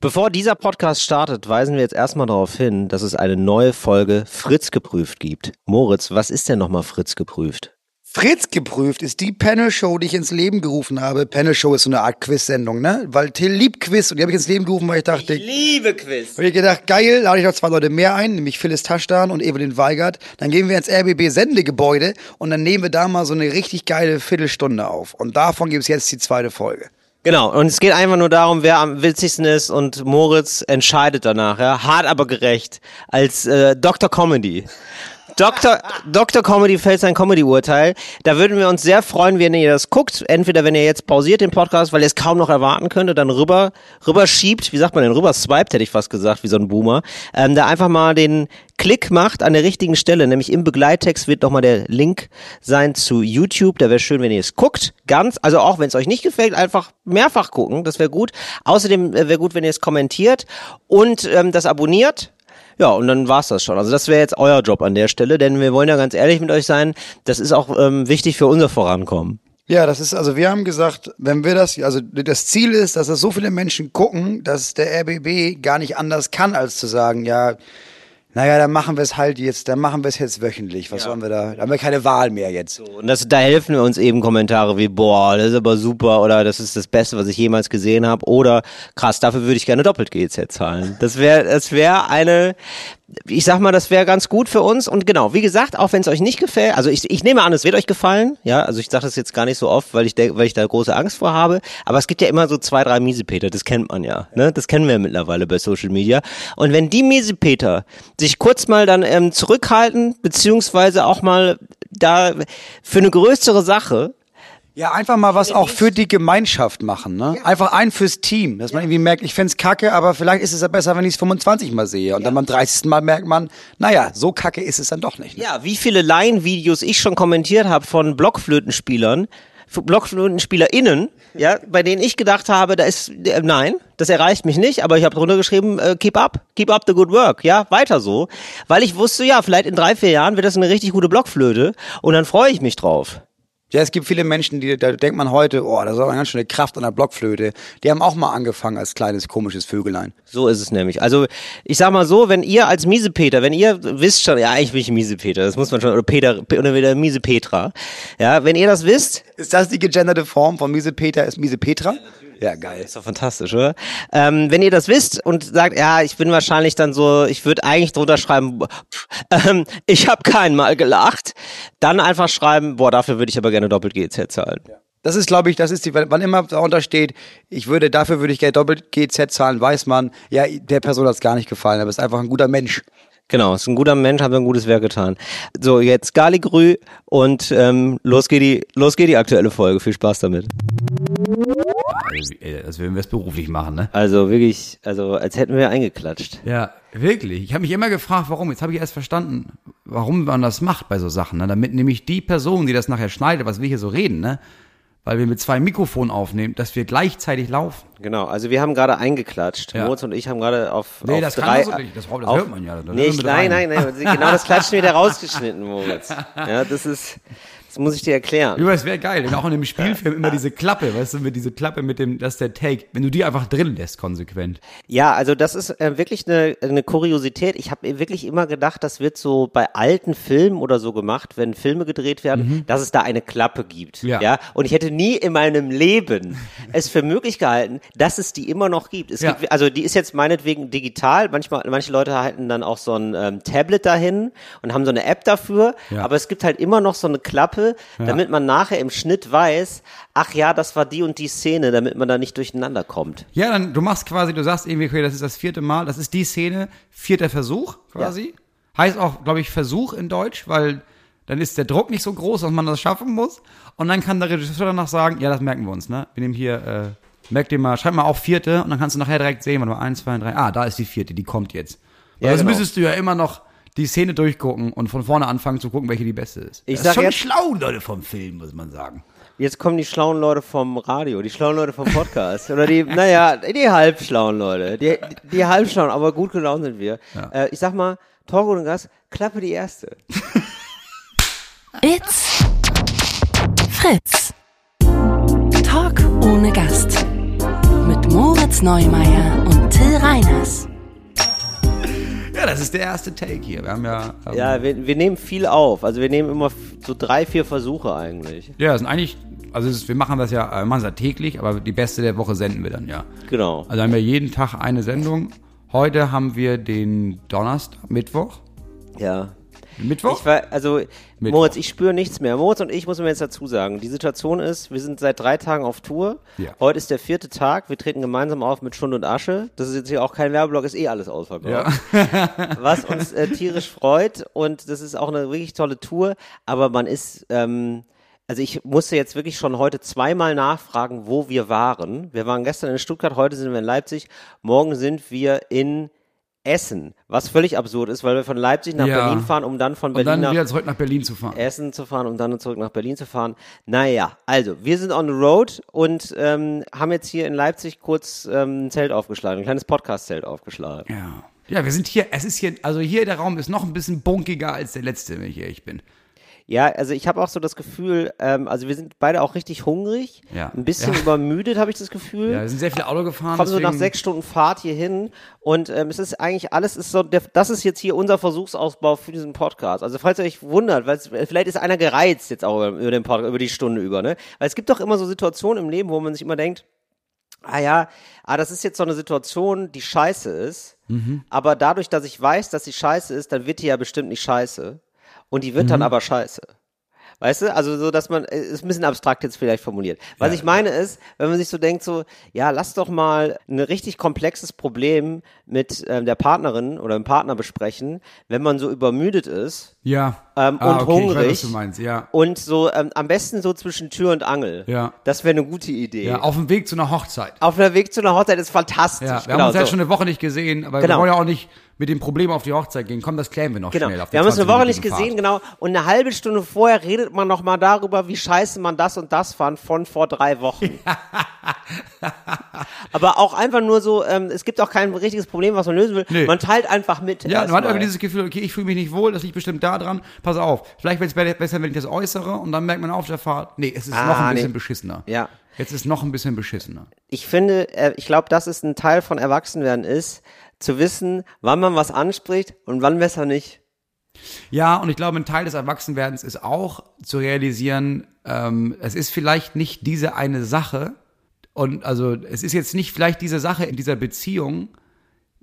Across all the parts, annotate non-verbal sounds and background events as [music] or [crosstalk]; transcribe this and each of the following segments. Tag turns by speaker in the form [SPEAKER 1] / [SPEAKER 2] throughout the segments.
[SPEAKER 1] Bevor dieser Podcast startet, weisen wir jetzt erstmal darauf hin, dass es eine neue Folge Fritz geprüft gibt. Moritz, was ist denn nochmal Fritz geprüft?
[SPEAKER 2] Fritz geprüft ist die Panel-Show, die ich ins Leben gerufen habe. Panel-Show ist so eine Art Quiz-Sendung, ne? Weil Till liebt Quiz und die habe ich ins Leben gerufen, weil ich dachte,
[SPEAKER 3] Ich liebe Quiz.
[SPEAKER 2] habe ich gedacht, geil, lade ich noch zwei Leute mehr ein, nämlich Phyllis Taschdan und Evelyn Weigert. Dann gehen wir ins RBB-Sendegebäude und dann nehmen wir da mal so eine richtig geile Viertelstunde auf. Und davon gibt es jetzt die zweite Folge.
[SPEAKER 1] Genau, und es geht einfach nur darum, wer am witzigsten ist und Moritz entscheidet danach, ja, hart aber gerecht, als äh, Dr. Comedy. Dr. Dr. Comedy fällt sein Comedy-Urteil. Da würden wir uns sehr freuen, wenn ihr das guckt. Entweder wenn ihr jetzt pausiert den Podcast, weil ihr es kaum noch erwarten könnt, und dann rüber, rüber schiebt, wie sagt man denn, rüber swiped, hätte ich fast gesagt, wie so ein Boomer, ähm, da einfach mal den Klick macht an der richtigen Stelle, nämlich im Begleittext wird nochmal der Link sein zu YouTube. Da wäre schön, wenn ihr es guckt. Ganz, also auch wenn es euch nicht gefällt, einfach mehrfach gucken. Das wäre gut. Außerdem wäre gut, wenn ihr es kommentiert und ähm, das abonniert. Ja, und dann war's das schon. Also das wäre jetzt euer Job an der Stelle, denn wir wollen ja ganz ehrlich mit euch sein. Das ist auch ähm, wichtig für unser Vorankommen.
[SPEAKER 2] Ja, das ist, also wir haben gesagt, wenn wir das, also das Ziel ist, dass das so viele Menschen gucken, dass der RBB gar nicht anders kann, als zu sagen, ja, naja, dann machen wir es halt jetzt, dann machen wir es jetzt wöchentlich. Was sollen wir da? Da haben wir keine Wahl mehr jetzt.
[SPEAKER 1] Und das, da helfen wir uns eben Kommentare wie, boah, das ist aber super oder das ist das Beste, was ich jemals gesehen habe oder krass, dafür würde ich gerne doppelt GEZ zahlen. Das wäre das wäre eine, ich sag mal, das wäre ganz gut für uns und genau, wie gesagt, auch wenn es euch nicht gefällt, also ich, ich nehme an, es wird euch gefallen, ja, also ich sage das jetzt gar nicht so oft, weil ich, denk, weil ich da große Angst vor habe, aber es gibt ja immer so zwei, drei Miesepeter, das kennt man ja, ne? das kennen wir mittlerweile bei Social Media und wenn die Miesepeter sich kurz mal dann ähm, zurückhalten, beziehungsweise auch mal da für eine größere Sache.
[SPEAKER 2] Ja, einfach mal was auch für die Gemeinschaft machen, ne? Einfach ein fürs Team, dass man irgendwie merkt, ich fänd's kacke, aber vielleicht ist es ja besser, wenn ich's 25 Mal sehe. Und dann beim 30. Mal merkt man, naja, so kacke ist es dann doch nicht. Ne?
[SPEAKER 1] Ja, wie viele Laienvideos ich schon kommentiert habe von Blockflötenspielern, von BlockflötenspielerInnen, ja, bei denen ich gedacht habe, da ist, äh, nein, das erreicht mich nicht, aber ich habe drunter geschrieben, äh, keep up, keep up the good work, ja, weiter so. Weil ich wusste, ja, vielleicht in drei, vier Jahren wird das eine richtig gute Blockflöte und dann freue ich mich drauf.
[SPEAKER 2] Ja, es gibt viele Menschen, die, da denkt man heute, oh, da ist aber ganz schöne Kraft an der Blockflöte. Die haben auch mal angefangen als kleines komisches Vögelein.
[SPEAKER 1] So ist es nämlich. Also ich sag mal so, wenn ihr als Miesepeter, wenn ihr wisst schon, ja, ich bin nicht Miesepeter, das muss man schon, oder Peter, oder wieder Miesepetra, ja, wenn ihr das wisst,
[SPEAKER 2] Ist das die gegenderte Form von Miese Peter ist Miese Petra? Ja, geil.
[SPEAKER 1] Ist doch fantastisch, oder? Ähm, wenn ihr das wisst und sagt, ja, ich bin wahrscheinlich dann so, ich würde eigentlich drunter schreiben, boah, pff, ähm, ich habe kein Mal gelacht, dann einfach schreiben, boah, dafür würde ich aber gerne doppelt GEZ zahlen.
[SPEAKER 2] Das ist, glaube ich, das ist die, wann immer darunter steht, ich würde, dafür würde ich Geld doppelt GZ zahlen, weiß man, ja, der Person hat's gar nicht gefallen, aber ist einfach ein guter Mensch.
[SPEAKER 1] Genau, ist ein guter Mensch, haben wir ein gutes Werk getan. So, jetzt Galigrü und ähm, los, geht die, los geht die aktuelle Folge. Viel Spaß damit.
[SPEAKER 4] Äh, Als würden wir es beruflich machen, ne?
[SPEAKER 1] Also wirklich, also als hätten wir eingeklatscht.
[SPEAKER 4] Ja, wirklich. Ich habe mich immer gefragt, warum. Jetzt habe ich erst verstanden, warum man das macht bei so Sachen, ne? Damit nämlich die Person, die das nachher schneidet, was wir hier so reden, ne? Weil wir mit zwei Mikrofonen aufnehmen, dass wir gleichzeitig laufen.
[SPEAKER 1] Genau, also wir haben gerade eingeklatscht.
[SPEAKER 4] Ja.
[SPEAKER 1] Moritz und ich haben gerade auf,
[SPEAKER 4] Nee,
[SPEAKER 1] auf
[SPEAKER 4] das kann
[SPEAKER 1] drei.
[SPEAKER 4] man so nicht. Das- das
[SPEAKER 1] auf,
[SPEAKER 4] hört man ja. Da
[SPEAKER 1] nee,
[SPEAKER 4] hören
[SPEAKER 1] ich,
[SPEAKER 4] wir
[SPEAKER 1] nein,
[SPEAKER 4] rein.
[SPEAKER 1] nein, nein. Genau das Klatschen wieder rausgeschnitten, Moritz.
[SPEAKER 4] [laughs]
[SPEAKER 1] Ja, das ist, das muss ich dir erklären.
[SPEAKER 4] Übrigens wäre geil, wenn auch in einem Spielfilm immer diese Klappe, weißt du, mit diese Klappe mit dem, das ist der Take, wenn du die einfach drin lässt, konsequent.
[SPEAKER 1] Ja, also das ist äh, wirklich eine, eine Kuriosität. Ich habe wirklich immer gedacht, das wird so bei alten Filmen oder so gemacht, wenn Filme gedreht werden, dass es da eine Klappe gibt. Ja.
[SPEAKER 4] Mhm. Ja.
[SPEAKER 1] Und ich hätte nie in meinem
[SPEAKER 4] [laughs]
[SPEAKER 1] Leben es für möglich gehalten, dass es die immer noch gibt. Es
[SPEAKER 4] Ja.
[SPEAKER 1] gibt also die ist jetzt meinetwegen digital. Manchmal, manche Leute halten dann auch so ein ähm, Tablet dahin und haben so eine App dafür.
[SPEAKER 4] Ja.
[SPEAKER 1] Aber es gibt halt immer noch so eine Klappe, damit man nachher im Schnitt weiß, ach ja, das war die und die Szene, damit man da nicht durcheinander kommt.
[SPEAKER 4] Ja, dann, du machst quasi, du sagst irgendwie, okay, das ist das vierte Mal, das ist die Szene, vierter Versuch quasi. Heißt auch, glaube ich, Versuch in Deutsch, weil dann ist der Druck nicht so groß, dass man das schaffen muss. Und dann kann der Regisseur danach sagen, ja, das merken wir uns, ne? Wir nehmen hier, äh, merk dir mal, schreib mal auch vierte und dann kannst du nachher direkt sehen, warte mal, eins, zwei, drei, ah, da ist die vierte, die kommt jetzt.
[SPEAKER 1] Ja,
[SPEAKER 4] Ja, das
[SPEAKER 1] genau.
[SPEAKER 4] müsstest du ja immer noch die Szene durchgucken und von vorne anfangen zu gucken, welche die beste ist.
[SPEAKER 1] Ich
[SPEAKER 4] das
[SPEAKER 1] sag
[SPEAKER 4] ist schon
[SPEAKER 1] jetzt-
[SPEAKER 4] schlau, Leute, vom Film, muss man sagen.
[SPEAKER 1] Jetzt kommen die schlauen Leute vom Radio, die schlauen Leute vom Podcast. Oder die, naja, die halbschlauen Leute. Die, die halbschlauen, aber gut gelaunt sind wir. Äh, ich sag mal, Torgo und Gas, klappe die erste.
[SPEAKER 5] It's Fritz. Talk ohne Gast. Mit Moritz Neumeier und Till
[SPEAKER 4] das ist der erste Take hier. Wir haben ja. ähm,
[SPEAKER 1] Ja, wir, wir nehmen viel auf. Also wir nehmen immer f- so drei, vier Versuche eigentlich.
[SPEAKER 4] Ja, das sind eigentlich, also es ist, wir machen das ja, äh, wir machen es ja täglich, aber die beste der Woche senden wir dann ja.
[SPEAKER 1] Genau.
[SPEAKER 4] Also haben wir jeden Tag eine Sendung. Heute haben wir den Donnerstag, Mittwoch.
[SPEAKER 1] Ja.
[SPEAKER 4] Mittwoch?
[SPEAKER 1] Ich war, also,
[SPEAKER 4] Mittwoch.
[SPEAKER 1] Moritz, ich spüre nichts mehr. Moritz und ich muss mir jetzt dazu sagen, die Situation ist, wir sind seit drei Tagen auf Tour.
[SPEAKER 4] Ja.
[SPEAKER 1] Heute ist der vierte Tag. Wir treten gemeinsam auf mit Schund und Asche. Das ist jetzt hier auch kein Werbeblock, ist eh alles ausverkauft. [laughs] Was uns äh, tierisch freut und das ist auch eine wirklich tolle Tour. Aber man ist, ähm, also ich musste jetzt wirklich schon heute zweimal nachfragen, wo wir waren. Wir waren gestern in Stuttgart, heute sind wir in Leipzig, morgen sind wir in Essen, was völlig absurd ist, weil wir von Leipzig nach
[SPEAKER 4] Ja.
[SPEAKER 1] Berlin fahren, um dann von
[SPEAKER 4] Und
[SPEAKER 1] Berlin
[SPEAKER 4] dann
[SPEAKER 1] nach
[SPEAKER 4] wieder zurück nach Berlin zu fahren.
[SPEAKER 1] Essen zu fahren, um dann zurück nach Berlin zu fahren. Naja, also wir sind on the road und ähm, haben jetzt hier in Leipzig kurz ähm, ein Zelt aufgeschlagen, ein kleines Podcast-Zelt aufgeschlagen.
[SPEAKER 4] Ja. Ja, wir sind hier, es ist hier, also hier der Raum ist noch ein bisschen bunkiger als der letzte, wenn ich ehrlich bin.
[SPEAKER 1] Ja, also ich habe auch so das Gefühl, ähm, also wir sind beide auch richtig hungrig,
[SPEAKER 4] Ja.
[SPEAKER 1] ein bisschen
[SPEAKER 4] Ja.
[SPEAKER 1] übermüdet habe ich das Gefühl.
[SPEAKER 4] Ja, wir sind sehr viel Auto gefahren.
[SPEAKER 1] Kommen so nach
[SPEAKER 4] deswegen-
[SPEAKER 1] sechs Stunden Fahrt hier hin und ähm, es ist eigentlich alles ist so, der, das ist jetzt hier unser Versuchsausbau für diesen Podcast. Also falls ihr euch wundert, weil es- vielleicht ist einer gereizt jetzt auch über, über den Podcast, über die Stunde über, ne? Weil es gibt doch immer so Situationen im Leben, wo man sich immer denkt, ah ja, ah, das ist jetzt so eine Situation, die scheiße ist, aber dadurch, dass ich weiß, dass sie scheiße ist, dann wird die ja bestimmt nicht scheiße und die wird dann aber scheiße. Weißt du, also so, dass man, äh, ist ein bisschen abstrakt jetzt vielleicht formuliert. Was ich meine ist, wenn man sich so denkt, so, ja, lass doch mal ein richtig komplexes Problem mit ähm, der Partnerin oder dem Partner besprechen, wenn man so übermüdet ist
[SPEAKER 4] Ja.
[SPEAKER 1] ähm,
[SPEAKER 4] Ah,
[SPEAKER 1] und
[SPEAKER 4] okay, Ich weiß,
[SPEAKER 1] hungrig.
[SPEAKER 4] was du meinst, ja.
[SPEAKER 1] und so ähm, am besten so zwischen Tür und Angel.
[SPEAKER 4] Ja.
[SPEAKER 1] Das wäre eine gute Idee.
[SPEAKER 4] Ja, auf dem Weg zu einer Hochzeit.
[SPEAKER 1] Auf der Weg zu einer Hochzeit ist fantastisch.
[SPEAKER 4] Ja, wir
[SPEAKER 1] genau,
[SPEAKER 4] haben uns ja
[SPEAKER 1] so.
[SPEAKER 4] schon eine Woche nicht gesehen, aber
[SPEAKER 1] Genau.
[SPEAKER 4] wir wollen ja auch nicht mit dem Problem auf die Hochzeit gehen. Komm, das klären wir noch
[SPEAKER 1] Genau.
[SPEAKER 4] schnell. Auf
[SPEAKER 1] Wir
[SPEAKER 4] der
[SPEAKER 1] haben uns eine Woche nicht
[SPEAKER 4] 20-minütigen
[SPEAKER 1] gesehen,
[SPEAKER 4] Fahrt.
[SPEAKER 1] genau. Und eine halbe Stunde vorher redet man nochmal darüber, wie scheiße man das und das fand von vor drei
[SPEAKER 4] [laughs]
[SPEAKER 1] Wochen. Aber auch einfach nur so, ähm, es gibt auch kein richtiges Problem, was man lösen will.
[SPEAKER 4] Nee.
[SPEAKER 1] Man teilt einfach mit.
[SPEAKER 4] Ja, man
[SPEAKER 1] erstmal.
[SPEAKER 4] hat aber dieses Gefühl, okay, ich fühle mich nicht wohl, das liegt bestimmt da dran. Pass auf, vielleicht wäre es besser, wenn ich das äußere und dann merkt man auf der Fahrt, nee, es ist
[SPEAKER 1] Ah,
[SPEAKER 4] noch ein
[SPEAKER 1] nee.
[SPEAKER 4] bisschen beschissener.
[SPEAKER 1] Ja.
[SPEAKER 4] Jetzt ist noch ein bisschen beschissener.
[SPEAKER 1] ich finde, äh, ich glaube, das ist ein Teil von Erwachsenwerden ist, zu wissen, wann man was anspricht und wann besser nicht.
[SPEAKER 4] Ja, und ich glaube, ein Teil des Erwachsenwerdens ist auch zu realisieren, ähm, es ist vielleicht nicht diese eine Sache. Und also es ist jetzt nicht vielleicht diese Sache in dieser Beziehung.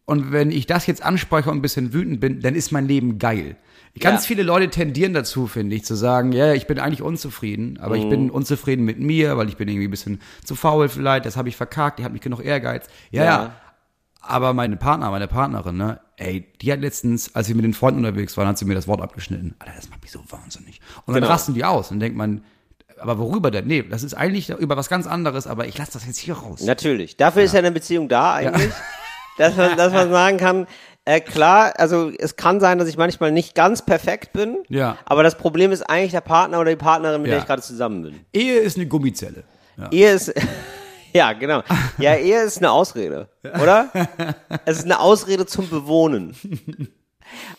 [SPEAKER 4] Und wenn ich das jetzt anspreche und ein bisschen wütend bin, dann ist mein Leben geil. Ganz
[SPEAKER 1] Ja.
[SPEAKER 4] viele Leute tendieren dazu, finde ich, zu sagen, ja, ich bin eigentlich unzufrieden, aber ich bin unzufrieden mit mir, weil ich bin irgendwie ein bisschen zu faul vielleicht, das habe ich verkackt, ich habe nicht genug Ehrgeiz. Ja, ja, aber meine Partner, meine Partnerin, ne, ey, die hat letztens, als wir mit den Freunden unterwegs waren, hat sie mir das Wort abgeschnitten. Alter, das macht mich so wahnsinnig. Und dann
[SPEAKER 1] Genau.
[SPEAKER 4] rasten die aus und denkt man, aber worüber denn? Nee, das ist eigentlich über was ganz anderes, aber ich lasse das jetzt hier raus.
[SPEAKER 1] Natürlich. Dafür ist ja eine Beziehung da eigentlich. [laughs] Dass, man, dass man sagen kann, äh, klar, also es kann sein, dass ich manchmal nicht ganz perfekt bin.
[SPEAKER 4] Ja.
[SPEAKER 1] Aber das Problem ist eigentlich der Partner oder die Partnerin, mit
[SPEAKER 4] Ja.
[SPEAKER 1] der ich gerade zusammen bin.
[SPEAKER 4] Ehe ist eine Gummizelle. Ja.
[SPEAKER 1] Ehe ist. [laughs] Ja, genau. Ja, Ehe ist eine Ausrede,
[SPEAKER 4] [laughs]
[SPEAKER 1] oder? Es ist eine Ausrede zum Bewohnen.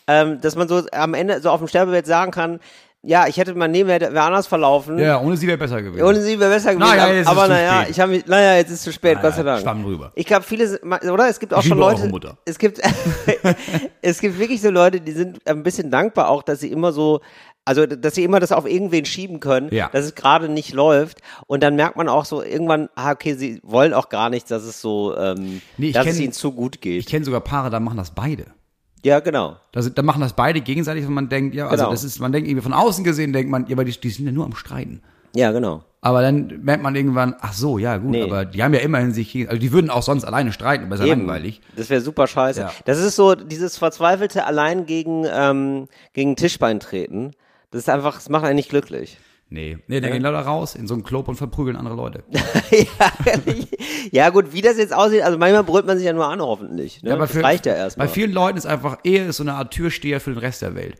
[SPEAKER 1] ähm, dass man so am Ende, so auf dem Sterbebett sagen kann, ja, ich hätte mein Leben wäre anders verlaufen.
[SPEAKER 4] Ja, ohne sie wäre besser gewesen.
[SPEAKER 1] Ohne sie wäre besser gewesen.
[SPEAKER 4] Naja,
[SPEAKER 1] aber-
[SPEAKER 4] jetzt ist
[SPEAKER 1] aber
[SPEAKER 4] es zu
[SPEAKER 1] naja,
[SPEAKER 4] spät.
[SPEAKER 1] ich habe mich, naja, jetzt ist es zu spät,
[SPEAKER 4] Naja,
[SPEAKER 1] Gott sei Dank.
[SPEAKER 4] schwamm drüber.
[SPEAKER 1] Ich glaube, viele, sind- oder? Es gibt auch
[SPEAKER 4] Ich
[SPEAKER 1] schon
[SPEAKER 4] liebe
[SPEAKER 1] Leute.
[SPEAKER 4] eure Mutter.
[SPEAKER 1] Es gibt, [laughs] es gibt wirklich so Leute, die sind ein bisschen dankbar auch, dass sie immer so, also, dass sie immer das auf irgendwen schieben können,
[SPEAKER 4] Ja.
[SPEAKER 1] dass es gerade nicht läuft. Und dann merkt man auch so irgendwann, ah, okay, sie wollen auch gar nicht, dass es so, ähm,
[SPEAKER 4] Nee, ich
[SPEAKER 1] dass es
[SPEAKER 4] kenn-
[SPEAKER 1] ihnen zu gut
[SPEAKER 4] Ich
[SPEAKER 1] geht.
[SPEAKER 4] kenne sogar Paare, da machen das beide.
[SPEAKER 1] Ja, genau.
[SPEAKER 4] Da, sind, da machen das beide gegenseitig, wenn man denkt, ja, also
[SPEAKER 1] Genau.
[SPEAKER 4] das ist, man denkt irgendwie von außen gesehen, denkt man, ja, aber die, die sind ja nur am Streiten.
[SPEAKER 1] Ja, genau.
[SPEAKER 4] Aber dann merkt man irgendwann, ach so, ja, gut,
[SPEAKER 1] Nee.
[SPEAKER 4] aber die haben ja immerhin sich, gegen- also die würden auch sonst alleine streiten, aber ist ja
[SPEAKER 1] Eben.
[SPEAKER 4] langweilig.
[SPEAKER 1] Das wäre super scheiße.
[SPEAKER 4] Ja.
[SPEAKER 1] Das ist so dieses verzweifelte allein gegen ähm, gegen Tischbein treten. Das ist einfach, das macht einen nicht glücklich.
[SPEAKER 4] [laughs] Nee, nee, dann gehen Leute raus in so einen Club und verprügeln andere Leute.
[SPEAKER 1] ja, [laughs] ja gut, wie das jetzt aussieht, also manchmal brüllt man sich ja nur an, hoffentlich. Ne?
[SPEAKER 4] aber
[SPEAKER 1] das reicht ja erstmal.
[SPEAKER 4] Bei vielen Leuten ist einfach, Ehe ist so eine Art Türsteher für den Rest der Welt.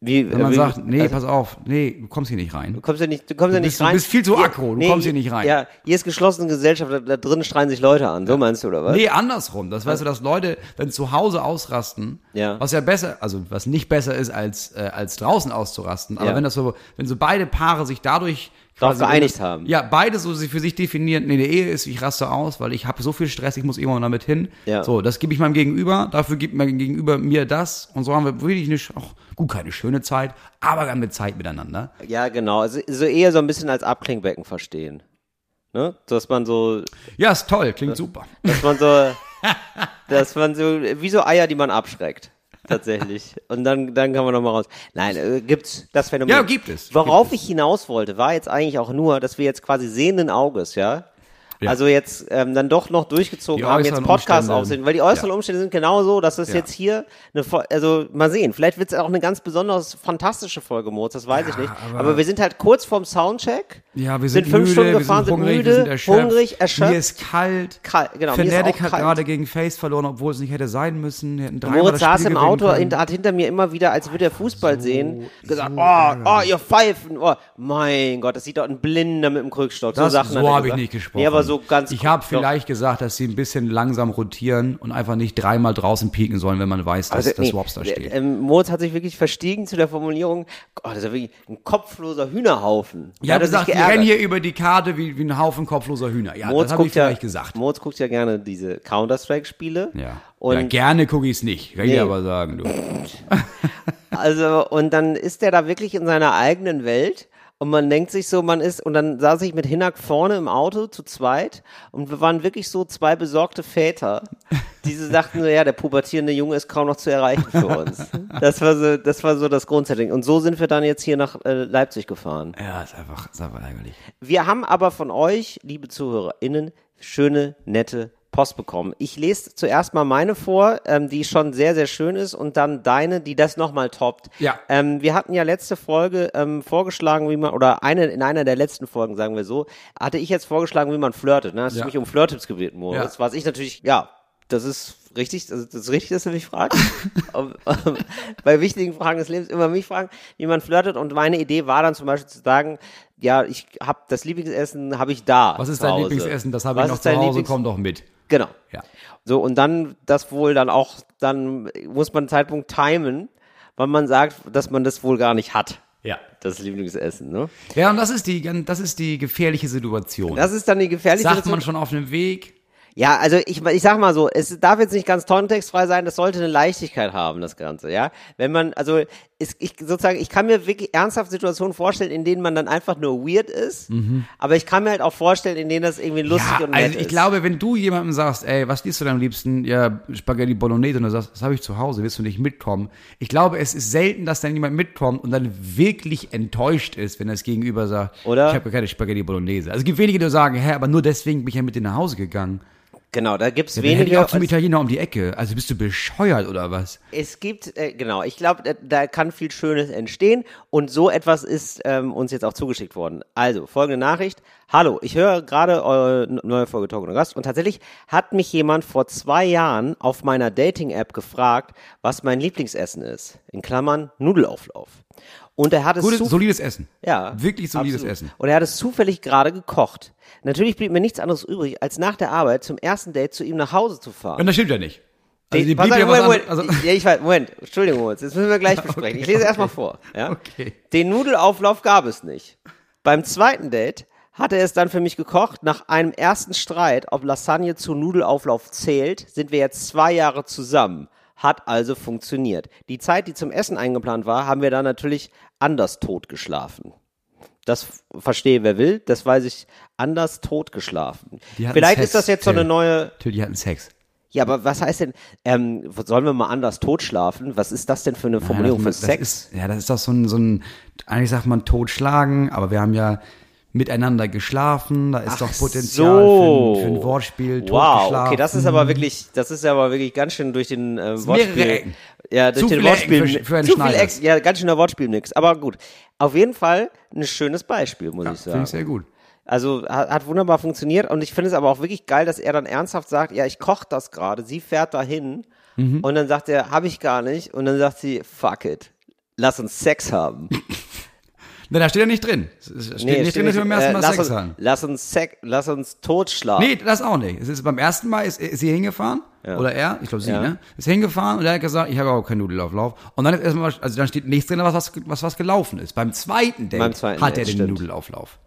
[SPEAKER 1] wie,
[SPEAKER 4] Wenn man
[SPEAKER 1] wie,
[SPEAKER 4] sagt, nee,
[SPEAKER 1] also,
[SPEAKER 4] pass auf, nee, du kommst hier nicht rein.
[SPEAKER 1] du kommst ja nicht, du kommst ja
[SPEAKER 4] Du
[SPEAKER 1] nicht
[SPEAKER 4] bist- du
[SPEAKER 1] rein.
[SPEAKER 4] bist viel zu aggro, du kommst hier nicht rein.
[SPEAKER 1] Ja, hier ist geschlossene Gesellschaft, da, da drin schreien sich Leute an. So meinst du oder was?
[SPEAKER 4] Nee, andersrum. Das weißt du, dass Leute dann zu Hause ausrasten,
[SPEAKER 1] äh, Ja.
[SPEAKER 4] was ja besser, also was nicht besser ist, als, äh, als draußen auszurasten. Aber
[SPEAKER 1] Ja.
[SPEAKER 4] wenn das so, wenn so beide Paare sich dadurch
[SPEAKER 1] Darauf geeinigt haben.
[SPEAKER 4] Ja, beide so sie für sich definieren, nee, eine Ehe ist, ich raste aus, weil ich habe so viel Stress, ich muss irgendwann damit hin.
[SPEAKER 1] Ja.
[SPEAKER 4] So, das gebe ich meinem Gegenüber, dafür gibt mein Gegenüber mir das und so haben wir wirklich nicht, auch gut, keine schöne Zeit, aber dann mit Zeit miteinander.
[SPEAKER 1] Ja, genau. Also, so eher so ein bisschen als Abklingbecken verstehen. Ne? Dass man so,
[SPEAKER 4] Ja, ist toll, klingt super.
[SPEAKER 1] dass man so,
[SPEAKER 4] [laughs]
[SPEAKER 1] dass man so, wie so Eier, die man abschreckt. Tatsächlich. Und dann, dann kann man nochmal raus. Nein, äh, gibt's das Phänomen.
[SPEAKER 4] Ja, gibt es.
[SPEAKER 1] Worauf ich hinaus wollte, war jetzt eigentlich auch nur, dass wir jetzt quasi sehenden Auges, ja?
[SPEAKER 4] Ja.
[SPEAKER 1] Also jetzt ähm, dann doch noch durchgezogen
[SPEAKER 4] Die
[SPEAKER 1] haben, jetzt
[SPEAKER 4] äußeren
[SPEAKER 1] Podcast
[SPEAKER 4] Umstände.
[SPEAKER 1] aufsehen, weil die äußeren
[SPEAKER 4] Ja.
[SPEAKER 1] Umstände sind genauso, dass das
[SPEAKER 4] Ja.
[SPEAKER 1] jetzt hier eine Fol- also mal sehen, vielleicht wird's auch eine ganz besonders fantastische Folge, Moritz, das weiß ich nicht. Aber,
[SPEAKER 4] aber-
[SPEAKER 1] wir sind halt kurz vorm Soundcheck.
[SPEAKER 4] Ja, wir sind,
[SPEAKER 1] fünf
[SPEAKER 4] müde,
[SPEAKER 1] Stunden
[SPEAKER 4] wir
[SPEAKER 1] gefahren,
[SPEAKER 4] sind hungrig,
[SPEAKER 1] müde,
[SPEAKER 4] wir sind erschöpft.
[SPEAKER 1] hungrig, erschöpft.
[SPEAKER 4] Mir ist kalt.
[SPEAKER 1] Kalt, genau, mir ist
[SPEAKER 4] Fnatic
[SPEAKER 1] auch
[SPEAKER 4] hat
[SPEAKER 1] kalt.
[SPEAKER 4] gerade gegen Face verloren, obwohl es nicht hätte sein müssen. Wir hätten dreimal
[SPEAKER 1] Moritz
[SPEAKER 4] das
[SPEAKER 1] saß
[SPEAKER 4] Spiel
[SPEAKER 1] im
[SPEAKER 4] gewinnen
[SPEAKER 1] Auto,
[SPEAKER 4] können.
[SPEAKER 1] hin- hat hinter mir immer wieder, als würde er Fußball sehen, gesagt, oh, oh, ihr Pfeifen, oh, mein Gott, das sieht doch ein Blinder mit dem Krückstock.
[SPEAKER 4] Das,
[SPEAKER 1] so Sachen hat
[SPEAKER 4] so
[SPEAKER 1] er
[SPEAKER 4] habe ich
[SPEAKER 1] gesagt.
[SPEAKER 4] nicht gesprochen.
[SPEAKER 1] Nee, aber so ganz
[SPEAKER 4] ich habe
[SPEAKER 1] doch.
[SPEAKER 4] vielleicht gesagt, dass sie ein bisschen langsam rotieren und einfach nicht dreimal draußen pieken sollen, wenn man weiß, dass
[SPEAKER 1] Also,
[SPEAKER 4] das
[SPEAKER 1] nee,
[SPEAKER 4] Wops da
[SPEAKER 1] äh,
[SPEAKER 4] steht.
[SPEAKER 1] Ähm, Moritz hat sich wirklich verstiegen zu der Formulierung, oh, das ist ja wirklich ein kopfloser Hühnerhaufen.
[SPEAKER 4] ja,
[SPEAKER 1] hat er sich
[SPEAKER 4] ich gesagt, ich
[SPEAKER 1] geärgert.
[SPEAKER 4] renne hier über die Karte wie, wie ein Haufen kopfloser Hühner. Ja,
[SPEAKER 1] Moritz
[SPEAKER 4] das habe ich
[SPEAKER 1] guckt ja-
[SPEAKER 4] vielleicht gesagt.
[SPEAKER 1] Moritz guckt ja gerne diese Counter-Strike-Spiele.
[SPEAKER 4] Ja.
[SPEAKER 1] Und
[SPEAKER 4] ja, gerne gucke ich es nicht, kann
[SPEAKER 1] Nee.
[SPEAKER 4] ich aber sagen. Du.
[SPEAKER 1] Also, und dann ist der da wirklich in seiner eigenen Welt. Und man denkt sich so, man ist, und dann saß ich mit Hinak vorne im Auto zu zweit und wir waren wirklich so zwei besorgte Väter, die so dachten, so, ja, der pubertierende Junge ist kaum noch zu erreichen für uns. Das war so, das war so das Grundsetting. Und so sind wir dann jetzt hier nach äh, Leipzig gefahren.
[SPEAKER 4] Ja, ist einfach, ist einfach ärgerlich.
[SPEAKER 1] Wir haben aber von euch, liebe ZuhörerInnen, schöne, nette Post bekommen. Ich lese zuerst mal meine vor, ähm, die schon sehr, sehr schön ist und dann deine, die das nochmal toppt.
[SPEAKER 4] Ja.
[SPEAKER 1] Ähm, wir hatten ja letzte Folge ähm, vorgeschlagen, wie man, oder eine, in einer der letzten Folgen, sagen wir so, hatte ich jetzt vorgeschlagen, wie man flirtet. Ne? Hast du
[SPEAKER 4] Ja.
[SPEAKER 1] mich um Flirttipps gebeten, Moritz?
[SPEAKER 4] Ja.
[SPEAKER 1] Was ich natürlich, ja, das ist richtig, also das ist das ist richtig, dass du mich
[SPEAKER 4] [laughs]
[SPEAKER 1] fragst. Ob- ob- Bei wichtigen Fragen des Lebens immer mich fragen, wie man flirtet. Und meine Idee war dann zum Beispiel zu sagen, ja, ich habe das Lieblingsessen, habe ich da.
[SPEAKER 4] Was ist
[SPEAKER 1] zu
[SPEAKER 4] dein
[SPEAKER 1] Hause.
[SPEAKER 4] Lieblingsessen? Das habe
[SPEAKER 1] Was
[SPEAKER 4] ich noch
[SPEAKER 1] ist dein
[SPEAKER 4] zu Hause,
[SPEAKER 1] Lieblings-
[SPEAKER 4] komm doch mit.
[SPEAKER 1] Genau.
[SPEAKER 4] Ja.
[SPEAKER 1] So, und dann das wohl dann auch, dann muss man einen Zeitpunkt timen, weil man sagt, dass man das wohl gar nicht hat,
[SPEAKER 4] Ja.
[SPEAKER 1] das Lieblingsessen. Ne?
[SPEAKER 4] Ja, und das ist die, gan- das ist die gefährliche Situation.
[SPEAKER 1] Das ist dann die gefährliche
[SPEAKER 4] Sagt
[SPEAKER 1] Situation.
[SPEAKER 4] man schon auf dem Weg.
[SPEAKER 1] Ja, also ich, ich sag mal so, es darf jetzt nicht ganz kontextfrei sein, das sollte eine Leichtigkeit haben, das Ganze, ja. Wenn man, also es, ich sozusagen, ich kann mir wirklich ernsthaft Situationen vorstellen, in denen man dann einfach nur weird ist, aber ich kann mir halt auch vorstellen, in denen das irgendwie lustig
[SPEAKER 4] Mhm. ja,
[SPEAKER 1] und nett
[SPEAKER 4] also ich
[SPEAKER 1] ist.
[SPEAKER 4] glaube, wenn du jemandem sagst, ey, was liest du denn am liebsten? Ja, Spaghetti Bolognese. Und du sagst, das habe ich zu Hause, willst du nicht mitkommen? Ich glaube, es ist selten, dass dann jemand mitkommt und dann wirklich enttäuscht ist, wenn das Gegenüber sagt,
[SPEAKER 1] Oder?
[SPEAKER 4] ich habe keine Spaghetti Bolognese. Also es gibt wenige, die sagen, hä, aber nur deswegen bin ich ja mit dir nach Hause gegangen.
[SPEAKER 1] genau, da gibt's
[SPEAKER 4] Ja, dann hätte ich
[SPEAKER 1] weniger.
[SPEAKER 4] auch zum Italiener um die Ecke. Also bist du bescheuert oder was?
[SPEAKER 1] Es gibt, äh, genau, ich glaube, da, da kann viel Schönes entstehen und so etwas ist ähm, uns jetzt auch zugeschickt worden. Also, folgende Nachricht. Hallo, ich höre gerade eure n- neue Folge Talk und Gast und tatsächlich hat mich jemand vor zwei Jahren auf meiner Dating-App gefragt, was mein Lieblingsessen ist. In Klammern Nudelauflauf. Und er hat es
[SPEAKER 4] Gutes,
[SPEAKER 1] zu-
[SPEAKER 4] solides Essen.
[SPEAKER 1] ja.
[SPEAKER 4] Wirklich solides
[SPEAKER 1] absolut.
[SPEAKER 4] Essen.
[SPEAKER 1] Und er hat es zufällig gerade gekocht. Natürlich blieb mir nichts anderes übrig, als nach der Arbeit zum ersten Date zu ihm nach Hause zu fahren.
[SPEAKER 4] Und das stimmt ja nicht. Also
[SPEAKER 1] Nee,
[SPEAKER 4] die
[SPEAKER 1] pass
[SPEAKER 4] blieb
[SPEAKER 1] auf,
[SPEAKER 4] ja was
[SPEAKER 1] Moment,
[SPEAKER 4] an,
[SPEAKER 1] Moment.
[SPEAKER 4] also,
[SPEAKER 1] ja, ich weiß, Moment, Entschuldigung, Moritz, das müssen wir
[SPEAKER 4] [laughs]
[SPEAKER 1] gleich besprechen. Ich lese erst erstmal vor. Ja?
[SPEAKER 4] Okay.
[SPEAKER 1] Den Nudelauflauf gab es nicht. Beim zweiten Date hat er es dann für mich gekocht. Nach einem ersten Streit, ob Lasagne zu Nudelauflauf zählt, sind wir jetzt zwei Jahre zusammen. Hat also funktioniert. Die Zeit, die zum Essen eingeplant war, haben wir dann natürlich anders tot geschlafen. Das f- verstehe wer will, das weiß ich anders tot geschlafen.
[SPEAKER 4] Die hatten
[SPEAKER 1] Vielleicht
[SPEAKER 4] Sex,
[SPEAKER 1] ist das jetzt so eine
[SPEAKER 4] Till.
[SPEAKER 1] neue
[SPEAKER 4] Till, die hatten Sex.
[SPEAKER 1] ja, aber was heißt denn, ähm, sollen wir mal anders totschlafen? Was ist das denn für eine Formulierung
[SPEAKER 4] Ja,
[SPEAKER 1] für
[SPEAKER 4] das,
[SPEAKER 1] Sex?
[SPEAKER 4] Das ist, ja, das ist doch so ein, so ein, eigentlich sagt man totschlagen, aber wir haben ja miteinander geschlafen, da ist doch Potenzial
[SPEAKER 1] so.
[SPEAKER 4] für, ein, für ein Wortspiel,
[SPEAKER 1] Wow,
[SPEAKER 4] totgeschlafen. Mhm.
[SPEAKER 1] okay, das ist aber wirklich, das ist aber wirklich ganz schön durch den äh,
[SPEAKER 4] mehrere
[SPEAKER 1] Wortspiel.
[SPEAKER 4] Ecken.
[SPEAKER 1] Ja, durch
[SPEAKER 4] Zu
[SPEAKER 1] den
[SPEAKER 4] viele
[SPEAKER 1] Wortspiel.
[SPEAKER 4] Ecken für- für einen
[SPEAKER 1] zu viel
[SPEAKER 4] Schneider.
[SPEAKER 1] Ecken, ja, ganz schöner Wortspielmix. Aber gut, auf jeden Fall ein schönes Beispiel, muss ich
[SPEAKER 4] Hm, Finde
[SPEAKER 1] sagen.
[SPEAKER 4] ich sehr gut.
[SPEAKER 1] Also hat, hat wunderbar funktioniert und ich finde es aber auch wirklich geil, dass er dann ernsthaft sagt, ja, ich koche das gerade, sie fährt dahin
[SPEAKER 4] Mhm.
[SPEAKER 1] und dann sagt er, habe ich gar nicht und dann sagt sie, fuck it, lass uns Sex haben.
[SPEAKER 4] Na, da steht ja nicht drin. Es es steht
[SPEAKER 1] Nee,
[SPEAKER 4] nicht
[SPEAKER 1] steht
[SPEAKER 4] drin, dass wir beim ersten
[SPEAKER 1] äh,
[SPEAKER 4] Mal
[SPEAKER 1] lass
[SPEAKER 4] Sex
[SPEAKER 1] uns,
[SPEAKER 4] haben.
[SPEAKER 1] Lass uns, Sex, lass uns totschlagen.
[SPEAKER 4] Nee, das auch nicht. Es ist beim ersten Mal ist, ist sie hingefahren oder er, ich glaube sie,
[SPEAKER 1] Ja.
[SPEAKER 4] ne? Ist hingefahren und er hat gesagt, ich habe auch keinen Nudelauflauf. Und dann ist erstmal, also dann steht nichts drin, was was, was, was gelaufen ist. Beim zweiten Date
[SPEAKER 1] Beim zweiten
[SPEAKER 4] hat
[SPEAKER 1] Date,
[SPEAKER 4] er den
[SPEAKER 1] stimmt.
[SPEAKER 4] Nudelauflauf.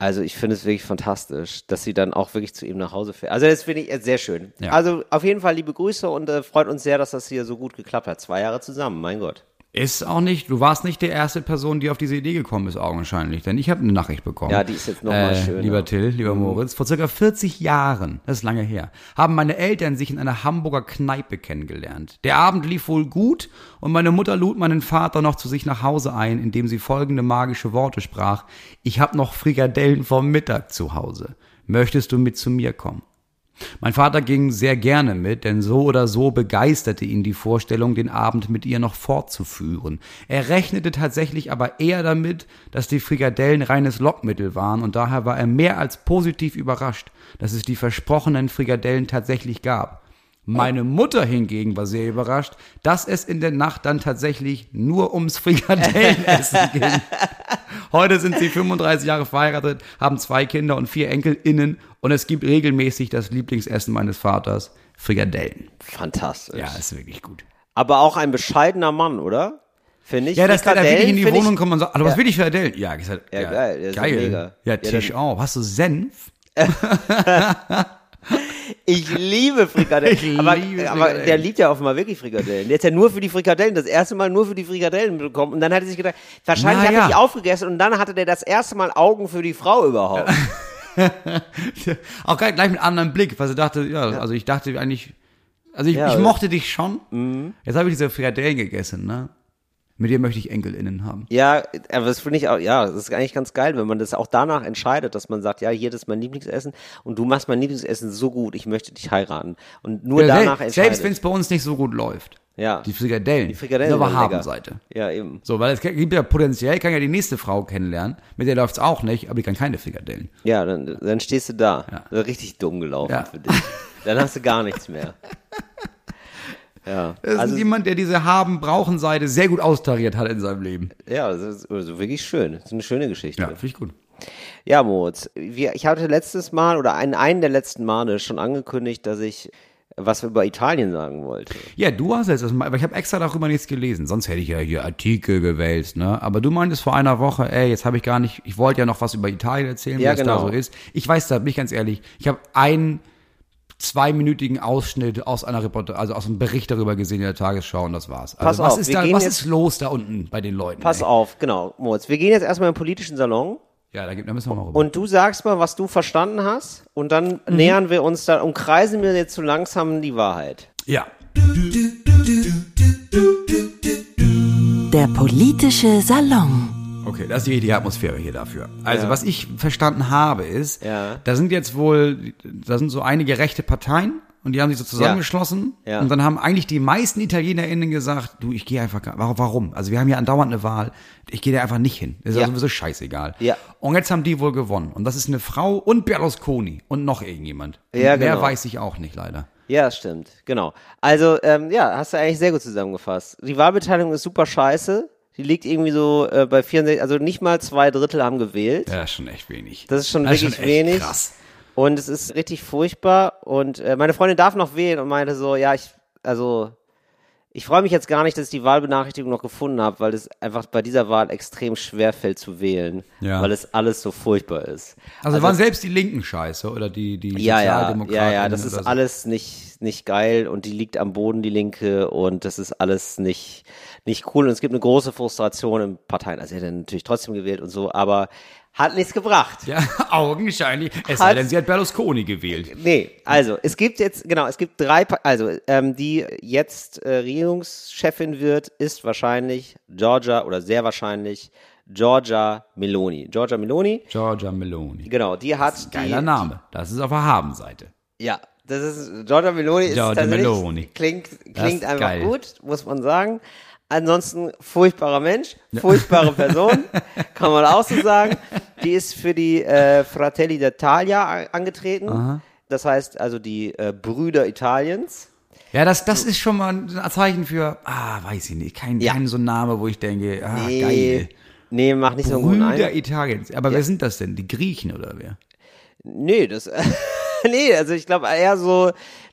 [SPEAKER 1] Also ich finde es wirklich fantastisch, dass sie dann auch wirklich zu ihm nach Hause fährt. Also das finde ich jetzt sehr schön.
[SPEAKER 4] Ja.
[SPEAKER 1] Also auf jeden Fall liebe Grüße und äh, freut uns sehr, dass das hier so gut geklappt hat. Zwei Jahre zusammen, mein Gott.
[SPEAKER 4] Ist auch nicht, du warst nicht die erste Person, die auf diese Idee gekommen ist, augenscheinlich, denn ich habe eine Nachricht bekommen. Äh,
[SPEAKER 1] Ja, die ist jetzt noch mal schöner. Mhm.
[SPEAKER 4] Lieber Till, lieber Moritz, vor circa 40 Jahren, das ist lange her, haben meine Eltern sich in einer Hamburger Kneipe kennengelernt. Der Abend lief wohl gut und meine Mutter lud meinen Vater noch zu sich nach Hause ein, indem sie folgende magische Worte sprach. Ich habe noch Frikadellen vom Mittag zu Hause. Möchtest du mit zu mir kommen? Mein Vater ging sehr gerne mit, denn so oder so begeisterte ihn die Vorstellung, den Abend mit ihr noch fortzuführen. Er rechnete tatsächlich aber eher damit, dass die Frikadellen reines Lockmittel waren, und daher war er mehr als positiv überrascht, dass es die versprochenen Frikadellen tatsächlich gab. Meine Mutter hingegen war sehr überrascht, dass es in der Nacht dann tatsächlich nur ums Frikadellenessen ging. Heute sind sie 35 Jahre verheiratet, haben zwei Kinder und vier EnkelInnen und es gibt regelmäßig das Lieblingsessen meines Vaters, Frikadellen.
[SPEAKER 1] Fantastisch.
[SPEAKER 4] Ja, ist wirklich gut.
[SPEAKER 1] Aber auch ein bescheidener Mann, oder? Finde ich.
[SPEAKER 4] Ja, dass der da wirklich in die
[SPEAKER 1] Frikadellen
[SPEAKER 4] Wohnung
[SPEAKER 1] finde
[SPEAKER 4] kommt und sagt, Alter, was will ich Frikadellen? Ja, ich sag,
[SPEAKER 1] Ja, geil, das ist
[SPEAKER 4] geil.
[SPEAKER 1] mega.
[SPEAKER 4] Ja,
[SPEAKER 1] Ja,
[SPEAKER 4] Tisch auf. Hast du Senf?
[SPEAKER 1] Ich, ich liebe Frikadellen.
[SPEAKER 4] Ich
[SPEAKER 1] aber,
[SPEAKER 4] liebe
[SPEAKER 1] aber
[SPEAKER 4] Frikadellen.
[SPEAKER 1] der liebt ja offenbar wirklich Frikadellen. Der hat ja nur für die Frikadellen, das erste Mal nur für die Frikadellen bekommen. Und dann hat er sich gedacht, wahrscheinlich
[SPEAKER 4] Na
[SPEAKER 1] hat
[SPEAKER 4] ja.
[SPEAKER 1] er die aufgegessen und dann hatte der das erste Mal Augen für die Frau überhaupt.
[SPEAKER 4] auch gleich, gleich mit anderem Blick, weil sie dachte, ja, also ich dachte eigentlich, also ich,
[SPEAKER 1] Ja,
[SPEAKER 4] ich
[SPEAKER 1] aber- Mhm.
[SPEAKER 4] mochte dich schon. Jetzt habe ich diese Frikadellen gegessen, ne? Mit dir möchte ich EnkelInnen haben.
[SPEAKER 1] Ja, aber das finde ich auch, ja, das ist eigentlich ganz geil, wenn man das auch danach entscheidet, dass man sagt, ja, hier das ist mein Lieblingsessen und du machst mein Lieblingsessen so gut, ich möchte dich heiraten. Und nur
[SPEAKER 4] Ja,
[SPEAKER 1] danach
[SPEAKER 4] selbst
[SPEAKER 1] entscheidet.
[SPEAKER 4] selbst wenn es bei uns nicht so gut läuft.
[SPEAKER 1] ja,
[SPEAKER 4] Die Frikadellen.
[SPEAKER 1] Die Frikadellen
[SPEAKER 4] Sind aber
[SPEAKER 1] sind lecker.
[SPEAKER 4] Habenseite.
[SPEAKER 1] ja, eben.
[SPEAKER 4] So, weil es gibt ja potenziell, kann ja die nächste Frau kennenlernen, mit der läuft's auch nicht, aber die kann keine Frikadellen.
[SPEAKER 1] Ja, dann, dann stehst du da.
[SPEAKER 4] Ja.
[SPEAKER 1] Das ist Richtig dumm gelaufen
[SPEAKER 4] Ja.
[SPEAKER 1] für dich. Dann hast du gar nichts
[SPEAKER 4] [laughs]
[SPEAKER 1] mehr. Ja,
[SPEAKER 4] Das ist
[SPEAKER 1] also,
[SPEAKER 4] jemand, der diese Haben-Brauchen-Seite sehr gut austariert hat in seinem Leben.
[SPEAKER 1] ja, das ist also wirklich schön. Das ist eine schöne Geschichte.
[SPEAKER 4] Ja, finde ich gut.
[SPEAKER 1] Ja, Moritz, wir, ich hatte letztes Mal oder einen, einen der letzten Male schon angekündigt, dass ich was über Italien sagen wollte.
[SPEAKER 4] Ja, du hast jetzt das mal, aber ich habe extra darüber nichts gelesen, sonst hätte ich ja hier Artikel gewälzt, ne? Aber du meintest vor einer Woche, ey, jetzt habe ich gar nicht, ich wollte ja noch was über Italien erzählen,
[SPEAKER 1] Ja,
[SPEAKER 4] was da
[SPEAKER 1] genau.
[SPEAKER 4] so ist. Ich weiß da, bin ich ganz ehrlich, ich habe einen zweiminütigen Ausschnitt aus einer Reportage, also aus einem Bericht darüber gesehen in der Tagesschau und das war's. Also
[SPEAKER 1] Pass
[SPEAKER 4] was
[SPEAKER 1] auf,
[SPEAKER 4] ist
[SPEAKER 1] wir
[SPEAKER 4] da,
[SPEAKER 1] gehen
[SPEAKER 4] was
[SPEAKER 1] jetzt-
[SPEAKER 4] ist los da unten bei den Leuten?
[SPEAKER 1] Pass
[SPEAKER 4] ey?
[SPEAKER 1] auf, genau, Moritz. Wir gehen jetzt erstmal im politischen Salon
[SPEAKER 4] Ja, da, gibt, da müssen wir mal rüber.
[SPEAKER 1] und du sagst mal, was du verstanden hast und dann nähern wir uns da, umkreisen wir jetzt so langsam die Wahrheit.
[SPEAKER 4] ja.
[SPEAKER 5] Der politische Salon.
[SPEAKER 4] Okay, das ist die richtige Atmosphäre hier dafür. Also, was ich verstanden habe, ist,
[SPEAKER 1] Ja.
[SPEAKER 4] da sind jetzt wohl, da sind so einige rechte Parteien und die haben sich so zusammengeschlossen
[SPEAKER 1] Ja.
[SPEAKER 4] und dann haben eigentlich die meisten ItalienerInnen gesagt, du, ich gehe einfach, gar- warum- warum? Also wir haben ja andauernd eine Wahl, ich gehe da einfach nicht hin. Das ist ja,
[SPEAKER 1] Ja.
[SPEAKER 4] sowieso scheißegal.
[SPEAKER 1] Ja.
[SPEAKER 4] Und jetzt haben die wohl gewonnen und das ist eine Frau und Berlusconi und noch irgendjemand. Und
[SPEAKER 1] Ja,
[SPEAKER 4] Mehr
[SPEAKER 1] genau.
[SPEAKER 4] weiß ich auch nicht, leider.
[SPEAKER 1] Ja, stimmt, genau. Also, ähm, ja, hast du eigentlich sehr gut zusammengefasst. Die Wahlbeteiligung ist super scheiße. Die liegt irgendwie so äh, bei 64, also nicht mal zwei Drittel haben gewählt.
[SPEAKER 4] Ja, das ist schon echt wenig.
[SPEAKER 1] Das ist schon wirklich
[SPEAKER 4] echt
[SPEAKER 1] wenig.
[SPEAKER 4] Krass.
[SPEAKER 1] Und es ist richtig furchtbar. Und äh, meine Freundin darf noch wählen und meinte so, ja, ich, also, ich freue mich jetzt gar nicht, dass ich die Wahlbenachrichtigung noch gefunden habe, weil es einfach bei dieser Wahl extrem schwer fällt zu wählen,
[SPEAKER 4] Ja.
[SPEAKER 1] weil es alles so furchtbar ist.
[SPEAKER 4] Also, waren selbst die Linken scheiße oder die, die
[SPEAKER 1] ja, ja,
[SPEAKER 4] Sozialdemokraten.
[SPEAKER 1] ja, ja, das
[SPEAKER 4] oder
[SPEAKER 1] ist
[SPEAKER 4] so.
[SPEAKER 1] alles nicht, nicht geil und die liegt am Boden, die Linke, und das ist alles nicht, nicht cool. Und es gibt eine große Frustration in Parteien. Also, ich hätte natürlich trotzdem gewählt und so, aber hat nichts gebracht.
[SPEAKER 4] [laughs] Ja, augenscheinlich. Es sei
[SPEAKER 1] Hat-
[SPEAKER 4] denn, sie hat Berlusconi gewählt.
[SPEAKER 1] Nee, also es gibt jetzt, genau, es gibt drei, Pa- also ähm, die jetzt äh, Regierungschefin wird, ist wahrscheinlich Georgia oder sehr wahrscheinlich Georgia Meloni. Georgia Meloni,
[SPEAKER 4] Giorgia Meloni.
[SPEAKER 1] genau, die hat
[SPEAKER 4] Geiler
[SPEAKER 1] die,
[SPEAKER 4] Name. Das ist auf der Habenseite.
[SPEAKER 1] Ja, das ist Giorgia Meloni ist
[SPEAKER 4] Giorgia
[SPEAKER 1] tatsächlich,
[SPEAKER 4] Meloni.
[SPEAKER 1] klingt,
[SPEAKER 4] Das
[SPEAKER 1] klingt
[SPEAKER 4] ist
[SPEAKER 1] einfach
[SPEAKER 4] geil.
[SPEAKER 1] gut, muss man sagen. Ansonsten furchtbarer Mensch, furchtbare
[SPEAKER 4] [laughs]
[SPEAKER 1] Person, kann man auch so sagen. Die ist für die äh, Fratelli d'Italia a- angetreten. Das heißt also die äh, Brüder Italiens.
[SPEAKER 4] Ja, das, das ist schon mal ein Zeichen für, ah, weiß ich nicht, kein,
[SPEAKER 1] Ja.
[SPEAKER 4] kein so ein Name, wo ich denke, ah,
[SPEAKER 1] Nee,
[SPEAKER 4] geil.
[SPEAKER 1] nee, macht nicht so einen guten
[SPEAKER 4] Brüder
[SPEAKER 1] Eindruck.
[SPEAKER 4] Italiens. Aber wer sind das denn? Die Griechen oder wer?
[SPEAKER 1] [laughs] Nee, das, nee, also ich glaube eher so,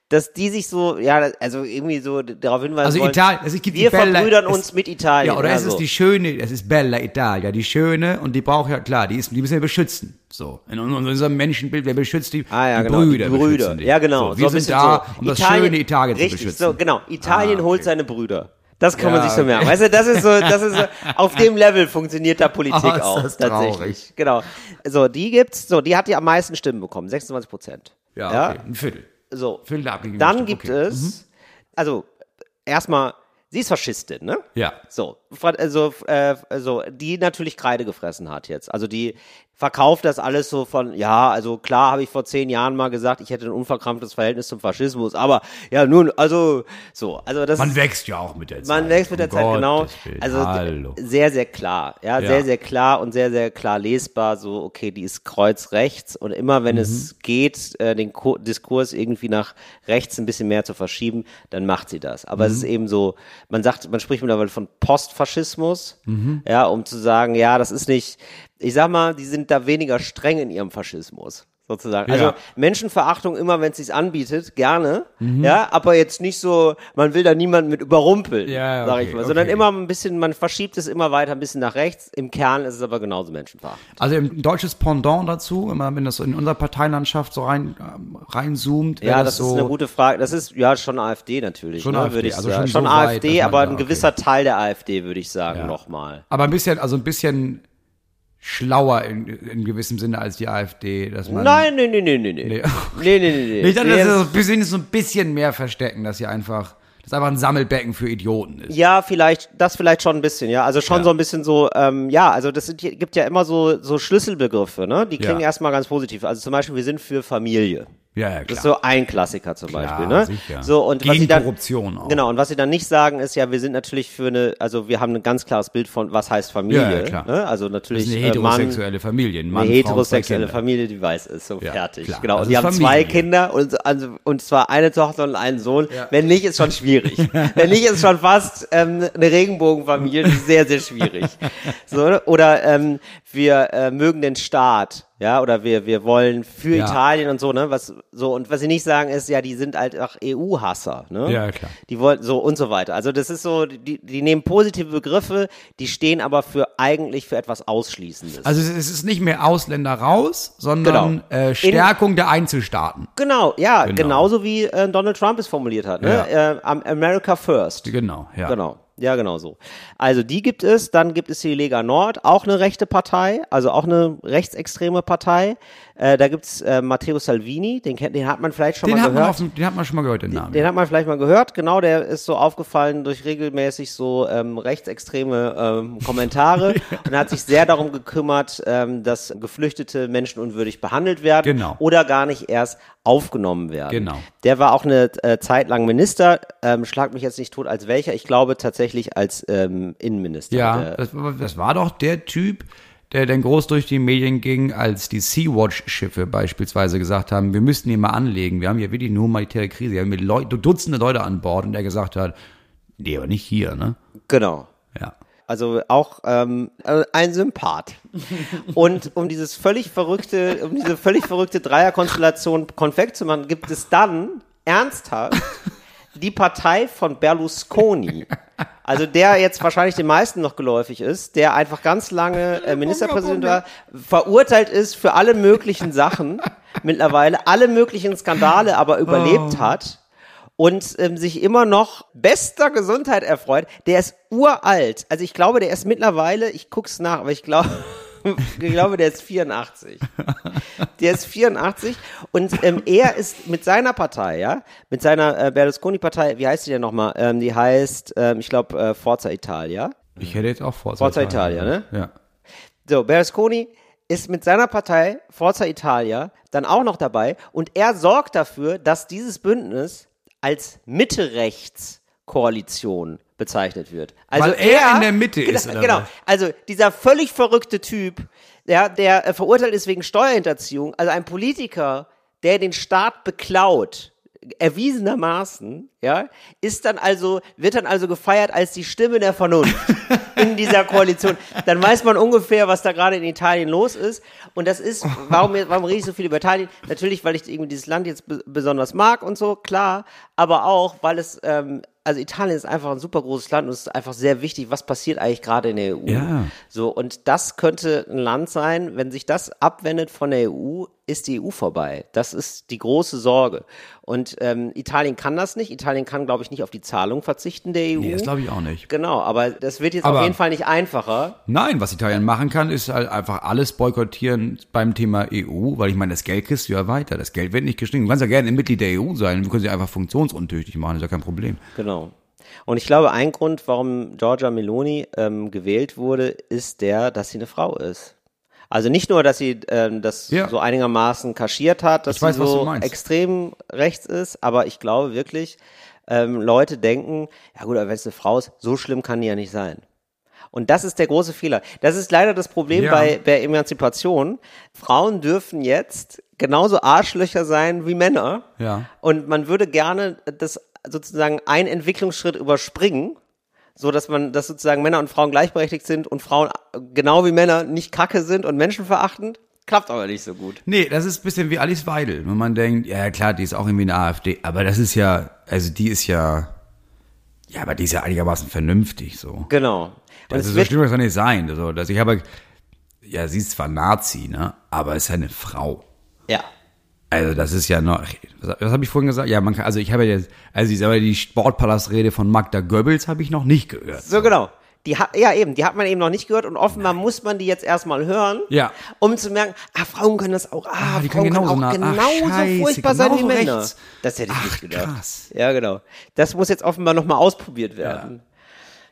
[SPEAKER 1] dass die sich so, ja, also irgendwie so darauf hinweisen
[SPEAKER 4] Also
[SPEAKER 1] wollen.
[SPEAKER 4] Italien, also es gibt
[SPEAKER 1] wir
[SPEAKER 4] die Bella,
[SPEAKER 1] verbrüdern
[SPEAKER 4] es-
[SPEAKER 1] uns mit Italien.
[SPEAKER 4] Ja, oder
[SPEAKER 1] also.
[SPEAKER 4] es ist die schöne, es ist Bella Italia, die schöne und die braucht ja klar, die ist, die müssen wir beschützen. So in un- in unserem Menschenbild, wer beschützt die?
[SPEAKER 1] Ah, ja,
[SPEAKER 4] die
[SPEAKER 1] genau.
[SPEAKER 4] Brüder,
[SPEAKER 1] die Brüder.
[SPEAKER 4] beschützen die.
[SPEAKER 1] Ja, genau.
[SPEAKER 4] So, wir
[SPEAKER 1] ein
[SPEAKER 4] sind
[SPEAKER 1] bisschen
[SPEAKER 4] da,
[SPEAKER 1] so.
[SPEAKER 4] um das schöne Italien
[SPEAKER 1] richtig,
[SPEAKER 4] zu beschützen. Ah,
[SPEAKER 1] So, genau. Italien holt seine Brüder. Das kann man
[SPEAKER 4] Ja,
[SPEAKER 1] sich so
[SPEAKER 4] okay.
[SPEAKER 1] merken. Weißt du, das ist so, das ist
[SPEAKER 4] [laughs]
[SPEAKER 1] so, auf dem Level funktioniert da Politik
[SPEAKER 4] Ah, ist
[SPEAKER 1] auch.
[SPEAKER 4] das
[SPEAKER 1] tatsächlich.
[SPEAKER 4] traurig.
[SPEAKER 1] Genau. So, die gibt's, so, die hat die am meisten Stimmen bekommen. 26 Prozent.
[SPEAKER 4] Ja, okay. ein Viertel.
[SPEAKER 1] So.
[SPEAKER 4] Viertel der abgegebenen
[SPEAKER 1] Dann
[SPEAKER 4] Stimmen,
[SPEAKER 1] gibt
[SPEAKER 4] okay. Mhm.
[SPEAKER 1] es, also, erstmal, sie ist Faschistin, ne?
[SPEAKER 4] Ja.
[SPEAKER 1] So, Fra- also, äh, also die natürlich Kreide gefressen hat jetzt. Also die verkauft das alles so von, ja, also klar habe ich vor zehn Jahren mal gesagt, ich hätte ein unverkrampftes Verhältnis zum Faschismus, aber ja, nun, also so, also das
[SPEAKER 4] Man
[SPEAKER 1] ist-
[SPEAKER 4] wächst ja auch mit der Zeit.
[SPEAKER 1] man wächst mit der
[SPEAKER 4] um
[SPEAKER 1] Zeit, genau.
[SPEAKER 4] Gottes Willen.
[SPEAKER 1] Also
[SPEAKER 4] Hallo.
[SPEAKER 1] sehr, sehr klar. Ja,
[SPEAKER 4] Ja.
[SPEAKER 1] sehr, sehr klar und sehr, sehr klar lesbar. So, okay, die ist kreuzrechts und immer wenn
[SPEAKER 4] Mhm.
[SPEAKER 1] es geht, äh, den Ko Diskurs irgendwie nach rechts ein bisschen mehr zu verschieben, dann macht sie das. Aber
[SPEAKER 4] Mhm.
[SPEAKER 1] es ist eben so, man sagt, man spricht mittlerweile von Postfaschismus,
[SPEAKER 4] Mhm.
[SPEAKER 1] ja, um zu sagen, ja, das ist nicht, ich sag mal, die sind da weniger streng in ihrem Faschismus. Sozusagen. Also
[SPEAKER 4] Ja.
[SPEAKER 1] Menschenverachtung immer, wenn es sich anbietet, gerne.
[SPEAKER 4] Mhm.
[SPEAKER 1] Ja, aber jetzt nicht so, man will da niemanden mit überrumpeln,
[SPEAKER 4] Ja, ja,
[SPEAKER 1] sag ich
[SPEAKER 4] okay,
[SPEAKER 1] mal, sondern
[SPEAKER 4] okay.
[SPEAKER 1] immer ein bisschen, man verschiebt es immer weiter ein bisschen nach rechts. Im Kern ist es aber genauso menschenverachtend.
[SPEAKER 4] Also ein deutsches Pendant dazu, wenn man wenn das so in unsere Parteilandschaft so rein ähm, reinzoomt, wäre
[SPEAKER 1] Ja, das,
[SPEAKER 4] so
[SPEAKER 1] ist eine gute Frage. Das ist ja schon AfD natürlich,
[SPEAKER 4] Schon
[SPEAKER 1] ne,
[SPEAKER 4] AfD,
[SPEAKER 1] würde ich
[SPEAKER 4] also
[SPEAKER 1] sagen.
[SPEAKER 4] schon
[SPEAKER 1] Schon
[SPEAKER 4] so weit,
[SPEAKER 1] AfD,
[SPEAKER 4] dass man
[SPEAKER 1] aber
[SPEAKER 4] da-
[SPEAKER 1] ein gewisser Teil der AfD, würde ich sagen,
[SPEAKER 4] Ja.
[SPEAKER 1] nochmal.
[SPEAKER 4] aber ein bisschen also ein bisschen schlauer in, in gewissem Sinne als die AfD, dass man
[SPEAKER 1] Nein, nee, nee, nee, nee, nee. Nee, nee, nee, nee.
[SPEAKER 4] Ich dachte,
[SPEAKER 1] Nee,
[SPEAKER 4] das ist so ein bisschen, so ein bisschen mehr verstecken, dass sie einfach das einfach ein Sammelbecken für Idioten ist.
[SPEAKER 1] Ja, vielleicht, das vielleicht schon ein bisschen, ja. Also schon so ein bisschen so, ähm, ja, also das sind, hier- gibt ja immer so, so Schlüsselbegriffe, ne? Die klingen
[SPEAKER 4] Ja.
[SPEAKER 1] erstmal ganz positiv. Also zum Beispiel, wir sind für Familie.
[SPEAKER 4] Ja, ja
[SPEAKER 1] Das ist
[SPEAKER 4] klar.
[SPEAKER 1] so ein Klassiker zum Beispiel, ne?
[SPEAKER 4] sicher.
[SPEAKER 1] So und was
[SPEAKER 4] Gegen
[SPEAKER 1] sie dann,
[SPEAKER 4] Korruption auch.
[SPEAKER 1] Genau, und was sie dann nicht sagen, ist ja, wir sind natürlich für eine, also wir haben ein ganz klares Bild von, was heißt Familie.
[SPEAKER 4] Ja, ja, klar.
[SPEAKER 1] Ne? Also
[SPEAKER 4] Das
[SPEAKER 1] natürlich
[SPEAKER 4] ist eine
[SPEAKER 1] äh, Mann,
[SPEAKER 4] heterosexuelle Familie, ein Mann,
[SPEAKER 1] eine
[SPEAKER 4] Frau, zwei
[SPEAKER 1] heterosexuelle
[SPEAKER 4] Kinder.
[SPEAKER 1] Familie, die weiß ist, so
[SPEAKER 4] Ja,
[SPEAKER 1] fertig.
[SPEAKER 4] klar.
[SPEAKER 1] Genau.
[SPEAKER 4] Also
[SPEAKER 1] und die
[SPEAKER 4] es
[SPEAKER 1] haben
[SPEAKER 4] ist
[SPEAKER 1] zwei
[SPEAKER 4] Familie.
[SPEAKER 1] Kinder und, also, und zwar eine Tochter und einen Sohn.
[SPEAKER 4] Ja.
[SPEAKER 1] Wenn nicht, ist schon
[SPEAKER 4] [laughs]
[SPEAKER 1] schwierig. Wenn nicht, ist schon fast ähm, eine Regenbogenfamilie, die ist sehr, sehr schwierig. So, oder ähm, wir äh, mögen den Staat. Ja, oder wir, wir wollen für
[SPEAKER 4] Ja.
[SPEAKER 1] Italien und so, ne, was, so, und was sie nicht sagen ist, ja, die sind halt auch EU-Hasser, ne?
[SPEAKER 4] Ja, klar.
[SPEAKER 1] Die wollten so und so weiter. Also das ist so, die, die nehmen positive Begriffe, die stehen aber für eigentlich für etwas Ausschließendes.
[SPEAKER 4] Also es- es ist nicht mehr Ausländer raus, sondern
[SPEAKER 1] Genau.
[SPEAKER 4] äh,
[SPEAKER 1] In-
[SPEAKER 4] Stärkung der Einzelstaaten.
[SPEAKER 1] Genau, ja,
[SPEAKER 4] Genau.
[SPEAKER 1] genauso wie äh, Donald Trump es formuliert hat. Ne? Äh, am- America first.
[SPEAKER 4] Genau, ja.
[SPEAKER 1] Genau. Ja, genau so. Also die gibt es, dann gibt es die Lega Nord, auch eine rechte Partei, also auch eine rechtsextreme Partei. Äh, da gibt's äh, Matteo Salvini, den, kennt, den hat man vielleicht schon
[SPEAKER 4] Den
[SPEAKER 1] mal
[SPEAKER 4] hat, man
[SPEAKER 1] gehört.
[SPEAKER 4] auf, dem- den hat man schon mal gehört, den Namen.
[SPEAKER 1] Den hat man vielleicht mal gehört, genau, der ist so aufgefallen durch regelmäßig so ähm, rechtsextreme ähm,
[SPEAKER 4] [laughs]
[SPEAKER 1] Kommentare und hat sich sehr darum gekümmert, ähm, dass Geflüchtete menschenunwürdig behandelt werden
[SPEAKER 4] Genau.
[SPEAKER 1] oder gar nicht erst aufgenommen werden.
[SPEAKER 4] Genau.
[SPEAKER 1] Der war auch eine äh, Zeit lang Minister, ähm, schlag mich jetzt nicht tot als welcher, ich glaube tatsächlich als ähm, Innenminister.
[SPEAKER 4] Ja,
[SPEAKER 1] Äh,
[SPEAKER 4] das, war- das war doch der Typ, der dann groß durch die Medien ging, als die Sea-Watch-Schiffe beispielsweise gesagt haben, wir müssten hier mal anlegen, wir haben hier wirklich eine humanitäre Krise, wir haben hier Leu Dutzende Leute an Bord und der gesagt hat, nee, aber nicht hier, ne?
[SPEAKER 1] genau.
[SPEAKER 4] Ja.
[SPEAKER 1] Also auch ähm, äh, ein Sympath. Und um dieses völlig verrückte, um diese völlig verrückte Dreierkonstellation konfekt zu machen, gibt es dann ernsthaft die Partei von Berlusconi. Also der jetzt wahrscheinlich den meisten noch geläufig ist, der einfach ganz lange äh, Ministerpräsident war, verurteilt ist für alle möglichen Sachen mittlerweile, alle möglichen Skandale aber überlebt hat und ähm, sich immer noch bester Gesundheit erfreut. Der ist uralt. Also ich glaube, der ist mittlerweile, ich guck's nach, aber ich glaube, [laughs] ich glaube, der ist 84. Der ist 84 und ähm, er ist mit seiner Partei, ja, mit seiner äh, Berlusconi-Partei, wie heißt die denn nochmal? Ähm, die heißt, ähm, ich glaube, äh, Forza Italia.
[SPEAKER 4] Ich hätte jetzt auch Forza,
[SPEAKER 1] Forza Italia, ne?
[SPEAKER 4] Ja.
[SPEAKER 1] So, Berlusconi ist mit seiner Partei Forza Italia dann auch noch dabei und er sorgt dafür, dass dieses Bündnis als Mitte-Rechts-Koalition bezeichnet wird. Also
[SPEAKER 4] Weil er in der Mitte
[SPEAKER 1] genau,
[SPEAKER 4] ist, oder
[SPEAKER 1] Genau.
[SPEAKER 4] was?
[SPEAKER 1] Also dieser völlig verrückte Typ, ja, der äh, verurteilt ist wegen Steuerhinterziehung, also ein Politiker, der den Staat beklaut. erwiesenermaßen, ja, ist dann also, wird dann also gefeiert als die Stimme der Vernunft in dieser Koalition. Dann weiß man ungefähr, was da gerade in Italien los ist. Und das ist, warum, warum rede ich so viel über Italien? Natürlich, weil ich irgendwie dieses Land jetzt be- besonders mag und so, klar, aber auch, weil es, ähm, also Italien ist einfach ein super großes Land und es ist einfach sehr wichtig, was passiert eigentlich gerade in der EU.
[SPEAKER 4] Ja.
[SPEAKER 1] So, und das könnte ein Land sein, wenn sich das abwendet von der EU, ist die EU vorbei. Das ist die große Sorge. Und ähm, Italien kann das nicht. Italien kann, glaube ich, nicht auf die Zahlung verzichten der E EU.
[SPEAKER 4] Nee, das glaube ich auch nicht.
[SPEAKER 1] Genau, aber das wird jetzt
[SPEAKER 4] Aber-
[SPEAKER 1] auf jeden Fall nicht einfacher.
[SPEAKER 4] Nein, was Italien machen kann, ist halt einfach alles boykottieren beim Thema EU, weil ich meine, das Geld kriegst du ja weiter. Das Geld wird nicht gestrichen. Du kannst ja gerne ein Mitglied der EU sein. Wir können sie einfach funktionsuntüchtig machen, ist ja kein Problem.
[SPEAKER 1] Genau. Und ich glaube, ein Grund, warum Giorgia Meloni ähm, gewählt wurde, ist der, dass sie eine Frau ist. Also nicht nur, dass sie ähm, das
[SPEAKER 4] Ja.
[SPEAKER 1] so einigermaßen kaschiert hat, dass
[SPEAKER 4] Ich weiß,
[SPEAKER 1] sie
[SPEAKER 4] was du
[SPEAKER 1] so
[SPEAKER 4] meinst.
[SPEAKER 1] extrem rechts ist, aber ich glaube wirklich, ähm, Leute denken, ja gut, aber wenn es eine Frau ist, so schlimm kann die ja nicht sein. Und das ist der große Fehler. Das ist leider das Problem
[SPEAKER 4] Ja.
[SPEAKER 1] bei, bei Emanzipation. Frauen dürfen jetzt genauso Arschlöcher sein wie Männer.
[SPEAKER 4] Ja.
[SPEAKER 1] Und man würde gerne das sozusagen einen Entwicklungsschritt überspringen, so dass man, dass sozusagen Männer und Frauen gleichberechtigt sind und Frauen äh, genau wie Männer nicht kacke sind und menschenverachtend. Klappt aber nicht so gut.
[SPEAKER 4] Nee, das ist ein bisschen wie Alice Weidel, wenn man denkt, ja klar, die ist auch irgendwie eine AfD, aber das ist ja, also die ist ja, ja, aber die ist ja einigermaßen vernünftig so.
[SPEAKER 1] Genau. Und es
[SPEAKER 4] Also so
[SPEAKER 1] wird-
[SPEAKER 4] schlimm kann das nicht sein. Also, dass ich habe, ja, sie ist zwar Nazi, ne, aber ist ja eine Frau.
[SPEAKER 1] ja.
[SPEAKER 4] Also das ist ja noch, was, was habe ich vorhin gesagt? Ja, man kann, also ich habe ja jetzt, also ich sag mal, die Sportpalastrede von Magda Goebbels habe ich noch nicht gehört.
[SPEAKER 1] So genau. Die hat, ja eben, die hat man eben noch nicht gehört und offenbar muss man die jetzt erstmal hören,
[SPEAKER 4] Ja.
[SPEAKER 1] um zu merken, ah, Frauen können das auch, ah,
[SPEAKER 4] Ah, die
[SPEAKER 1] Frauen
[SPEAKER 4] können genauso
[SPEAKER 1] können auch
[SPEAKER 4] nah- ach,
[SPEAKER 1] genauso
[SPEAKER 4] scheiße,
[SPEAKER 1] furchtbar sein wie
[SPEAKER 4] genauso
[SPEAKER 1] Männer.
[SPEAKER 4] rechts.
[SPEAKER 1] Das hätte ich
[SPEAKER 4] Ach,
[SPEAKER 1] nicht gedacht.
[SPEAKER 4] krass.
[SPEAKER 1] Ja, genau. Das muss jetzt offenbar nochmal ausprobiert werden.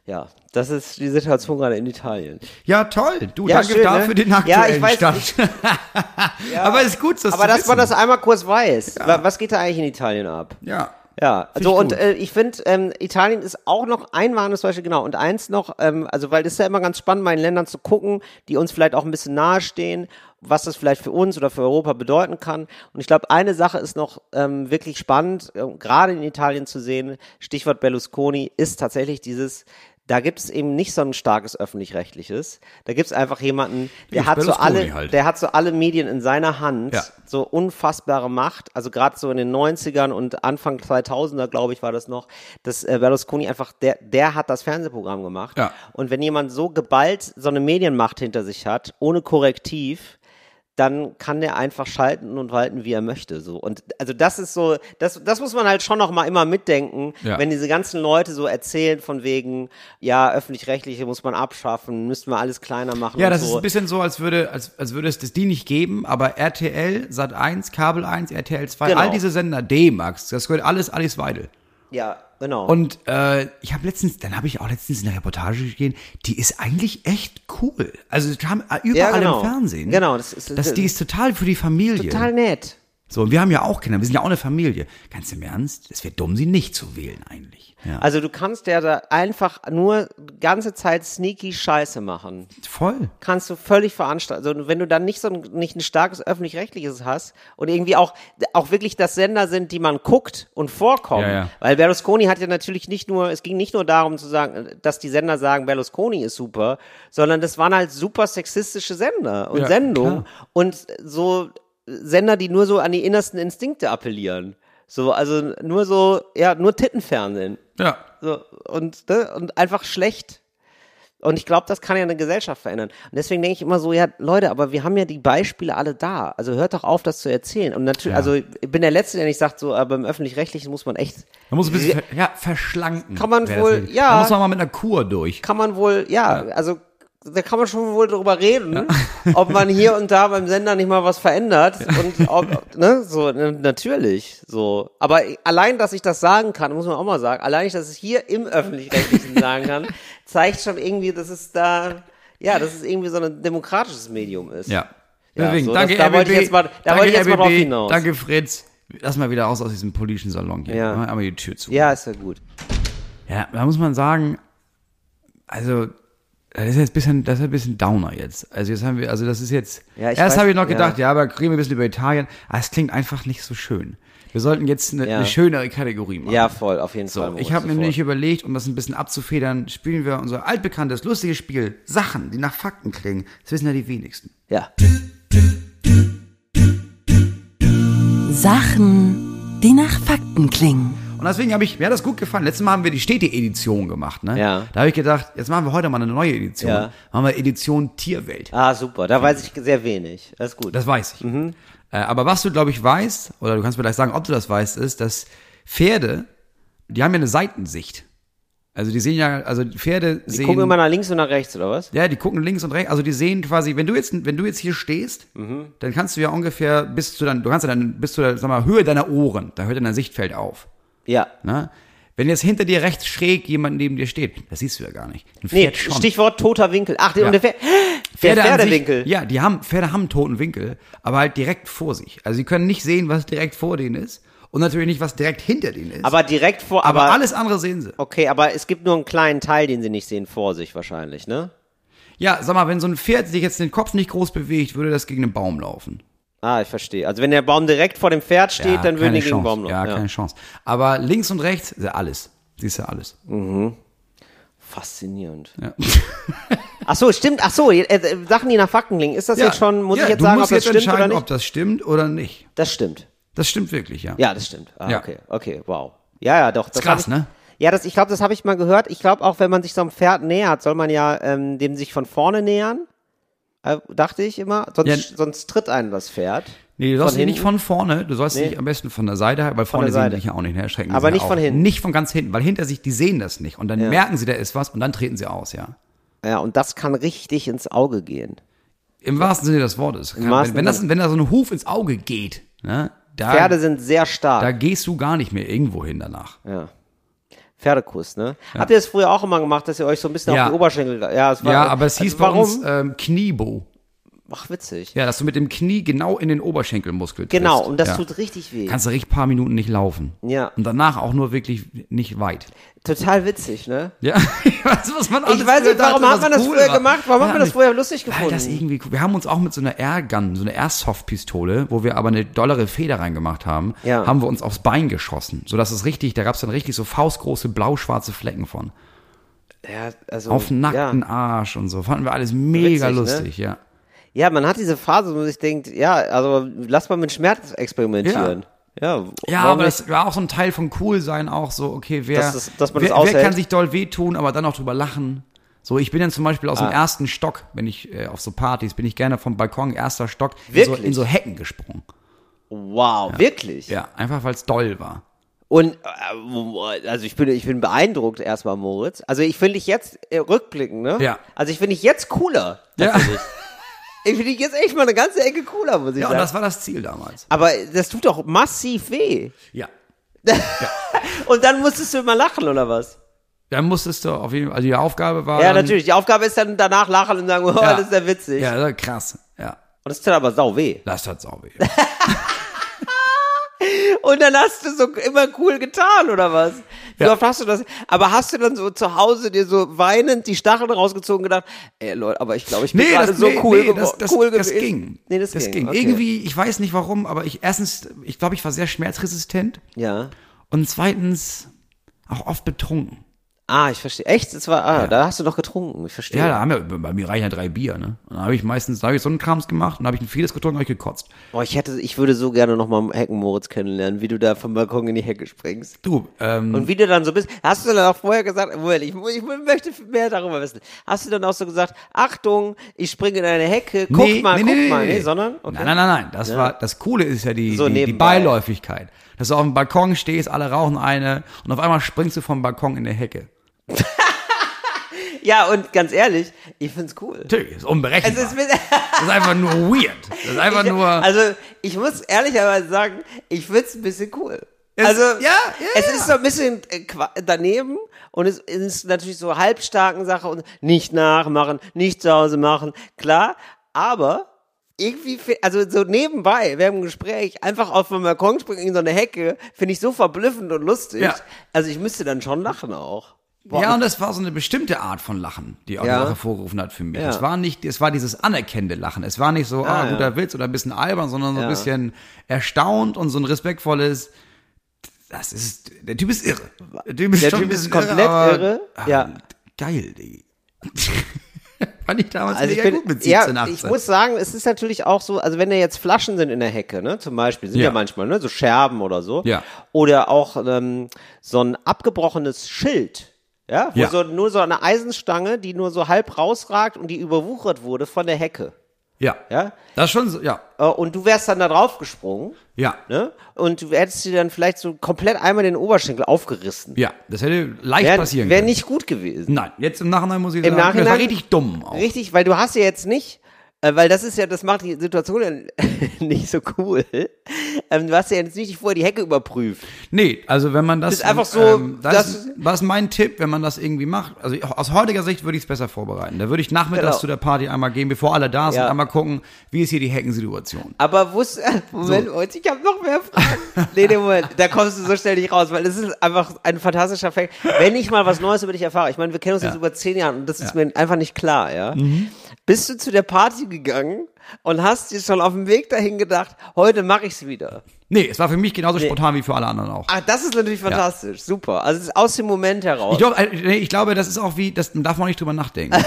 [SPEAKER 1] Ja. das ist die Situation gerade in Italien.
[SPEAKER 4] Ja, toll. Du,
[SPEAKER 1] Ja,
[SPEAKER 4] danke
[SPEAKER 1] schön,
[SPEAKER 4] dafür
[SPEAKER 1] ne?
[SPEAKER 4] den
[SPEAKER 1] Ja,
[SPEAKER 4] aktuellen
[SPEAKER 1] ich weiß,
[SPEAKER 4] Stand. [laughs] aber ist gut, dass
[SPEAKER 1] Aber
[SPEAKER 4] du
[SPEAKER 1] dass man
[SPEAKER 4] wissen.
[SPEAKER 1] das einmal kurz weiß, Wa- was geht da eigentlich in Italien ab?
[SPEAKER 4] Ja.
[SPEAKER 1] Ja,
[SPEAKER 4] Find
[SPEAKER 1] so
[SPEAKER 4] ich
[SPEAKER 1] und
[SPEAKER 4] gut.
[SPEAKER 1] äh, ich finde, ähm, Italien ist auch noch ein warnes Beispiel, genau. Und eins noch, ähm, also weil es ist ja immer ganz spannend, mal in Ländern zu gucken, die uns vielleicht auch ein bisschen nahestehen, was das vielleicht für uns oder für Europa bedeuten kann. Und ich glaube, eine Sache ist noch ähm, wirklich spannend, ähm, gerade in Italien zu sehen, Stichwort Berlusconi, ist tatsächlich dieses, da gibt es eben nicht so ein starkes öffentlich-rechtliches. Da gibt es einfach jemanden, der
[SPEAKER 4] Ja,
[SPEAKER 1] hat so
[SPEAKER 4] Berlusconi
[SPEAKER 1] alle,
[SPEAKER 4] halt.
[SPEAKER 1] der hat so alle Medien in seiner Hand
[SPEAKER 4] Ja.
[SPEAKER 1] so unfassbare Macht, also gerade so in den 90ern und Anfang 2000er, glaube ich, war das noch, dass äh, Berlusconi einfach, der, der hat das Fernsehprogramm gemacht.
[SPEAKER 4] Ja.
[SPEAKER 1] Und wenn jemand so geballt so eine Medienmacht hinter sich hat, ohne Korrektiv, dann kann der einfach schalten und walten, wie er möchte. So. Und also das ist so, das, das muss man halt schon noch mal immer mitdenken,
[SPEAKER 4] Ja.
[SPEAKER 1] wenn diese ganzen Leute so erzählen von wegen, ja, öffentlich-rechtliche muss man abschaffen, müssten wir alles kleiner machen
[SPEAKER 4] Ja,
[SPEAKER 1] und
[SPEAKER 4] das
[SPEAKER 1] so.
[SPEAKER 4] ist ein bisschen so, als würde, als, als würde es das die nicht geben, aber RTL, Sat 1, Kabel 1, RTL 2,
[SPEAKER 1] Genau.
[SPEAKER 4] all diese Sender, D-Max, das gehört alles Alice Weidel.
[SPEAKER 1] ja, genau.
[SPEAKER 4] Und äh, ich habe letztens, dann habe ich auch letztens eine Reportage gesehen, die ist eigentlich echt cool. Also es kam überall
[SPEAKER 1] Ja, genau.
[SPEAKER 4] im Fernsehen.
[SPEAKER 1] Genau, das ist-
[SPEAKER 4] das, die ist total für die Familie.
[SPEAKER 1] total nett.
[SPEAKER 4] So, und wir haben ja auch Kinder, wir sind ja auch eine Familie. Ganz im Ernst, es wäre dumm, sie nicht zu wählen eigentlich. Ja.
[SPEAKER 1] Also du kannst ja da einfach nur ganze Zeit sneaky Scheiße machen.
[SPEAKER 4] Voll.
[SPEAKER 1] Kannst du völlig veranstalten. Also wenn du dann nicht so ein, nicht ein starkes öffentlich-rechtliches hast und irgendwie auch, auch wirklich das Sender sind, die man guckt und vorkommen.
[SPEAKER 4] Ja, ja.
[SPEAKER 1] Weil Berlusconi hat ja natürlich nicht nur, es ging nicht nur darum zu sagen, dass die Sender sagen, Berlusconi ist super, sondern das waren halt super sexistische Sender und
[SPEAKER 4] Ja,
[SPEAKER 1] Sendungen
[SPEAKER 4] klar.
[SPEAKER 1] und so Sender, die nur so an die innersten Instinkte appellieren. So, also nur so, ja, nur Tittenfernsehen.
[SPEAKER 4] Ja.
[SPEAKER 1] So, und, ne, und einfach schlecht. Und ich glaube, das kann ja eine Gesellschaft verändern. Und deswegen denke ich immer so, ja, Leute, aber wir haben ja die Beispiele alle da. Also hört doch auf, das zu erzählen. Und natürlich,
[SPEAKER 4] Ja.
[SPEAKER 1] also ich bin der Letzte, der nicht sagt, so, aber im Öffentlich-Rechtlichen muss man echt,
[SPEAKER 4] Man muss ein bisschen ver ja, verschlanken.
[SPEAKER 1] Kann man
[SPEAKER 4] wär das
[SPEAKER 1] wohl-
[SPEAKER 4] richtig.
[SPEAKER 1] ja.
[SPEAKER 4] Da muss man mal mit einer Kur durch.
[SPEAKER 1] kann man wohl, ja, also da kann man schon wohl drüber reden, [laughs] ob man hier und da beim Sender nicht mal was verändert. Und ob, ne, so, ne, natürlich, so. Aber allein, dass ich das sagen kann, muss man auch mal sagen, allein, dass ich es hier im
[SPEAKER 4] [laughs]
[SPEAKER 1] Öffentlich-Rechtlichen sagen kann, zeigt schon irgendwie, dass es da, ja, dass es irgendwie so ein demokratisches Medium ist.
[SPEAKER 4] Ja.
[SPEAKER 1] Ja,
[SPEAKER 4] Deswegen,
[SPEAKER 1] so,
[SPEAKER 4] danke,
[SPEAKER 1] das- da
[SPEAKER 4] RBB,
[SPEAKER 1] wollte ich jetzt mal- da
[SPEAKER 4] danke,
[SPEAKER 1] wollte ich jetzt mal
[SPEAKER 4] RBB,
[SPEAKER 1] drauf hinaus.
[SPEAKER 4] Danke, Fritz. Lass mal wieder raus aus diesem politischen Salon hier.
[SPEAKER 1] Ja.
[SPEAKER 4] Mach Einmal die Tür zu.
[SPEAKER 1] Ja, ist ja gut.
[SPEAKER 4] Ja, da muss man sagen, also das ist jetzt ein bisschen, das ist ein bisschen Downer jetzt. Also jetzt haben wir, also das ist jetzt.
[SPEAKER 1] Ja, ich
[SPEAKER 4] erst
[SPEAKER 1] weiß-
[SPEAKER 4] habe ich noch gedacht,
[SPEAKER 1] ja.
[SPEAKER 4] Ah, ja. aber reden wir ein bisschen über Italien. Aber es klingt einfach nicht so schön. Wir sollten jetzt eine,
[SPEAKER 1] Ja.
[SPEAKER 4] eine schönere Kategorie machen.
[SPEAKER 1] Ja, voll, auf jeden Fall.
[SPEAKER 4] So,
[SPEAKER 1] Moritz,
[SPEAKER 4] ich habe mir
[SPEAKER 1] sofort.
[SPEAKER 4] nämlich überlegt, um das ein bisschen abzufedern, spielen wir unser altbekanntes, lustiges Spiel. Sachen, die nach Fakten klingen. Das wissen ja die wenigsten.
[SPEAKER 1] Ja.
[SPEAKER 5] Sachen, die nach Fakten klingen.
[SPEAKER 4] Und deswegen habe ich, mir hat das gut gefallen. Letztes Mal haben wir die Städte-Edition gemacht, ne?
[SPEAKER 1] Ja.
[SPEAKER 4] Da habe ich gedacht, jetzt machen wir heute mal eine neue Edition.
[SPEAKER 1] Ja.
[SPEAKER 4] Machen wir Edition Tierwelt.
[SPEAKER 1] Ah, Mhm. super. Da weiß ich sehr wenig. Das ist gut.
[SPEAKER 4] Das weiß ich. Äh, aber was du, glaube ich, weißt, oder du kannst mir gleich sagen, ob du das weißt, ist, dass Pferde, die haben ja eine Seitensicht. Also die sehen ja, also die Pferde
[SPEAKER 1] Die
[SPEAKER 4] sehen.
[SPEAKER 1] gucken immer nach links und nach rechts, oder was?
[SPEAKER 4] Ja, die gucken links und rechts. Also die sehen quasi, wenn du jetzt, wenn du jetzt hier stehst,
[SPEAKER 1] Mhm.
[SPEAKER 4] dann kannst du ja ungefähr bis zu dein, du kannst ja dann bis zu der, sag mal, Höhe deiner Ohren, da hört dann dein Sichtfeld auf.
[SPEAKER 1] Ja.
[SPEAKER 4] Ne? Wenn jetzt hinter dir rechts schräg jemand neben dir steht, das siehst du ja gar nicht. Ein
[SPEAKER 1] Nee,
[SPEAKER 4] Pferd schon.
[SPEAKER 1] Stichwort toter Winkel. Ach, der,
[SPEAKER 4] Ja.
[SPEAKER 1] und der, Pfer der
[SPEAKER 4] an
[SPEAKER 1] Pferdewinkel.
[SPEAKER 4] Sich, ja, die haben, Pferde haben einen toten Winkel, aber halt direkt vor sich. Also sie können nicht sehen, was direkt vor denen ist und natürlich nicht, was direkt hinter denen ist.
[SPEAKER 1] Aber direkt vor,
[SPEAKER 4] aber
[SPEAKER 1] aber,
[SPEAKER 4] alles andere sehen sie.
[SPEAKER 1] Okay, aber es gibt nur einen kleinen Teil, den sie nicht sehen, vor sich wahrscheinlich, ne?
[SPEAKER 4] Ja, sag mal, wenn so ein Pferd sich jetzt den Kopf nicht groß bewegt, würde das gegen einen Baum laufen.
[SPEAKER 1] Ah, ich verstehe. Also wenn der Baum direkt vor dem Pferd steht,
[SPEAKER 4] ja,
[SPEAKER 1] dann würden
[SPEAKER 4] keine
[SPEAKER 1] die gegen den
[SPEAKER 4] Chance.
[SPEAKER 1] Baum laufen.
[SPEAKER 4] Ja, keine Chance. Aber links und rechts ist ja alles. Siehst du alles.
[SPEAKER 1] Faszinierend.
[SPEAKER 4] Ja.
[SPEAKER 1] Ach so, stimmt. Ach so, äh, äh, Sachen, die nach Fakten klingen. Ist das
[SPEAKER 4] Ja,
[SPEAKER 1] jetzt schon, muss
[SPEAKER 4] ja,
[SPEAKER 1] ich jetzt
[SPEAKER 4] du
[SPEAKER 1] sagen, ob
[SPEAKER 4] musst
[SPEAKER 1] das
[SPEAKER 4] jetzt
[SPEAKER 1] stimmt
[SPEAKER 4] entscheiden,
[SPEAKER 1] oder nicht?
[SPEAKER 4] ob das stimmt oder nicht.
[SPEAKER 1] das stimmt.
[SPEAKER 4] Das stimmt wirklich, ja.
[SPEAKER 1] Ja, das stimmt. Ah,
[SPEAKER 4] Ja.
[SPEAKER 1] okay, okay, wow. Ja, ja, doch. Das
[SPEAKER 4] krass,
[SPEAKER 1] hab ich,
[SPEAKER 4] ne?
[SPEAKER 1] Ja, das, ich glaube, das habe ich mal gehört. Ich glaube, auch wenn man sich so einem Pferd nähert, soll man ja ähm, dem sich von vorne nähern. Äh, dachte ich immer. Sonst,
[SPEAKER 4] Ja.
[SPEAKER 1] sonst tritt einen das Pferd.
[SPEAKER 4] Nee, du sollst dich nicht
[SPEAKER 1] hinten.
[SPEAKER 4] von vorne, du sollst dich am besten von der Seite, halten, weil vorne
[SPEAKER 1] der
[SPEAKER 4] sehen
[SPEAKER 1] Seite.
[SPEAKER 4] die dich ja auch nicht, ne? Schrecken
[SPEAKER 1] Aber
[SPEAKER 4] sie
[SPEAKER 1] nicht
[SPEAKER 4] auch.
[SPEAKER 1] von hinten.
[SPEAKER 4] Nicht von ganz hinten, weil hinter sich, die sehen das nicht. Und dann merken sie, da ist was und dann treten sie aus, ja.
[SPEAKER 1] Ja, und das kann richtig ins Auge gehen.
[SPEAKER 4] Im wahrsten Sinne des Wortes. Kann,
[SPEAKER 1] wahrsten
[SPEAKER 4] wenn, wenn, das,
[SPEAKER 1] Sinne.
[SPEAKER 4] wenn da so ein Huf ins Auge geht, ne? Da,
[SPEAKER 1] Pferde sind sehr stark.
[SPEAKER 4] da gehst du gar nicht mehr irgendwo hin danach.
[SPEAKER 1] Ja. Pferdekuss, ne? Habt ihr das früher auch immer gemacht, dass ihr euch so ein bisschen
[SPEAKER 4] Ja.
[SPEAKER 1] auf die Oberschenkel. Ja, es war,
[SPEAKER 4] Ja, aber es hieß
[SPEAKER 1] also, warum?
[SPEAKER 4] bei uns ähm, Kniebo.
[SPEAKER 1] Ach, witzig.
[SPEAKER 4] Ja, dass du mit dem Knie genau in den Oberschenkelmuskel triffst.
[SPEAKER 1] Genau, und das
[SPEAKER 4] ja.
[SPEAKER 1] tut richtig weh.
[SPEAKER 4] Kannst du richtig paar Minuten nicht laufen.
[SPEAKER 1] Ja.
[SPEAKER 4] Und danach auch nur wirklich nicht weit.
[SPEAKER 1] Total witzig, ne?
[SPEAKER 4] Ja, [laughs] ich weiß, was man alles
[SPEAKER 1] Ich weiß nicht,
[SPEAKER 4] früher
[SPEAKER 1] warum
[SPEAKER 4] dachte,
[SPEAKER 1] hat man
[SPEAKER 4] was
[SPEAKER 1] das
[SPEAKER 4] cool
[SPEAKER 1] früher
[SPEAKER 4] war.
[SPEAKER 1] gemacht? Warum hat
[SPEAKER 4] Ja,
[SPEAKER 1] man das
[SPEAKER 4] nicht.
[SPEAKER 1] früher lustig
[SPEAKER 4] Weil das
[SPEAKER 1] gefunden?
[SPEAKER 4] irgendwie cool. Wir haben uns auch mit so einer Airgun, so einer Airsoft-Pistole, wo wir aber eine dollere Feder reingemacht haben,
[SPEAKER 1] Ja.
[SPEAKER 4] haben wir uns aufs Bein geschossen. So dass es richtig, da gab es dann richtig so faustgroße blau-schwarze Flecken von.
[SPEAKER 1] Ja, also,
[SPEAKER 4] Auf den nackten
[SPEAKER 1] ja.
[SPEAKER 4] Arsch und so. Fanden wir alles mega
[SPEAKER 1] Witzig, ne?
[SPEAKER 4] lustig, ja.
[SPEAKER 1] ja, man hat diese Phase, wo man sich denkt, ja, also lass mal mit Schmerz experimentieren. Ja, ja,
[SPEAKER 4] Ja,
[SPEAKER 1] warum
[SPEAKER 4] aber
[SPEAKER 1] nicht?
[SPEAKER 4] das war auch so ein Teil vom Coolsein auch so, okay, wer,
[SPEAKER 1] Dass das- dass man das
[SPEAKER 4] wer, wer
[SPEAKER 1] aushält.
[SPEAKER 4] kann sich doll wehtun, aber dann auch drüber lachen. So, ich bin dann zum Beispiel aus
[SPEAKER 1] Ah.
[SPEAKER 4] dem ersten Stock, wenn ich äh, auf so Partys, bin ich gerne vom Balkon, erster Stock, in so,
[SPEAKER 1] Wirklich?
[SPEAKER 4] in so Hecken gesprungen.
[SPEAKER 1] wow, wirklich.
[SPEAKER 4] Ja, einfach weil es doll war.
[SPEAKER 1] Und äh, also ich bin, ich bin beeindruckt erstmal, Moritz. Also ich finde dich jetzt äh, rückblickend, ne?
[SPEAKER 4] Ja.
[SPEAKER 1] Also ich finde dich jetzt cooler.
[SPEAKER 4] Ja,
[SPEAKER 1] Ich finde dich jetzt echt mal eine ganze Ecke cooler, muss ich
[SPEAKER 4] ja und
[SPEAKER 1] sagen.
[SPEAKER 4] das war das Ziel damals.
[SPEAKER 1] Aber das tut doch massiv weh.
[SPEAKER 4] Ja.
[SPEAKER 1] Und dann musstest du immer lachen, oder was?
[SPEAKER 4] Dann musstest du auf jeden Fall, also die Aufgabe war.
[SPEAKER 1] Ja,
[SPEAKER 4] dann,
[SPEAKER 1] natürlich. Die Aufgabe ist dann danach lachen und sagen, oh,
[SPEAKER 4] Ja.
[SPEAKER 1] das ist ja witzig.
[SPEAKER 4] Ja, das war krass. Ja,
[SPEAKER 1] Und das tut aber sau weh.
[SPEAKER 4] das hat's auch
[SPEAKER 1] [laughs]
[SPEAKER 4] weh.
[SPEAKER 1] Und dann hast du so immer cool getan, oder was? Wie
[SPEAKER 4] Ja.
[SPEAKER 1] oft hast du das? Aber hast du dann so zu Hause dir so weinend die Stacheln rausgezogen und gedacht, ey Leute, aber ich glaube, ich bin
[SPEAKER 4] Nee,
[SPEAKER 1] gerade
[SPEAKER 4] das,
[SPEAKER 1] so
[SPEAKER 4] nee,
[SPEAKER 1] cool
[SPEAKER 4] nee, das,
[SPEAKER 1] geworden.
[SPEAKER 4] das,
[SPEAKER 1] cool
[SPEAKER 4] das
[SPEAKER 1] gewesen.
[SPEAKER 4] ging.
[SPEAKER 1] Nee, das, ging. Okay.
[SPEAKER 4] Irgendwie, ich weiß nicht warum, aber ich erstens, ich glaube, ich war sehr schmerzresistent.
[SPEAKER 1] Ja.
[SPEAKER 4] Und zweitens auch oft betrunken.
[SPEAKER 1] Ah, ich verstehe. Echt? Das war, ah, da hast du noch getrunken. Ich verstehe.
[SPEAKER 4] Ja, da haben wir, bei mir reichen ja drei Bier, ne? Und da habe ich meistens, da habe ich so einen Krams gemacht und da habe ich ein vieles getrunken und habe ich gekotzt.
[SPEAKER 1] Boah, Oh, ich hätte, ich würde so gerne nochmal Hecken Moritz kennenlernen, wie du da vom Balkon in die Hecke springst.
[SPEAKER 4] Du, ähm,
[SPEAKER 1] Und wie du dann so bist, hast du dann auch vorher gesagt, Moment, ich, mu- ich möchte mehr darüber wissen. Hast du dann auch so gesagt, Achtung, ich springe in eine Hecke, guck mal, guck mal, nee, sondern, okay.
[SPEAKER 4] Nein, nein, nein, nein. Das war, das Coole ist ja die,
[SPEAKER 1] So
[SPEAKER 4] die, die
[SPEAKER 1] nebenbei.
[SPEAKER 4] Beiläufigkeit. Dass du auf dem Balkon stehst, alle rauchen eine und auf einmal springst du vom Balkon in der Hecke.
[SPEAKER 1] Ja, und ganz ehrlich, ich find's cool. [laughs]
[SPEAKER 4] Natürlich, ist unberechenbar.
[SPEAKER 1] Es ist
[SPEAKER 4] [laughs]
[SPEAKER 1] mit,
[SPEAKER 4] das ist einfach nur weird. Das ist
[SPEAKER 1] [laughs]
[SPEAKER 4] einfach nur.
[SPEAKER 1] also, ich muss ehrlicherweise sagen, ich find's ein bisschen cool.
[SPEAKER 4] Es-
[SPEAKER 1] also,
[SPEAKER 4] ja, ja,
[SPEAKER 1] es
[SPEAKER 4] ja.
[SPEAKER 1] ist so ein bisschen äh, qua- daneben und es ist natürlich so halbstarken Sache und nicht nachmachen, nicht zu Hause machen, klar, aber irgendwie, fi- also so nebenbei, während dem Gespräch, einfach auf dem Balkon springen in so eine Hecke, finde ich so verblüffend und lustig.
[SPEAKER 4] Ja.
[SPEAKER 1] Also ich müsste dann schon lachen auch.
[SPEAKER 4] Ja, und das war so eine bestimmte Art von Lachen, die auch
[SPEAKER 1] Ja.
[SPEAKER 4] Lache vorgerufen hat für mich.
[SPEAKER 1] Ja.
[SPEAKER 4] Es war nicht, es war dieses anerkennende Lachen. Es war nicht so, ah,
[SPEAKER 1] Ah, ja.
[SPEAKER 4] guter Witz oder ein bisschen albern, sondern so ein
[SPEAKER 1] Ja.
[SPEAKER 4] bisschen erstaunt und so ein respektvolles. Das ist, der Typ ist irre. Der Typ ist,
[SPEAKER 1] Der
[SPEAKER 4] schon
[SPEAKER 1] Typ
[SPEAKER 4] ein
[SPEAKER 1] ist
[SPEAKER 4] bisschen
[SPEAKER 1] komplett
[SPEAKER 4] aber-
[SPEAKER 1] irre,
[SPEAKER 4] Ah,
[SPEAKER 1] ja.
[SPEAKER 4] Geil, Digga. [laughs] Fand ich damals
[SPEAKER 1] Also ich
[SPEAKER 4] mega
[SPEAKER 1] bin,
[SPEAKER 4] gut mit 17,
[SPEAKER 1] ja,
[SPEAKER 4] 18.
[SPEAKER 1] ich muss sagen, es ist natürlich auch so, also wenn da jetzt Flaschen sind in der Hecke, ne, zum Beispiel, sind ja,
[SPEAKER 4] Ja.
[SPEAKER 1] manchmal, ne, so Scherben oder so,
[SPEAKER 4] Ja.
[SPEAKER 1] oder auch ähm, so ein abgebrochenes Schild, ja, wo
[SPEAKER 4] Ja.
[SPEAKER 1] so nur so eine Eisenstange, die nur so halb rausragt und die überwuchert wurde von der Hecke,
[SPEAKER 4] ja.
[SPEAKER 1] ja,
[SPEAKER 4] Das ist schon so, ja.
[SPEAKER 1] Äh, und du wärst dann da drauf gesprungen,
[SPEAKER 4] Ja.
[SPEAKER 1] ne, und du hättest dir dann vielleicht so komplett einmal den Oberschenkel aufgerissen.
[SPEAKER 4] Ja. Das hätte leicht
[SPEAKER 1] Wäre
[SPEAKER 4] passieren
[SPEAKER 1] wär
[SPEAKER 4] können.
[SPEAKER 1] nicht gut gewesen.
[SPEAKER 4] Nein, jetzt im Nachhinein muss ich
[SPEAKER 1] Im
[SPEAKER 4] sagen, das war
[SPEAKER 1] Nachhinein-
[SPEAKER 4] richtig dumm auch.
[SPEAKER 1] Richtig, weil du hast ja jetzt nicht, äh, weil das ist ja, das macht die Situation ja [laughs] nicht so cool. Ähm, du hast ja jetzt nicht vorher die Hecke überprüft.
[SPEAKER 4] Nee, also wenn man das. ähm,
[SPEAKER 1] Ist einfach so,
[SPEAKER 4] das,
[SPEAKER 1] das-
[SPEAKER 4] was ist mein Tipp, wenn man das irgendwie macht? Also ich- aus heutiger Sicht würde ich es besser vorbereiten. Da würde ich nachmittags
[SPEAKER 1] Genau.
[SPEAKER 4] zu der Party einmal gehen, bevor alle da sind,
[SPEAKER 1] Ja.
[SPEAKER 4] einmal gucken, wie ist hier die Heckensituation.
[SPEAKER 1] Aber wusst, äh, Moment, Moment, ich habe noch mehr Fragen. nee, nee, Moment, da kommst du so schnell nicht raus, weil das ist einfach ein fantastischer Fact. Wenn ich mal was Neues über dich erfahre, ich meine, wir kennen uns jetzt über zehn Jahre und das ist mir einfach nicht klar, ja. Bist du zu der Party gegangen und hast dir schon auf dem Weg dahin gedacht, heute mache ich's wieder?
[SPEAKER 4] Nee, es war für mich genauso spontan wie für alle anderen auch.
[SPEAKER 1] Ach, das ist natürlich fantastisch, super. Also es ist aus dem Moment heraus.
[SPEAKER 4] Ich, glaub, äh, nee, ich glaube, das ist auch wie, das darf man nicht drüber nachdenken.
[SPEAKER 1] [laughs]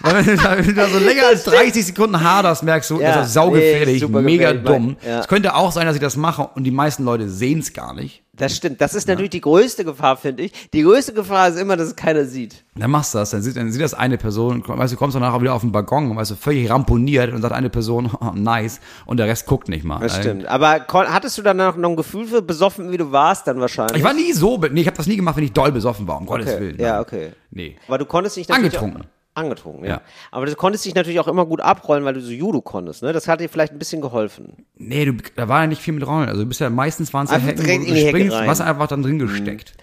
[SPEAKER 4] Weil wenn du da- wenn du da so länger als 30 Sekunden haderst, merkst du,
[SPEAKER 1] Ja,
[SPEAKER 4] das ist saugefährlich,
[SPEAKER 1] nee, super
[SPEAKER 4] mega
[SPEAKER 1] gefährlich, Mann.
[SPEAKER 4] dumm. Es
[SPEAKER 1] Ja.
[SPEAKER 4] könnte auch sein, dass ich das mache und die meisten Leute sehen es gar nicht.
[SPEAKER 1] Das stimmt. Das ist natürlich die größte Gefahr, finde ich. Die größte Gefahr ist immer, dass es keiner sieht.
[SPEAKER 4] Dann machst du das, dann sieht, dann sieht das eine Person, und weißt du, kommst danach auch wieder auf den Balkon, und weißt du, völlig ramponiert und sagt eine Person, [laughs] oh, nice, und der Rest guckt nicht mal.
[SPEAKER 1] Das stimmt. Aber kon- hattest du danach noch ein Gefühl für besoffen, wie du warst, dann wahrscheinlich?
[SPEAKER 4] Ich war nie so, be- nee, ich habe das nie gemacht, wenn ich doll besoffen war, um Gottes
[SPEAKER 1] okay.
[SPEAKER 4] Willen.
[SPEAKER 1] Ja, okay.
[SPEAKER 4] Nee.
[SPEAKER 1] Aber du konntest dich natürlich
[SPEAKER 4] Angetrunken.
[SPEAKER 1] Auch, angetrunken, ja.
[SPEAKER 4] Ja.
[SPEAKER 1] Aber du konntest dich natürlich auch immer gut abrollen, weil du so Judo konntest, ne? Das hat dir vielleicht ein bisschen geholfen.
[SPEAKER 4] Nee, du, da war ja nicht viel mit Rollen, also du bist ja meistens waren es ja
[SPEAKER 1] Einfach
[SPEAKER 4] Hecken,
[SPEAKER 1] direkt
[SPEAKER 4] wo
[SPEAKER 1] in
[SPEAKER 4] du
[SPEAKER 1] die Hecke
[SPEAKER 4] springst,
[SPEAKER 1] rein. Mhm.
[SPEAKER 4] warst einfach dann drin gesteckt.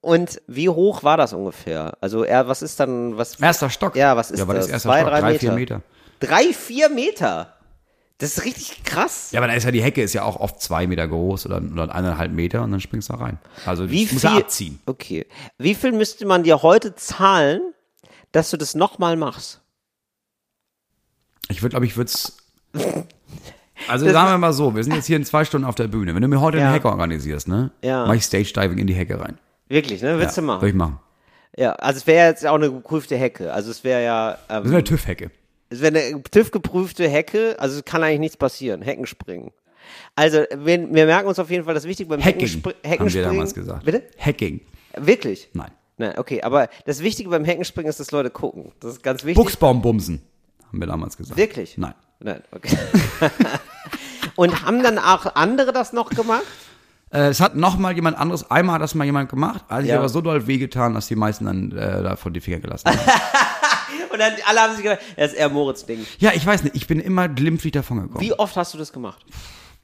[SPEAKER 1] Und wie hoch war das ungefähr? Also, er, was ist dann, was?
[SPEAKER 4] Erster Stock.
[SPEAKER 1] Ja, was ist
[SPEAKER 4] ja, aber
[SPEAKER 1] das?
[SPEAKER 4] ist erster
[SPEAKER 1] Zwei,
[SPEAKER 4] Stock,
[SPEAKER 1] drei, Meter.
[SPEAKER 4] vier Meter.
[SPEAKER 1] Drei, vier Meter? Das ist richtig krass.
[SPEAKER 4] Ja, aber da ist ja die Hecke, ist ja auch oft zwei Meter groß oder, oder eineinhalb Meter und dann springst du da rein. Also
[SPEAKER 1] Wie
[SPEAKER 4] das muss
[SPEAKER 1] viel,
[SPEAKER 4] ja abziehen.
[SPEAKER 1] Okay. Wie viel müsste man dir heute zahlen, dass du das nochmal machst?
[SPEAKER 4] Ich würde, glaube ich, würde
[SPEAKER 1] [laughs]
[SPEAKER 4] es. Also
[SPEAKER 1] Das
[SPEAKER 4] sagen
[SPEAKER 1] ma-
[SPEAKER 4] wir mal so, wir sind jetzt hier in zwei Stunden auf der Bühne. Wenn du mir heute
[SPEAKER 1] Ja.
[SPEAKER 4] eine Hecke organisierst, ne?
[SPEAKER 1] Ja.
[SPEAKER 4] Mach ich Stage Diving in die Hecke rein.
[SPEAKER 1] Wirklich, ne? Willst du
[SPEAKER 4] Soll
[SPEAKER 1] machen?
[SPEAKER 4] ich machen.
[SPEAKER 1] Ja, also es wäre jetzt auch eine geprüfte Hecke. Also es wäre ja,
[SPEAKER 4] Das
[SPEAKER 1] ähm,
[SPEAKER 4] ist eine TÜV-Hecke.
[SPEAKER 1] es wäre eine TÜV-geprüfte Hecke, also es kann eigentlich nichts passieren. Hecken springen. Also wir, wir merken uns auf jeden Fall das Wichtige beim
[SPEAKER 4] Hacking.
[SPEAKER 1] Heckenspr-
[SPEAKER 4] haben wir
[SPEAKER 1] Heckenspringen.
[SPEAKER 4] damals gesagt.
[SPEAKER 1] Bitte?
[SPEAKER 4] Hacking.
[SPEAKER 1] Wirklich?
[SPEAKER 4] Nein.
[SPEAKER 1] Nein, okay, aber das Wichtige beim Heckenspringen ist, dass Leute gucken. Das ist ganz wichtig.
[SPEAKER 4] Buchsbaumbumsen. Haben wir damals gesagt.
[SPEAKER 1] Wirklich?
[SPEAKER 4] Nein.
[SPEAKER 1] Nein, okay. [laughs] Und haben dann auch andere das noch gemacht?
[SPEAKER 4] Äh, es hat noch mal jemand anderes, einmal hat das mal jemand gemacht, hat sich
[SPEAKER 1] Ja.
[SPEAKER 4] aber so doll wehgetan, dass die meisten dann äh, davon die Finger
[SPEAKER 1] [laughs]
[SPEAKER 4] gelassen haben.
[SPEAKER 1] Und dann alle haben sich gedacht, das ist eher Moritz Ding.
[SPEAKER 4] ja, ich weiß nicht, ich bin immer glimpflich davongekommen.
[SPEAKER 1] Wie oft hast du das gemacht?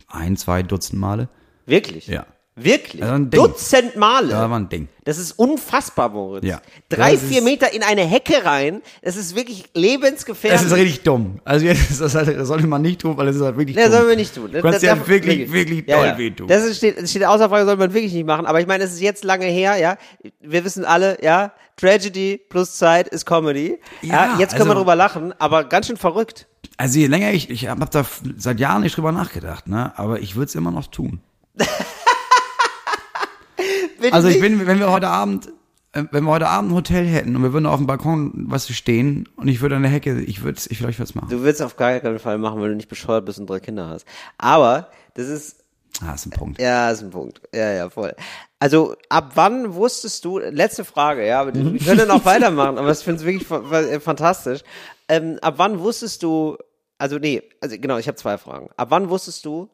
[SPEAKER 4] Ein, zwei Dutzend Male.
[SPEAKER 1] Wirklich?
[SPEAKER 4] Ja.
[SPEAKER 1] Wirklich?
[SPEAKER 4] Also ein Ding.
[SPEAKER 1] Dutzend Male.
[SPEAKER 4] Da war ein Ding.
[SPEAKER 1] das ist unfassbar, Moritz.
[SPEAKER 4] Ja.
[SPEAKER 1] Drei,
[SPEAKER 4] Das ist-
[SPEAKER 1] vier Meter in eine Hecke rein. Das ist wirklich lebensgefährlich.
[SPEAKER 4] Es ist richtig dumm. Also jetzt ist das, halt, das sollte man nicht tun, weil es ist halt wirklich
[SPEAKER 1] das
[SPEAKER 4] dumm.
[SPEAKER 1] sollen wir nicht tun.
[SPEAKER 4] Du kannst
[SPEAKER 1] Das
[SPEAKER 4] ja
[SPEAKER 1] darf-
[SPEAKER 4] wirklich, wirklich
[SPEAKER 1] Ja,
[SPEAKER 4] doll
[SPEAKER 1] ja.
[SPEAKER 4] wehtun.
[SPEAKER 1] Das ist, steht, das steht außer Frage, soll man wirklich nicht machen. Aber ich meine, es ist jetzt lange her, ja. Wir wissen alle, ja, Tragedy plus Zeit ist Comedy. Ja,
[SPEAKER 4] Ja,
[SPEAKER 1] jetzt können wir
[SPEAKER 4] also-
[SPEAKER 1] drüber lachen, aber ganz schön verrückt.
[SPEAKER 4] also je länger ich, ich habe da f- seit Jahren nicht drüber nachgedacht, ne? aber ich würde es immer noch tun.
[SPEAKER 1] Bitte
[SPEAKER 4] Also ich
[SPEAKER 1] nicht.
[SPEAKER 4] bin, wenn wir heute Abend, äh, wenn wir heute Abend ein Hotel hätten und wir würden auf dem Balkon was stehen und ich würde an der Hecke, ich würde ich vielleicht was machen.
[SPEAKER 1] Du willst auf gar keinen Fall machen, weil du nicht bescheuert bist und drei Kinder hast. Aber das ist,
[SPEAKER 4] Ah, ist ein Punkt.
[SPEAKER 1] ja, ist ein Punkt. Ja, ja, voll. Also ab wann wusstest du, letzte Frage, ja, aber
[SPEAKER 4] Mhm.
[SPEAKER 1] wir können noch weitermachen, aber ich finde es wirklich fa- fa- äh, fantastisch. Ähm, ab wann wusstest du, also nee, also genau, ich habe zwei Fragen. Ab wann wusstest du,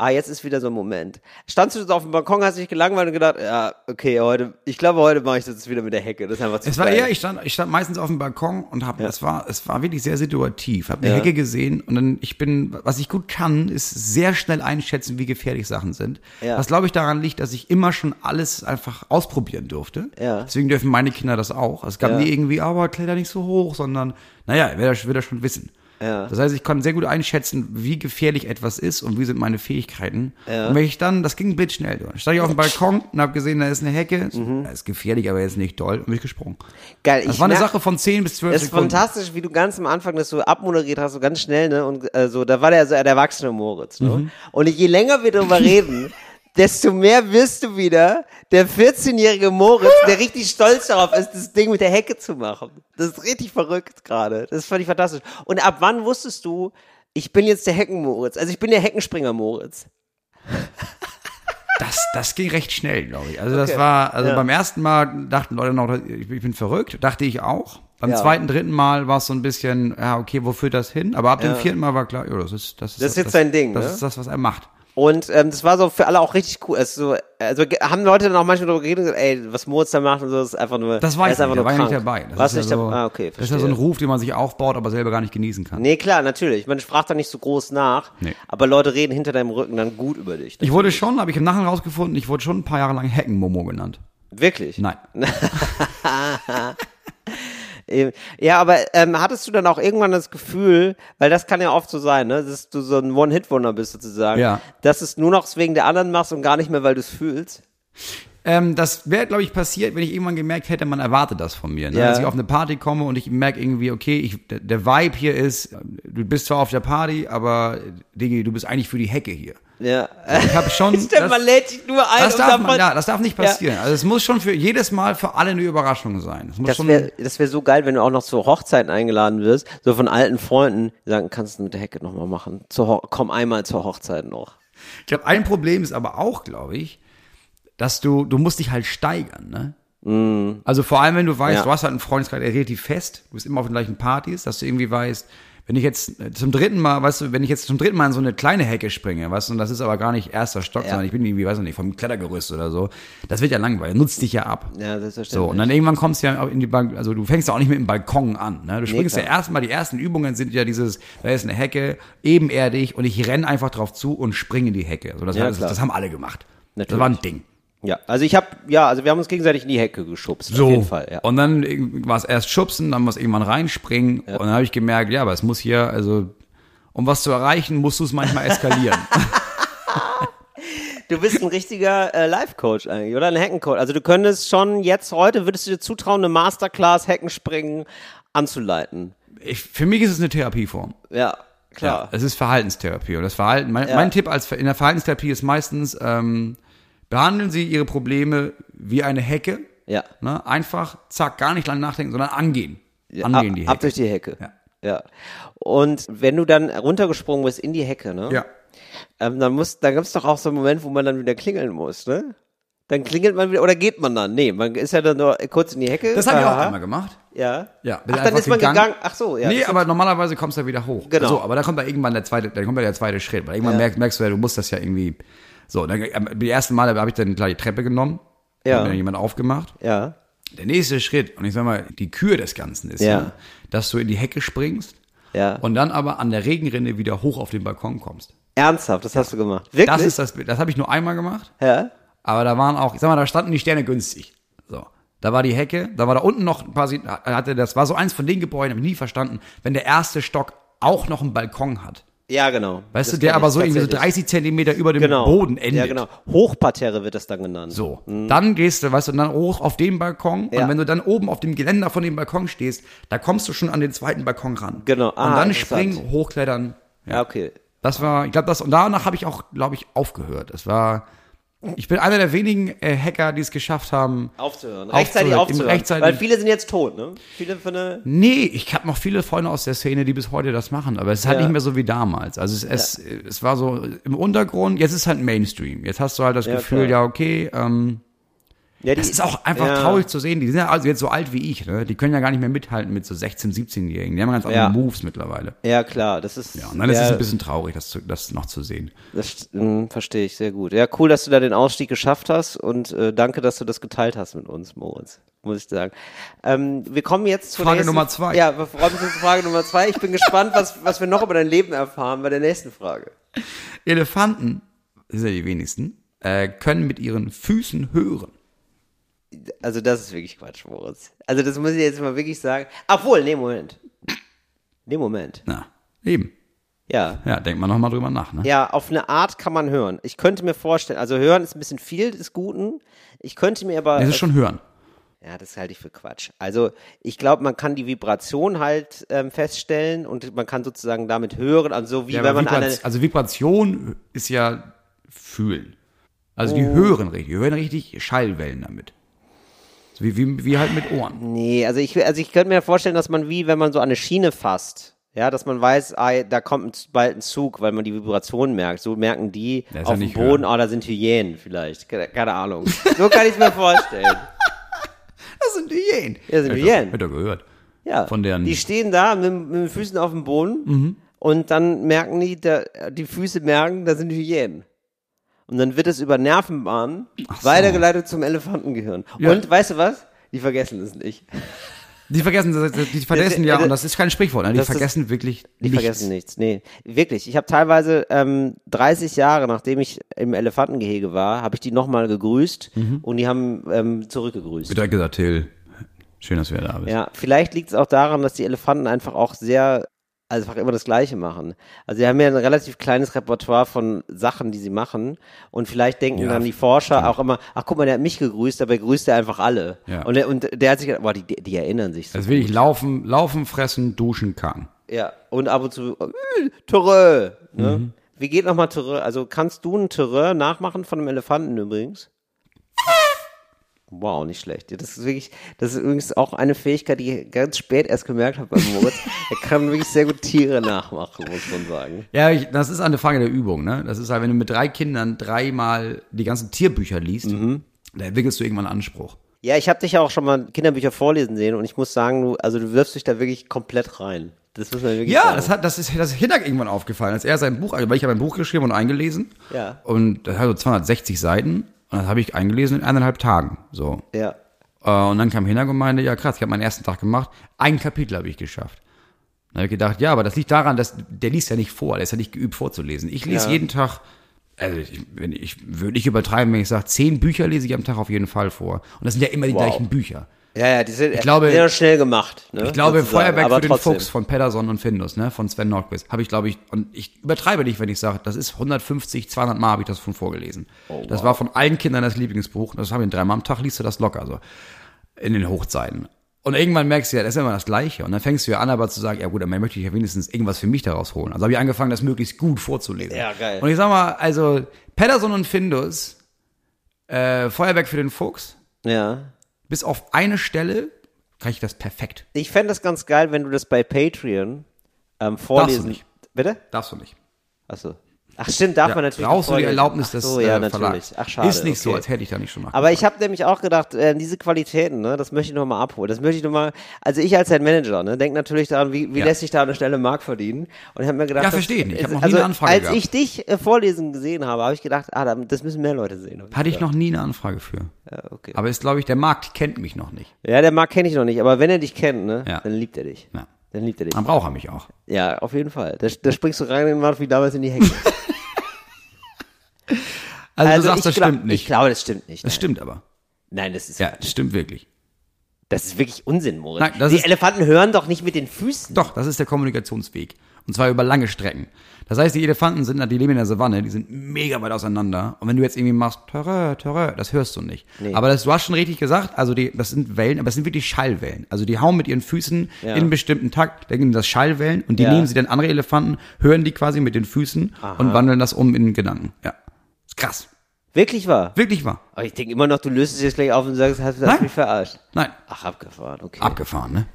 [SPEAKER 1] ah, jetzt ist wieder so ein Moment. Standst du so auf dem Balkon, hast dich gelangweilt und gedacht, ja, okay, heute, ich glaube, heute mache ich das jetzt wieder mit der Hecke. Das ist einfach zu
[SPEAKER 4] Es war
[SPEAKER 1] geil.
[SPEAKER 4] eher, ich stand, ich stand meistens auf dem Balkon und habe, es war, es war wirklich sehr situativ. Habe eine Hecke gesehen und dann, ich bin, was ich gut kann, ist sehr schnell einschätzen, wie gefährlich Sachen sind.
[SPEAKER 1] Ja.
[SPEAKER 4] Was glaube ich daran liegt, dass ich immer schon alles einfach ausprobieren durfte.
[SPEAKER 1] Ja.
[SPEAKER 4] Deswegen dürfen meine Kinder das auch. Es gab "Ah,
[SPEAKER 1] Ja.
[SPEAKER 4] nie irgendwie, aber kletter nicht so hoch, sondern, naja, wird er, wird er schon wissen. Ja. Das heißt, ich konnte sehr gut einschätzen, wie gefährlich etwas ist und wie sind meine Fähigkeiten. Ja. Und wenn ich dann, das ging blitzschnell. Dann stand ich auf dem Balkon und habe gesehen, da ist eine Hecke. Mhm. Das ist gefährlich, aber jetzt nicht doll. Und bin ich gesprungen.
[SPEAKER 1] Geil.
[SPEAKER 4] Das
[SPEAKER 1] ich
[SPEAKER 4] war eine
[SPEAKER 1] merk-
[SPEAKER 4] Sache von 10 bis 12
[SPEAKER 1] Das ist
[SPEAKER 4] Sekunden.
[SPEAKER 1] fantastisch, wie du ganz am Anfang das so abmoderiert hast, so ganz schnell, ne? Und äh, so, da war der, so der erwachsene Moritz, ne? Und je länger wir darüber reden, desto mehr wirst du wieder der 14-jährige Moritz, der richtig stolz darauf ist, das Ding mit der Hecke zu machen. Das ist richtig verrückt gerade. Das fand ich fantastisch. Und ab wann wusstest du, ich bin jetzt der Hecken-Moritz? Also ich bin der Heckenspringer Moritz.
[SPEAKER 4] Das, das ging recht schnell, glaube ich. Also das war, also beim ersten Mal dachten Leute noch, ich, ich bin verrückt, dachte ich auch. Beim
[SPEAKER 1] Ja.
[SPEAKER 4] zweiten, dritten Mal war es so ein bisschen, ja, okay, wo führt das hin? Aber ab dem vierten Mal war klar, ja, das ist das ist
[SPEAKER 1] Das ist jetzt sein Ding,
[SPEAKER 4] Das
[SPEAKER 1] ne?
[SPEAKER 4] ist das, was er macht.
[SPEAKER 1] Und ähm, das war so für alle auch richtig cool. Also, so, also ge- haben Leute dann auch manchmal darüber geredet, und gesagt, ey, was Moritz da macht und so, ist einfach nur.
[SPEAKER 4] Das war
[SPEAKER 1] er
[SPEAKER 4] ich
[SPEAKER 1] ist
[SPEAKER 4] nicht,
[SPEAKER 1] einfach
[SPEAKER 4] da
[SPEAKER 1] nur
[SPEAKER 4] war ich
[SPEAKER 1] krank.
[SPEAKER 4] nicht dabei. Das
[SPEAKER 1] Warst
[SPEAKER 4] ist
[SPEAKER 1] nicht
[SPEAKER 4] ja so,
[SPEAKER 1] dabei? Ah, okay,
[SPEAKER 4] Das ist
[SPEAKER 1] verstehe.
[SPEAKER 4] ja so ein Ruf, den man sich aufbaut, aber selber gar nicht genießen kann.
[SPEAKER 1] Nee, klar, natürlich. Man sprach da nicht so groß nach,
[SPEAKER 4] Nee.
[SPEAKER 1] aber Leute reden hinter deinem Rücken dann gut über dich.
[SPEAKER 4] Ich wurde schon, habe ich im Nachhinein rausgefunden, ich wurde schon ein paar Jahre lang Heckenmomo genannt.
[SPEAKER 1] Wirklich?
[SPEAKER 4] Nein.
[SPEAKER 1] Ähm, Ja, aber ähm, hattest du dann auch irgendwann das Gefühl, weil das kann ja oft so sein, ne, dass du so ein One-Hit-Wonder bist sozusagen,
[SPEAKER 4] Ja.
[SPEAKER 1] dass du es nur noch wegen der anderen machst und gar nicht mehr, weil du es fühlst?
[SPEAKER 4] Ähm, das wäre, glaube ich, passiert, wenn ich irgendwann gemerkt hätte, man erwartet das von mir. Ne?
[SPEAKER 1] Ja.
[SPEAKER 4] Dass ich auf eine Party komme und ich merke irgendwie, okay, ich, der- der Vibe hier ist, du bist zwar auf der Party, aber äh, Digi, du bist eigentlich für die Hecke hier. Also
[SPEAKER 1] Ja. [laughs]
[SPEAKER 4] Ich habe schon.
[SPEAKER 1] Stimmt, man
[SPEAKER 4] Ähm, das,
[SPEAKER 1] lädt dich nur ein um
[SPEAKER 4] das,
[SPEAKER 1] und
[SPEAKER 4] darf
[SPEAKER 1] davon,
[SPEAKER 4] man, ja, das darf nicht passieren. Also es muss schon für jedes Mal für alle eine Überraschung sein. Es muss
[SPEAKER 1] Das
[SPEAKER 4] schon.
[SPEAKER 1] wäre das wär so geil, wenn du auch noch zu Hochzeiten eingeladen wirst, so von alten Freunden, die sagen, kannst du mit der Hecke nochmal machen? Zur Ho komm einmal zur Hochzeit noch.
[SPEAKER 4] Ich glaube, ein Problem ist aber auch, glaube ich, dass du, du musst dich halt steigern, ne? Also vor allem, wenn du weißt,
[SPEAKER 1] Ja.
[SPEAKER 4] du hast halt einen Freundeskreis, der relativ fest, du bist immer auf den gleichen Partys, dass du irgendwie weißt, wenn ich jetzt äh, zum dritten Mal, weißt du, wenn ich jetzt zum dritten Mal in so eine kleine Hecke springe, weißt du, und das ist aber gar nicht erster Stock, sondern ich bin irgendwie, weiß ich nicht, vom Klettergerüst oder so, das wird ja langweilig, nutzt dich ja ab.
[SPEAKER 1] Ja, selbstverständlich.
[SPEAKER 4] So, und dann irgendwann kommst du ja auch in die Bank, also du fängst ja auch nicht mit dem Balkon an. Ne? Du springst ja
[SPEAKER 1] klar.
[SPEAKER 4] erstmal, die ersten Übungen sind ja dieses, da ist eine Hecke, ebenerdig und ich renn einfach drauf zu und springe in die Hecke. So, das,
[SPEAKER 1] Ja,
[SPEAKER 4] das,
[SPEAKER 1] klar.
[SPEAKER 4] das haben alle gemacht. Das
[SPEAKER 1] Natürlich.
[SPEAKER 4] war ein Ding.
[SPEAKER 1] Ja, also ich habe, ja, also wir haben uns gegenseitig in die Hecke geschubst.
[SPEAKER 4] ne? So, Oh.
[SPEAKER 1] Auf jeden Fall, ja.
[SPEAKER 4] und dann irg- war es erst schubsen, dann war es irgendwann reinspringen und dann habe ich gemerkt, ja, aber es muss hier, also um was zu erreichen, musst du es manchmal
[SPEAKER 1] [laughs]
[SPEAKER 4] eskalieren.
[SPEAKER 1] Du bist ein richtiger äh, Life-Coach eigentlich, oder? Ein Heckencoach. Also du könntest schon jetzt heute, würdest du dir zutrauen, eine Masterclass Heckenspringen anzuleiten.
[SPEAKER 4] ich, für mich ist es eine Therapieform.
[SPEAKER 1] Ja,
[SPEAKER 4] Ja,
[SPEAKER 1] klar.
[SPEAKER 4] es ist Verhaltenstherapie. Und das Verhalten, mein,
[SPEAKER 1] Ja.
[SPEAKER 4] mein Tipp als, in der Verhaltenstherapie ist meistens, ähm, behandeln Sie Ihre Probleme wie eine Hecke.
[SPEAKER 1] Ja.
[SPEAKER 4] Ne? Einfach, zack, gar nicht lang nachdenken, sondern angehen.
[SPEAKER 1] ab,
[SPEAKER 4] Angehen die
[SPEAKER 1] ab
[SPEAKER 4] Hecke.
[SPEAKER 1] durch die Hecke.
[SPEAKER 4] Ja.
[SPEAKER 1] ja. Und wenn du dann runtergesprungen bist in die Hecke, ne?
[SPEAKER 4] Ja.
[SPEAKER 1] Ähm, dann muss, dann gibt's doch auch so einen Moment, wo man dann wieder klingeln muss, ne? Dann klingelt man wieder, oder geht man dann? Nee, man ist ja dann nur kurz in die Hecke.
[SPEAKER 4] Das habe ich auch
[SPEAKER 1] Aha.
[SPEAKER 4] einmal gemacht.
[SPEAKER 1] Ja.
[SPEAKER 4] Ja, bin
[SPEAKER 1] Ach, dann
[SPEAKER 4] einfach
[SPEAKER 1] ist man
[SPEAKER 4] gegangen.
[SPEAKER 1] gegangen. Ach so, ja.
[SPEAKER 4] nee,
[SPEAKER 1] das-
[SPEAKER 4] aber normalerweise kommst du ja wieder hoch.
[SPEAKER 1] Genau.
[SPEAKER 4] So, aber da kommt ja irgendwann der zweite, dann kommt ja der zweite Schritt, weil irgendwann merkst, merkst du ja, du musst das ja irgendwie. So, dann, am- die ersten Mal habe ich dann gleich die Treppe genommen,
[SPEAKER 1] Ja.
[SPEAKER 4] hat mir dann jemand aufgemacht.
[SPEAKER 1] Ja.
[SPEAKER 4] Der nächste Schritt, und ich sag mal, die Kür des Ganzen ist,
[SPEAKER 1] Ja.
[SPEAKER 4] ja, dass du in die Hecke springst
[SPEAKER 1] Ja.
[SPEAKER 4] und dann aber an der Regenrinne wieder hoch auf den Balkon kommst.
[SPEAKER 1] Ernsthaft, das hast du gemacht. Wirklich?
[SPEAKER 4] Das ist das Bild. Das habe ich nur einmal gemacht,
[SPEAKER 1] ja.
[SPEAKER 4] aber da waren auch, ich sag mal, da standen die Sterne günstig. So. Da war die Hecke, da war da unten noch ein paar, Sie- hatte, das war so eins von den Gebäuden, habe ich nie verstanden, wenn der erste Stock auch noch einen Balkon hat.
[SPEAKER 1] Ja, genau. Das
[SPEAKER 4] Weißt du, der
[SPEAKER 1] kann
[SPEAKER 4] aber
[SPEAKER 1] ich
[SPEAKER 4] so irgendwie so
[SPEAKER 1] tatsächlich.
[SPEAKER 4] 30 Zentimeter über dem
[SPEAKER 1] genau.
[SPEAKER 4] Boden endet.
[SPEAKER 1] Ja, genau. Hochparterre wird das dann genannt.
[SPEAKER 4] So, dann gehst du, weißt du, dann hoch auf den Balkon
[SPEAKER 1] Mhm. Ja.
[SPEAKER 4] und wenn du dann oben auf dem Geländer von dem Balkon stehst, da kommst du schon an den zweiten Balkon ran.
[SPEAKER 1] Genau. Ah,
[SPEAKER 4] und dann
[SPEAKER 1] interessant.
[SPEAKER 4] springen, hochklettern.
[SPEAKER 1] Ja, okay.
[SPEAKER 4] Das war, ich glaube, das und danach habe ich auch, glaube ich, aufgehört. Das war, ich bin einer der wenigen äh, Hacker, die es geschafft haben.
[SPEAKER 1] Aufzuhören.
[SPEAKER 4] Aufzuhören.
[SPEAKER 1] Rechtzeitig
[SPEAKER 4] Im-
[SPEAKER 1] aufzuhören.
[SPEAKER 4] rechtzeitig-
[SPEAKER 1] Weil viele sind jetzt tot, ne? Viele von der.
[SPEAKER 4] Nee, ich habe noch viele Freunde aus der Szene, die bis heute das machen, aber es ist halt
[SPEAKER 1] Ja.
[SPEAKER 4] nicht mehr so wie damals. Also es, es, es war so im Untergrund, jetzt ist halt Mainstream. Jetzt hast du halt das
[SPEAKER 1] Ja,
[SPEAKER 4] Gefühl,
[SPEAKER 1] klar.
[SPEAKER 4] ja, okay, ähm,
[SPEAKER 1] Ja,
[SPEAKER 4] Das ist auch einfach
[SPEAKER 1] ja.
[SPEAKER 4] traurig zu sehen. Die sind ja also jetzt so alt wie ich, ne? Die können ja gar nicht mehr mithalten mit so 16, 17-Jährigen. Die haben ganz andere
[SPEAKER 1] Ja.
[SPEAKER 4] Moves mittlerweile.
[SPEAKER 1] Ja, klar. Das ist.
[SPEAKER 4] Ja, und dann ist es ein bisschen traurig, das, zu, das noch zu sehen.
[SPEAKER 1] Das mm, verstehe ich sehr gut. Ja, cool, dass du da den Ausstieg geschafft hast und äh, danke, dass du das geteilt hast mit uns, Moritz. Muss ich sagen. Ähm, wir kommen jetzt zur
[SPEAKER 4] Frage
[SPEAKER 1] nächsten,
[SPEAKER 4] Nummer zwei.
[SPEAKER 1] Ja, wir freuen uns auf Frage Nummer zwei. Ich bin gespannt, was, was wir noch über dein Leben erfahren bei der nächsten Frage.
[SPEAKER 4] Elefanten, das sind ja die wenigsten, äh, können mit ihren Füßen hören.
[SPEAKER 1] Also das ist wirklich Quatsch, Moritz. Also das muss ich jetzt mal wirklich sagen. Obwohl, nee, Moment. Nee, Moment.
[SPEAKER 4] Na, Eben.
[SPEAKER 1] Ja.
[SPEAKER 4] Ja, denkt man nochmal drüber nach, ne?
[SPEAKER 1] Ja, auf eine Art kann man hören. Ich könnte mir vorstellen, also hören ist ein bisschen viel des Guten. Ich könnte mir aber.
[SPEAKER 4] Es ist schon hören.
[SPEAKER 1] Ja, das halte ich für Quatsch. Also ich glaube, man kann die Vibration halt ähm, feststellen und man kann sozusagen damit hören, also so wie
[SPEAKER 4] Ja,
[SPEAKER 1] wenn
[SPEAKER 4] aber
[SPEAKER 1] man eine.
[SPEAKER 4] Vibra- also Vibration ist ja fühlen. Also
[SPEAKER 1] Oh.
[SPEAKER 4] die hören richtig, die hören richtig Schallwellen damit. So wie, wie, wie halt mit Ohren.
[SPEAKER 1] Nee, also ich, also ich könnte mir vorstellen, dass man wie, wenn man so an eine Schiene fasst, ja, dass man weiß, ah, da kommt ein Z- bald ein Zug, weil man die Vibration merkt. So merken die
[SPEAKER 4] Das ist ja
[SPEAKER 1] auf dem
[SPEAKER 4] nicht
[SPEAKER 1] Boden, ah, da sind Hyänen vielleicht. Keine, keine Ahnung. So kann ich es mir vorstellen.
[SPEAKER 4] Das sind Hyänen.
[SPEAKER 1] Ja, sind
[SPEAKER 4] Hätte-
[SPEAKER 1] Hyänen.
[SPEAKER 4] Hätte er gehört.
[SPEAKER 1] Ja.
[SPEAKER 4] Von deren- Mhm.
[SPEAKER 1] die stehen da mit, mit den Füßen auf dem Boden und dann merken die, da, die Füße merken, da sind Hyänen. Und dann wird es über Nervenbahnen weitergeleitet zum Elefantengehirn.
[SPEAKER 4] Ja.
[SPEAKER 1] Und weißt du was? Die vergessen es nicht.
[SPEAKER 4] Die vergessen, das- das- die vergessen ja,
[SPEAKER 1] das-
[SPEAKER 4] und das ist kein Sprichwort, ne? die
[SPEAKER 1] das ist-
[SPEAKER 4] vergessen wirklich
[SPEAKER 1] Die
[SPEAKER 4] nichts.
[SPEAKER 1] vergessen nichts. Nee, wirklich. Ich habe teilweise ähm, 30 Jahre, nachdem ich im Elefantengehege war, habe ich die nochmal gegrüßt
[SPEAKER 4] Mhm.
[SPEAKER 1] und die haben ähm, zurückgegrüßt.
[SPEAKER 4] Direkt gesagt, Till, schön, dass du wieder da bist.
[SPEAKER 1] Ja, vielleicht liegt es auch daran, dass die Elefanten einfach auch sehr, also einfach immer das Gleiche machen. Also sie haben ja ein relativ kleines Repertoire von Sachen, die sie machen. Und vielleicht denken
[SPEAKER 4] Ja,
[SPEAKER 1] dann die Forscher auch immer, ach guck mal, der hat mich gegrüßt, dabei grüßt er einfach alle.
[SPEAKER 4] Ja.
[SPEAKER 1] Und, der, und der hat sich gedacht, boah, die, die erinnern sich so.
[SPEAKER 4] Also will ich laufen, laufen, fressen, duschen, kacken.
[SPEAKER 1] Ja. Und ab und zu, äh, Terreur. Ne?
[SPEAKER 4] Mhm.
[SPEAKER 1] Wie geht nochmal Terreur? Also kannst du ein Terreur nachmachen von einem Elefanten übrigens? Wow, nicht schlecht. Ja, Das ist wirklich, das ist übrigens auch eine Fähigkeit, die ich ganz spät erst gemerkt habe bei Moritz. er kann wirklich sehr gut Tiere nachmachen, muss man sagen.
[SPEAKER 4] Ja, ich, das ist eine Frage der Übung, ne? Das ist halt, wenn du mit drei Kindern dreimal die ganzen Tierbücher liest,
[SPEAKER 1] Mhm.
[SPEAKER 4] da entwickelst du irgendwann einen Anspruch.
[SPEAKER 1] Ja, ich habe dich ja auch schon mal Kinderbücher vorlesen sehen und ich muss sagen, du, also du wirfst dich da wirklich komplett rein. Das muss man wirklich
[SPEAKER 4] Ja,
[SPEAKER 1] sagen.
[SPEAKER 4] das hat, das ist, das ist Hinnack irgendwann aufgefallen, als er sein Buch, also weil ich habe ein Buch geschrieben und eingelesen.
[SPEAKER 1] Ja.
[SPEAKER 4] Und das hat so 260 Seiten. Und das habe ich eingelesen in eineinhalb Tagen, so.
[SPEAKER 1] ja.
[SPEAKER 4] Äh, Und dann kam Hinnack und meinte, ja krass, ich habe meinen ersten Tag gemacht. Ein Kapitel habe ich geschafft. Dann habe ich gedacht, ja, aber das liegt daran, dass der liest ja nicht vor, der ist ja nicht geübt vorzulesen. Ich lese
[SPEAKER 1] Ja.
[SPEAKER 4] jeden Tag, also ich, wenn ich würde nicht übertreiben, wenn ich sage, zehn Bücher lese ich am Tag auf jeden Fall vor. Und das sind ja immer die
[SPEAKER 1] Wow.
[SPEAKER 4] gleichen Bücher.
[SPEAKER 1] Ja, ja, die sind, ich
[SPEAKER 4] glaube-
[SPEAKER 1] sehr schnell gemacht. Ne?
[SPEAKER 4] Ich glaube,
[SPEAKER 1] sozusagen,
[SPEAKER 4] Feuerwerk
[SPEAKER 1] aber
[SPEAKER 4] für den
[SPEAKER 1] trotzdem.
[SPEAKER 4] Fuchs von Pedersen und Findus, ne, von Sven Nordquist, habe ich, glaube ich, und ich übertreibe nicht, wenn ich sage, das ist 150, 200 Mal habe ich das von vorgelesen.
[SPEAKER 1] Oh,
[SPEAKER 4] Das war von allen Kindern das Lieblingsbuch. Das haben wir dreimal am Tag, liest du das locker, so. In den Hochzeiten. Und irgendwann merkst du ja, das ist immer das Gleiche. Und dann fängst du ja an, aber zu sagen, ja gut, dann möchte ich ja wenigstens irgendwas für mich daraus holen. Also habe ich angefangen, das möglichst gut vorzulesen.
[SPEAKER 1] Ja, geil.
[SPEAKER 4] Und ich sag mal, also, Pedersen und Findus, äh, Feuerwerk für den Fuchs,
[SPEAKER 1] Ja.
[SPEAKER 4] bis auf eine Stelle kann ich das perfekt.
[SPEAKER 1] Ich fände das ganz geil, wenn du das bei Patreon ähm, vorlesen.
[SPEAKER 4] nicht.
[SPEAKER 1] Bitte?
[SPEAKER 4] Darfst du nicht.
[SPEAKER 1] Achso. Ach stimmt, darf
[SPEAKER 4] Ja,
[SPEAKER 1] man natürlich.
[SPEAKER 4] brauchst du die
[SPEAKER 1] vorlesen.
[SPEAKER 4] Erlaubnis
[SPEAKER 1] Ach
[SPEAKER 4] des
[SPEAKER 1] so, ja,
[SPEAKER 4] äh,
[SPEAKER 1] natürlich.
[SPEAKER 4] Verlags.
[SPEAKER 1] Ach schade.
[SPEAKER 4] Ist nicht so,
[SPEAKER 1] okay.
[SPEAKER 4] als hätte ich da nicht schon nach.
[SPEAKER 1] Aber ich habe nämlich auch gedacht, äh, diese Qualitäten, ne, das möchte ich nochmal abholen. Das möchte ich nochmal, also ich als ein Manager, ne, denk natürlich daran, wie, wie
[SPEAKER 4] Ja.
[SPEAKER 1] lässt sich da an der Stelle Mark verdienen? Und ich habe mir gedacht,
[SPEAKER 4] Ja,
[SPEAKER 1] das-
[SPEAKER 4] verstehe ich nicht. Ich hab noch nie
[SPEAKER 1] also,
[SPEAKER 4] eine Anfrage
[SPEAKER 1] Als
[SPEAKER 4] gehabt.
[SPEAKER 1] ich dich äh, vorlesen gesehen habe, habe ich gedacht, ah, da- das müssen mehr Leute sehen.
[SPEAKER 4] Hatte ich noch nie eine Anfrage für.
[SPEAKER 1] Ja, okay.
[SPEAKER 4] Aber ist, glaube ich, der Markt kennt mich noch nicht.
[SPEAKER 1] ja, der Mark kenne ich noch nicht, aber wenn er dich kennt, ne,
[SPEAKER 4] Ja.
[SPEAKER 1] dann liebt er dich.
[SPEAKER 4] Ja.
[SPEAKER 1] Dann liebt er dich.
[SPEAKER 4] Dann braucht er mich auch.
[SPEAKER 1] Ja, auf jeden Fall. Da, da springst du rein in den Markt wie damals in die Hecke.
[SPEAKER 4] [laughs] Also, du
[SPEAKER 1] ich
[SPEAKER 4] sagst, das
[SPEAKER 1] glaub-
[SPEAKER 4] stimmt
[SPEAKER 1] Ich
[SPEAKER 4] nicht.
[SPEAKER 1] glaube, das stimmt nicht.
[SPEAKER 4] Das stimmt aber.
[SPEAKER 1] Nein, das ist,
[SPEAKER 4] Ja, das stimmt wirklich.
[SPEAKER 1] das ist wirklich Unsinn, Moritz.
[SPEAKER 4] Nein, das
[SPEAKER 1] die
[SPEAKER 4] ist-
[SPEAKER 1] Elefanten hören doch nicht mit den Füßen.
[SPEAKER 4] Doch, das ist der Kommunikationsweg. Und zwar über lange Strecken. Das heißt, die Elefanten sind, die leben in der Savanne, die sind mega weit auseinander. Und wenn du jetzt irgendwie machst, törö, törö, das hörst du nicht. Aber das, du hast schon richtig gesagt, also die, das sind Wellen, aber das sind wirklich Schallwellen. Also die hauen mit ihren Füßen
[SPEAKER 1] Ja.
[SPEAKER 4] in einen bestimmten Takt, dann geben das Schallwellen und die
[SPEAKER 1] Ja.
[SPEAKER 4] nehmen sie dann andere Elefanten, hören die quasi mit den Füßen und wandeln das um in Gedanken. Ja. Ist krass.
[SPEAKER 1] Wirklich wahr.
[SPEAKER 4] Wirklich wahr.
[SPEAKER 1] Aber ich denke immer noch, du löst es jetzt gleich auf und sagst, hast, hast
[SPEAKER 4] Nein.
[SPEAKER 1] mich verarscht.
[SPEAKER 4] Nein.
[SPEAKER 1] Ach, abgefahren, okay.
[SPEAKER 4] Abgefahren, ne?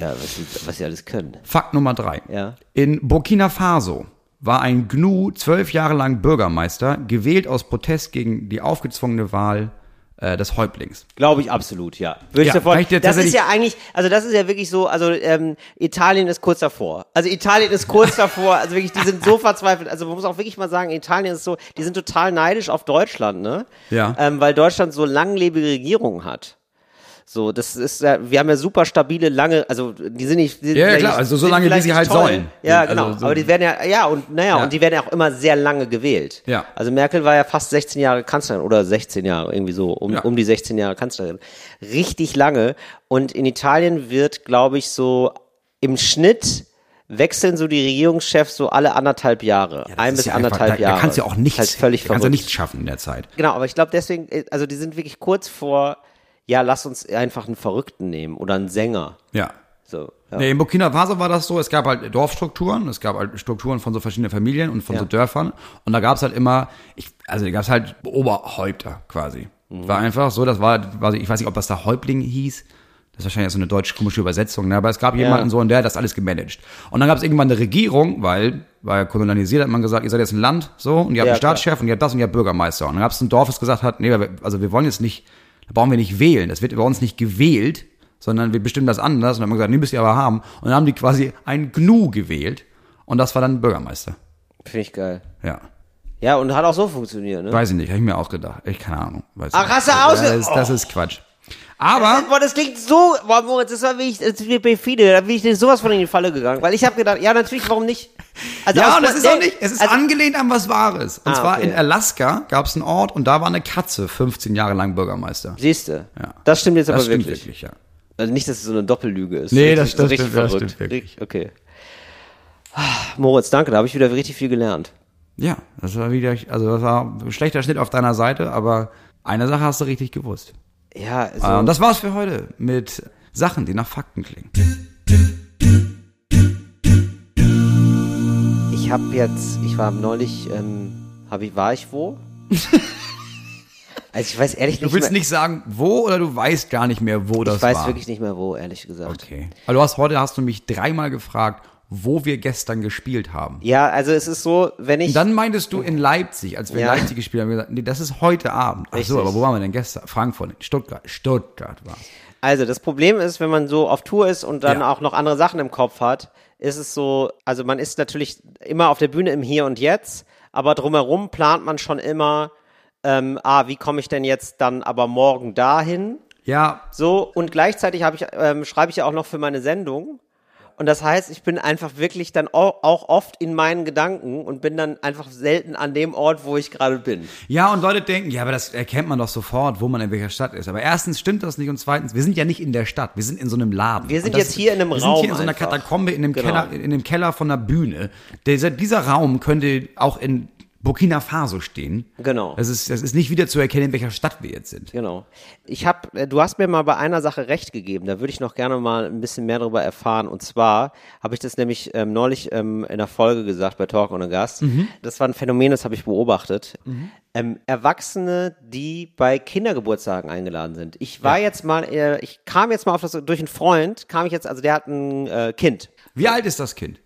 [SPEAKER 1] ja, was sie, was sie alles können.
[SPEAKER 4] Fakt Nummer drei.
[SPEAKER 1] Ja.
[SPEAKER 4] In Burkina Faso war ein Gnu zwölf Jahre lang Bürgermeister, gewählt aus Protest gegen die aufgezwungene Wahl äh, des Häuptlings.
[SPEAKER 1] Glaube ich absolut, ja. Würde ich
[SPEAKER 4] Ja,
[SPEAKER 1] davon.
[SPEAKER 4] kann ich dir
[SPEAKER 1] Das ist
[SPEAKER 4] tatsächlich-
[SPEAKER 1] ja eigentlich, also das ist ja wirklich so, also ähm, Italien ist kurz davor. Also Italien ist kurz davor, also wirklich, die sind so verzweifelt. Also man muss auch wirklich mal sagen, Italien ist so, die sind total neidisch auf Deutschland, ne?
[SPEAKER 4] Ja.
[SPEAKER 1] Ähm, weil Deutschland so langlebige Regierungen hat. So, das ist ja, wir haben ja super stabile, lange, also die sind nicht. die sind
[SPEAKER 4] Ja, ja,
[SPEAKER 1] vielleicht
[SPEAKER 4] klar,
[SPEAKER 1] nicht-
[SPEAKER 4] also so
[SPEAKER 1] sind
[SPEAKER 4] lange, wie
[SPEAKER 1] vielleicht
[SPEAKER 4] sie
[SPEAKER 1] nicht
[SPEAKER 4] halt
[SPEAKER 1] toll.
[SPEAKER 4] sollen.
[SPEAKER 1] Ja,
[SPEAKER 4] Also
[SPEAKER 1] genau.
[SPEAKER 4] so-
[SPEAKER 1] Aber die werden ja, ja, und naja,
[SPEAKER 4] Ja.
[SPEAKER 1] und die werden ja auch immer sehr lange gewählt.
[SPEAKER 4] Ja.
[SPEAKER 1] Also Merkel war ja fast 16 Jahre Kanzlerin oder 16 Jahre, irgendwie so, um,
[SPEAKER 4] Ja.
[SPEAKER 1] um die 16 Jahre Kanzlerin. Richtig lange. Und in Italien wird, glaube ich, so im Schnitt wechseln so die Regierungschefs so alle anderthalb Jahre.
[SPEAKER 4] Ja, das
[SPEAKER 1] ein
[SPEAKER 4] ist
[SPEAKER 1] bis
[SPEAKER 4] ja
[SPEAKER 1] anderthalb
[SPEAKER 4] einfach, da,
[SPEAKER 1] Jahre.
[SPEAKER 4] Da kannst du ja auch nichts,
[SPEAKER 1] Ist Halt völlig
[SPEAKER 4] da kannst du
[SPEAKER 1] verrückt.
[SPEAKER 4] nichts schaffen in der Zeit.
[SPEAKER 1] Genau, aber ich glaube deswegen, äh, also die sind wirklich kurz vor, ja, lass uns einfach einen Verrückten nehmen oder einen Sänger.
[SPEAKER 4] Ja.
[SPEAKER 1] So, ja.
[SPEAKER 4] Nee, in Burkina Faso war das so, es gab halt Dorfstrukturen, es gab halt Strukturen von so verschiedenen Familien und von so Dörfern. Und da gab es halt immer, ich, also da gab es halt Oberhäupter quasi. War einfach so, das war, quasi- ich weiß nicht, ob das da Häuptling hieß. Das ist wahrscheinlich so eine deutsch-komische Übersetzung, ne? aber es gab jemanden so und der hat das alles gemanagt. Und dann gab es irgendwann eine Regierung, weil, weil kolonisiert hat man gesagt, ihr seid jetzt ein Land, so, und ihr habt
[SPEAKER 1] Ja,
[SPEAKER 4] einen
[SPEAKER 1] klar.
[SPEAKER 4] Staatschef und ihr habt das und ihr habt Bürgermeister. Und dann gab es ein Dorf, das gesagt hat, nee, wir- also wir wollen jetzt nicht, da brauchen wir nicht wählen. Das wird bei uns nicht gewählt, sondern wir bestimmen das anders. Und dann haben wir gesagt, nee, müsst ihr aber haben. Und dann haben die quasi ein Gnu gewählt. Und das war dann Bürgermeister.
[SPEAKER 1] Finde ich geil.
[SPEAKER 4] Ja.
[SPEAKER 1] Ja, und hat auch so funktioniert, ne?
[SPEAKER 4] Weiß ich nicht, habe ich mir auch gedacht. Ich keine Ahnung. Weiß
[SPEAKER 1] Ach,
[SPEAKER 4] nicht.
[SPEAKER 1] hast du ausge-
[SPEAKER 4] Das, ist- das ist Quatsch. Aber,
[SPEAKER 1] Boah, das klingt so, boah, Moritz, das war wirklich, das wird mir viele, da bin ich dir sowas von in die Falle gegangen, weil ich habe gedacht, ja, natürlich, warum nicht? Also
[SPEAKER 4] ja,
[SPEAKER 1] aus-
[SPEAKER 4] und das ist
[SPEAKER 1] nee,
[SPEAKER 4] auch nicht, es ist
[SPEAKER 1] also,
[SPEAKER 4] angelehnt an was Wahres. Und
[SPEAKER 1] Ah,
[SPEAKER 4] zwar
[SPEAKER 1] okay.
[SPEAKER 4] in Alaska gab es einen Ort und da war eine Katze 15 Jahre lang Bürgermeister.
[SPEAKER 1] Siehste,
[SPEAKER 4] Ja.
[SPEAKER 1] das stimmt jetzt aber
[SPEAKER 4] das stimmt
[SPEAKER 1] wirklich.
[SPEAKER 4] wirklich, ja.
[SPEAKER 1] Also nicht, dass es so eine Doppellüge ist.
[SPEAKER 4] Nee,
[SPEAKER 1] Richtig-
[SPEAKER 4] das- das
[SPEAKER 1] richtig
[SPEAKER 4] stimmt, das
[SPEAKER 1] verrückt.
[SPEAKER 4] stimmt wirklich.
[SPEAKER 1] Okay. Ah, Moritz, danke, da habe ich wieder richtig viel gelernt.
[SPEAKER 4] Ja, das war wieder, also das war ein schlechter Schnitt auf deiner Seite, aber eine Sache hast du richtig gewusst.
[SPEAKER 1] Ja, also,
[SPEAKER 4] Und das war's für heute mit Sachen, die nach Fakten klingen.
[SPEAKER 1] ich habe jetzt, ich war neulich, ähm, hab ich, war ich
[SPEAKER 4] [laughs]
[SPEAKER 1] wo? also ich weiß ehrlich
[SPEAKER 4] Du
[SPEAKER 1] nicht
[SPEAKER 4] willst
[SPEAKER 1] mehr,
[SPEAKER 4] nicht sagen, wo oder du weißt gar nicht mehr, wo das
[SPEAKER 1] ich weiß
[SPEAKER 4] war.
[SPEAKER 1] wirklich nicht mehr wo, ehrlich gesagt.
[SPEAKER 4] Okay. Aber du hast heute hast du mich dreimal gefragt, wo wir gestern gespielt haben.
[SPEAKER 1] Ja, also es ist so, wenn ich,
[SPEAKER 4] Und dann meintest du in Leipzig, als wir
[SPEAKER 1] Ja.
[SPEAKER 4] in Leipzig gespielt haben, haben wir gesagt, nee, das ist heute Abend. Ach so,
[SPEAKER 1] Richtig.
[SPEAKER 4] aber wo waren wir denn gestern? Frankfurt, Stuttgart. Stuttgart war
[SPEAKER 1] also das Problem ist, wenn man so auf Tour ist und dann
[SPEAKER 4] Ja.
[SPEAKER 1] auch noch andere Sachen im Kopf hat, ist es so, also man ist natürlich immer auf der Bühne im Hier und Jetzt, aber drumherum plant man schon immer, ähm, ah, wie komme ich denn jetzt dann aber morgen dahin?
[SPEAKER 4] Ja,
[SPEAKER 1] So, und gleichzeitig habe ich, ähm, schreibe ich ja auch noch für meine Sendung. Und das heißt, ich bin einfach wirklich dann auch, auch oft in meinen Gedanken und bin dann einfach selten an dem Ort, wo ich gerade bin.
[SPEAKER 4] Ja, und Leute denken, ja, aber das erkennt man doch sofort, wo man in welcher Stadt ist. Aber erstens stimmt das nicht und zweitens, wir sind ja nicht in der Stadt, wir sind in so einem Laden.
[SPEAKER 1] Wir sind
[SPEAKER 4] Und das,
[SPEAKER 1] jetzt hier in einem
[SPEAKER 4] wir
[SPEAKER 1] Raum
[SPEAKER 4] sind hier in so einer
[SPEAKER 1] einfach.
[SPEAKER 4] Katakombe, in dem,
[SPEAKER 1] Genau.
[SPEAKER 4] Keller, in dem Keller von einer Bühne. Dieser, dieser Raum könnte auch in Burkina Faso stehen.
[SPEAKER 1] Genau.
[SPEAKER 4] Das ist, das ist nicht wieder zu erkennen, in welcher Stadt wir jetzt sind.
[SPEAKER 1] Genau. Ich habe, du hast mir mal bei einer Sache recht gegeben. Da würde ich noch gerne mal ein bisschen mehr darüber erfahren. Und zwar habe ich das nämlich ähm, neulich ähm, in einer Folge gesagt bei Talk ohne Gast. Das war ein Phänomen, das habe ich beobachtet. Ähm, Erwachsene, die bei Kindergeburtstagen eingeladen sind. Ich war jetzt mal, äh, ich kam jetzt mal auf das durch einen Freund, kam ich jetzt, also der hat ein äh, Kind.
[SPEAKER 4] Wie alt ist das Kind?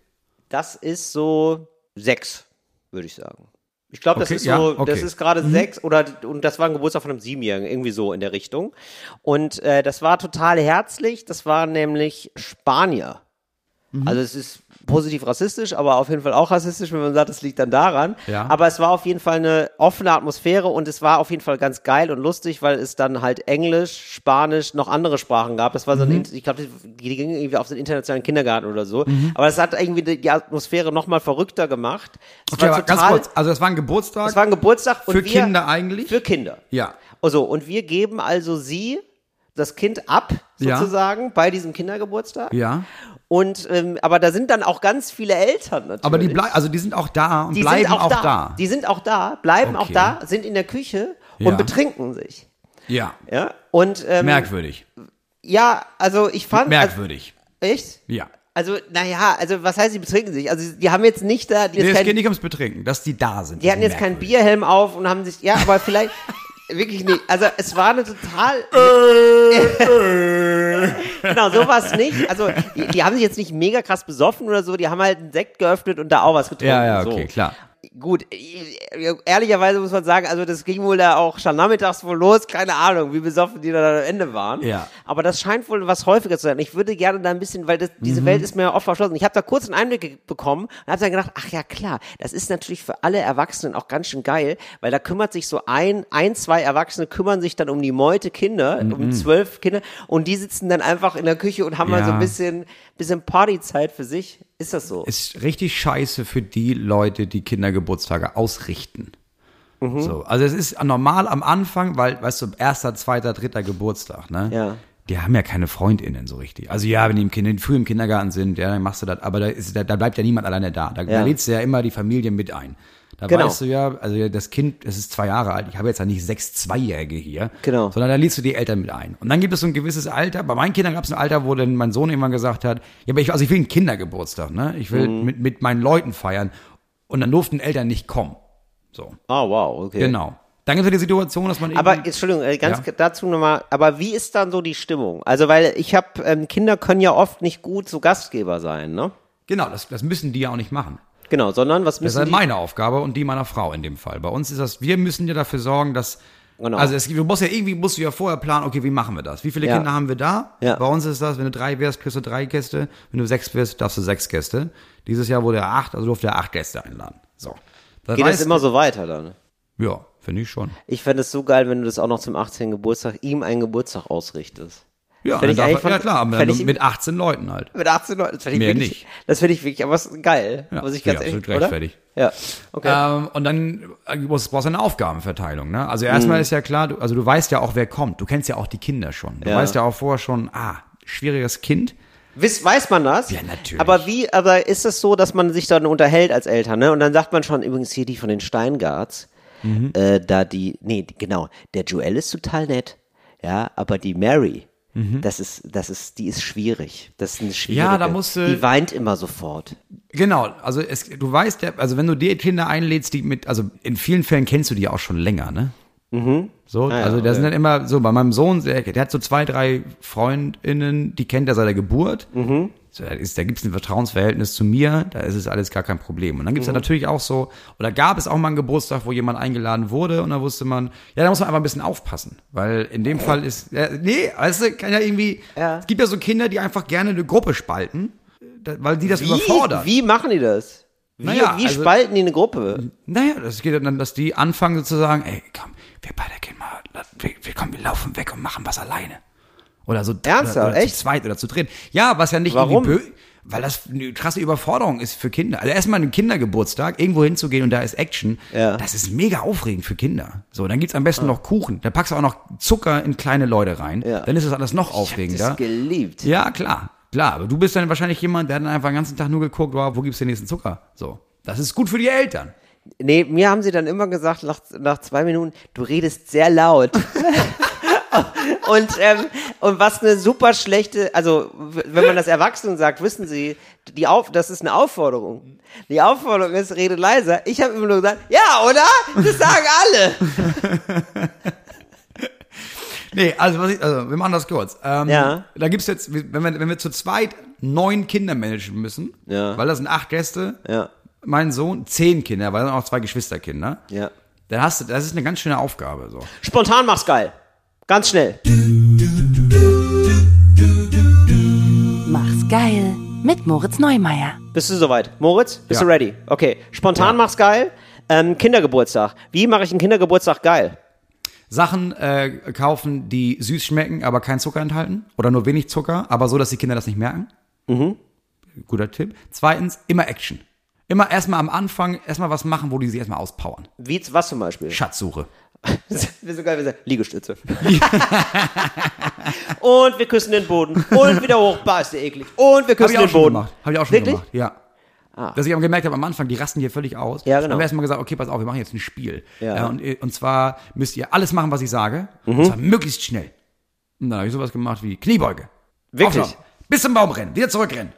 [SPEAKER 1] Das ist so sechs, würde ich sagen. Ich glaube, das
[SPEAKER 4] Okay,
[SPEAKER 1] ist so,
[SPEAKER 4] ja, okay. Mhm.
[SPEAKER 1] das ist gerade sechs oder und das war ein Geburtstag von einem Siebenjährigen, irgendwie so in der Richtung. Und äh, das war total herzlich. Das waren nämlich Spanier.
[SPEAKER 4] Mhm.
[SPEAKER 1] Also es ist positiv rassistisch, aber auf jeden Fall auch rassistisch, wenn man sagt, das liegt dann daran.
[SPEAKER 4] Ja.
[SPEAKER 1] Aber es war auf jeden Fall eine offene Atmosphäre und es war auf jeden Fall ganz geil und lustig, weil es dann halt Englisch, Spanisch, noch andere Sprachen gab. Das war so
[SPEAKER 4] Mhm.
[SPEAKER 1] ein, ich glaube, die, die gingen irgendwie auf den internationalen Kindergarten oder so.
[SPEAKER 4] Mhm.
[SPEAKER 1] Aber das hat irgendwie die, die Atmosphäre nochmal verrückter gemacht. Es
[SPEAKER 4] Okay,
[SPEAKER 1] war
[SPEAKER 4] aber ganz
[SPEAKER 1] total-
[SPEAKER 4] kurz. Also, das war ein Geburtstag.
[SPEAKER 1] es war ein Geburtstag und
[SPEAKER 4] Für
[SPEAKER 1] wir,
[SPEAKER 4] Kinder eigentlich?
[SPEAKER 1] Für Kinder.
[SPEAKER 4] ja.
[SPEAKER 1] Also, und wir geben also sie, das Kind ab,
[SPEAKER 4] Ja.
[SPEAKER 1] sozusagen, bei diesem Kindergeburtstag.
[SPEAKER 4] Ja.
[SPEAKER 1] Und, ähm, aber da sind dann auch ganz viele Eltern natürlich.
[SPEAKER 4] Aber die blei also die sind auch da und
[SPEAKER 1] Die
[SPEAKER 4] bleiben
[SPEAKER 1] sind auch, da.
[SPEAKER 4] da.
[SPEAKER 1] Die sind auch da, bleiben auch
[SPEAKER 4] Okay.
[SPEAKER 1] da, sind in der Küche
[SPEAKER 4] Ja.
[SPEAKER 1] und betrinken sich.
[SPEAKER 4] ja.
[SPEAKER 1] Ja. Und, ähm,
[SPEAKER 4] Merkwürdig.
[SPEAKER 1] ja, also ich fand.
[SPEAKER 4] Merkwürdig.
[SPEAKER 1] Also, echt?
[SPEAKER 4] Ja.
[SPEAKER 1] Also, naja, also was heißt, sie betrinken sich? Also, die haben jetzt nicht da. Die,
[SPEAKER 4] Nee,
[SPEAKER 1] jetzt
[SPEAKER 4] es
[SPEAKER 1] kein,
[SPEAKER 4] geht nicht ums Betrinken, dass die da sind.
[SPEAKER 1] die hatten jetzt keinen Bierhelm auf und haben sich. Ja, aber vielleicht. [laughs] wirklich nicht. Also, es war eine total.
[SPEAKER 4] Äh,
[SPEAKER 1] [laughs] genau, sowas nicht. Also, die, die haben sich jetzt nicht mega krass besoffen oder so. Die haben halt einen Sekt geöffnet und da auch was getrunken.
[SPEAKER 4] Ja, ja,
[SPEAKER 1] so.
[SPEAKER 4] okay, klar.
[SPEAKER 1] Gut, äh, ehrlicherweise muss man sagen, also das ging wohl da auch schon nachmittags wohl los. Keine Ahnung, wie besoffen die da am Ende waren.
[SPEAKER 4] Ja.
[SPEAKER 1] Aber das scheint wohl was häufiger zu sein. Ich würde gerne da ein bisschen, weil das, diese
[SPEAKER 4] Mhm.
[SPEAKER 1] Welt ist mir ja oft verschlossen. Ich habe da kurz einen Einblick ge- bekommen und habe dann gedacht, ach ja klar, das ist natürlich für alle Erwachsenen auch ganz schön geil, weil da kümmert sich so ein, ein, zwei Erwachsene kümmern sich dann um die Meute Kinder,
[SPEAKER 4] Mhm.
[SPEAKER 1] um zwölf Kinder und die sitzen dann einfach in der Küche und haben mal so
[SPEAKER 4] Ja.
[SPEAKER 1] ein bisschen, bisschen Partyzeit für sich. Ist das so?
[SPEAKER 4] ist richtig scheiße für die Leute, die Kindergeburtstage ausrichten.
[SPEAKER 1] Mhm.
[SPEAKER 4] So, also es ist normal am Anfang, weil, weißt du, erster, zweiter, dritter Geburtstag, ne?
[SPEAKER 1] Ja.
[SPEAKER 4] die haben ja keine FreundInnen so richtig. Also ja, wenn die im Kinder, früh im Kindergarten sind, ja, dann machst du das, aber da, ist, da, da bleibt ja niemand alleine da. Da,
[SPEAKER 1] Ja.
[SPEAKER 4] da lädst du ja immer die Familie mit ein. Da
[SPEAKER 1] Genau.
[SPEAKER 4] weißt du ja, also das Kind, es ist zwei Jahre alt, ich habe jetzt ja nicht sechs Zweijährige hier,
[SPEAKER 1] Genau.
[SPEAKER 4] sondern da lädst du die Eltern mit ein. Und dann gibt es so ein gewisses Alter, bei meinen Kindern gab es ein Alter, wo dann mein Sohn irgendwann gesagt hat, ja, aber ich, also ich will einen Kindergeburtstag, ne? Ich will
[SPEAKER 1] Mhm.
[SPEAKER 4] mit, mit meinen Leuten feiern. Und dann durften Eltern nicht kommen. So,
[SPEAKER 1] Oh, wow, okay.
[SPEAKER 4] genau. Dann gibt es ja die Situation, dass man
[SPEAKER 1] Aber
[SPEAKER 4] irgendwie-
[SPEAKER 1] Entschuldigung, äh, ganz
[SPEAKER 4] Ja.
[SPEAKER 1] dazu nochmal, aber wie ist dann so die Stimmung? Also, weil ich habe, ähm, Kinder können ja oft nicht gut so Gastgeber sein, ne?
[SPEAKER 4] genau, das, das müssen die ja auch nicht machen.
[SPEAKER 1] Genau, sondern was
[SPEAKER 4] Das ist
[SPEAKER 1] müssen
[SPEAKER 4] halt
[SPEAKER 1] die?
[SPEAKER 4] meine Aufgabe und die meiner Frau in dem Fall. Bei uns ist das, wir müssen ja dafür sorgen, dass.
[SPEAKER 1] Genau.
[SPEAKER 4] Also es, gibt- du musst ja irgendwie musst du ja vorher planen, okay, wie machen wir das? Wie viele
[SPEAKER 1] Ja.
[SPEAKER 4] Kinder haben wir da?
[SPEAKER 1] Ja.
[SPEAKER 4] Bei uns ist das, wenn du drei wärst, kriegst du drei Gäste. Wenn du sechs wirst, darfst du sechs Gäste. Dieses Jahr wurde er acht, also durfte er acht Gäste einladen. So. Dann
[SPEAKER 1] Geht das
[SPEAKER 4] weißt-
[SPEAKER 1] immer so weiter dann?
[SPEAKER 4] Ja, finde ich schon.
[SPEAKER 1] Ich fände es so geil, wenn du das auch noch zum 18. Geburtstag, ihm einen Geburtstag ausrichtest.
[SPEAKER 4] Ja,
[SPEAKER 1] Fänd ich
[SPEAKER 4] dann darf,
[SPEAKER 1] eigentlich
[SPEAKER 4] er- ja
[SPEAKER 1] von-
[SPEAKER 4] klar, aber
[SPEAKER 1] fänd
[SPEAKER 4] dann
[SPEAKER 1] ich-
[SPEAKER 4] mit 18 Leuten halt.
[SPEAKER 1] Mit 18 Leuten, das finde ich
[SPEAKER 4] Mehr
[SPEAKER 1] wirklich,
[SPEAKER 4] nicht.
[SPEAKER 1] das finde ich wirklich, aber es ist geil,
[SPEAKER 4] Ja,
[SPEAKER 1] muss ich
[SPEAKER 4] ja,
[SPEAKER 1] ganz ehrlich,
[SPEAKER 4] absolut
[SPEAKER 1] oder?
[SPEAKER 4] rechtfertigt.
[SPEAKER 1] Ja, okay.
[SPEAKER 4] Ähm, und dann brauchst brauchst du eine Aufgabenverteilung. Ne? Also
[SPEAKER 1] Mhm.
[SPEAKER 4] erstmal ist ja klar, du, also du weißt ja auch, wer kommt. Du kennst ja auch die Kinder schon. Du
[SPEAKER 1] Ja.
[SPEAKER 4] weißt ja auch vorher schon, ah, schwieriges Kind.
[SPEAKER 1] Wiss, weiß man das?
[SPEAKER 4] Ja, natürlich.
[SPEAKER 1] Aber wie, aber ist es so, dass man sich dann unterhält als Eltern, ne? Und dann sagt man schon, übrigens hier die von den Steingarts,
[SPEAKER 4] Mhm.
[SPEAKER 1] äh, da die, nee, die- genau, der Joel ist total nett, ja, aber die Mary, das ist, das ist, die ist schwierig. Das ist eine schwierige.
[SPEAKER 4] Mhm. Ja, da musst du-
[SPEAKER 1] Die weint immer sofort.
[SPEAKER 4] Genau, also es, du weißt ja, also wenn du dir Kinder einlädst, die mit, also in vielen Fällen kennst du die auch schon länger, ne? So,
[SPEAKER 1] Mhm. ja,
[SPEAKER 4] also da
[SPEAKER 1] okay.
[SPEAKER 4] sind dann immer so, bei meinem Sohn, der, der hat so zwei, drei Freundinnen, die kennt er seit der Geburt.
[SPEAKER 1] Mhm.
[SPEAKER 4] So, da ist- da gibt es ein Vertrauensverhältnis zu mir, da ist es alles gar kein Problem. Und dann gibt
[SPEAKER 1] Mhm.
[SPEAKER 4] es ja natürlich auch so, oder gab es auch mal einen Geburtstag, wo jemand eingeladen wurde und da wusste man, ja, da muss man einfach ein bisschen aufpassen, weil in dem Fall ist, ja, nee, weißt du, kann ja irgendwie,
[SPEAKER 1] Ja.
[SPEAKER 4] es gibt ja so Kinder, die einfach gerne eine Gruppe spalten, da, weil die das überfordern.
[SPEAKER 1] wie machen die das? Wie,
[SPEAKER 4] Naja,
[SPEAKER 1] wie
[SPEAKER 4] also-
[SPEAKER 1] spalten die eine Gruppe?
[SPEAKER 4] Naja, das geht dann, dass die anfangen sozusagen, ey, komm, wir beide gehen mal, wir, wir kommen, wir laufen weg und machen was alleine. Oder so
[SPEAKER 1] Ernsthaft?
[SPEAKER 4] oder, oder
[SPEAKER 1] Echt?
[SPEAKER 4] zu zweit oder zu dritt. Ja, was ja nicht
[SPEAKER 1] Warum?
[SPEAKER 4] irgendwie bö weil das eine krasse Überforderung ist für Kinder. Also erstmal einen Kindergeburtstag, irgendwo hinzugehen und da ist Action,
[SPEAKER 1] Ja. Ah.
[SPEAKER 4] das ist mega aufregend für Kinder. So, dann gibt's am besten noch Kuchen, dann packst du auch noch Zucker in kleine Leute rein,
[SPEAKER 1] Ja.
[SPEAKER 4] dann ist das alles noch
[SPEAKER 1] Das
[SPEAKER 4] aufregender.
[SPEAKER 1] ist geliebt.
[SPEAKER 4] Ja, klar, klar. Aber du bist dann wahrscheinlich jemand, der hat dann einfach den ganzen Tag nur geguckt, wow, wo gibt's den nächsten Zucker? So. Das ist gut für die Eltern.
[SPEAKER 1] Nee, mir haben sie dann immer gesagt, nach, nach zwei Minuten, du redest sehr laut. und, ähm, und was eine super schlechte, also w- wenn man das Erwachsenen sagt, wissen sie, die Auf, das ist eine Aufforderung. Die Aufforderung ist, rede leiser. Ich habe immer nur gesagt, ja, oder? Das sagen alle.
[SPEAKER 4] Nee, also, was ich, also wir machen das kurz. Ähm,
[SPEAKER 1] Ja.
[SPEAKER 4] Da gibt's jetzt, wenn wir, wenn wir zu zweit neun Kinder managen müssen,
[SPEAKER 1] Ja.
[SPEAKER 4] weil das sind acht Gäste,
[SPEAKER 1] Ja.
[SPEAKER 4] mein Sohn, zehn Kinder, weil dann auch zwei Geschwisterkinder.
[SPEAKER 1] ja.
[SPEAKER 4] Dann hast du, das ist eine ganz schöne Aufgabe. So.
[SPEAKER 1] Spontan mach's geil. Ganz schnell.
[SPEAKER 5] Mach's geil mit Moritz Neumeier.
[SPEAKER 1] Bist du soweit? Moritz, bist
[SPEAKER 4] Ja.
[SPEAKER 1] du ready? Okay. Spontan mach's geil. Ähm, Kindergeburtstag. Wie mache ich einen Kindergeburtstag geil?
[SPEAKER 4] Sachen äh, kaufen, die süß schmecken, aber keinen Zucker enthalten. Oder nur wenig Zucker, aber so, dass die Kinder das nicht merken. Mhm. Guter Tipp. Zweitens, immer Action. Immer erstmal am Anfang, erstmal was machen, wo die sich erstmal auspowern.
[SPEAKER 1] Wie, was zum Beispiel?
[SPEAKER 4] Schatzsuche.
[SPEAKER 1] Wir sind geil, wir sind Liegestütze. und wir küssen den Boden. Und wieder hoch. Bah, ist der eklig. Und wir
[SPEAKER 4] Habe
[SPEAKER 1] küssen
[SPEAKER 4] ich auch
[SPEAKER 1] den
[SPEAKER 4] schon
[SPEAKER 1] Boden.
[SPEAKER 4] gemacht. Habe ich auch schon
[SPEAKER 1] Wirklich? Ah.
[SPEAKER 4] gemacht. Ja. Dass ich aber gemerkt habe, am Anfang, die rasten hier völlig aus.
[SPEAKER 1] Ja, genau.
[SPEAKER 4] Haben wir erstmal gesagt, okay, pass auf, wir machen jetzt ein Spiel.
[SPEAKER 1] Ja. Mhm.
[SPEAKER 4] Äh, Und, ihr- und zwar müsst ihr alles machen, was ich sage. Und zwar möglichst schnell. Und dann habe ich sowas gemacht wie Kniebeuge.
[SPEAKER 1] Wirklich?
[SPEAKER 4] Auflaufen. Bis zum Baum rennen, wieder zurückrennen.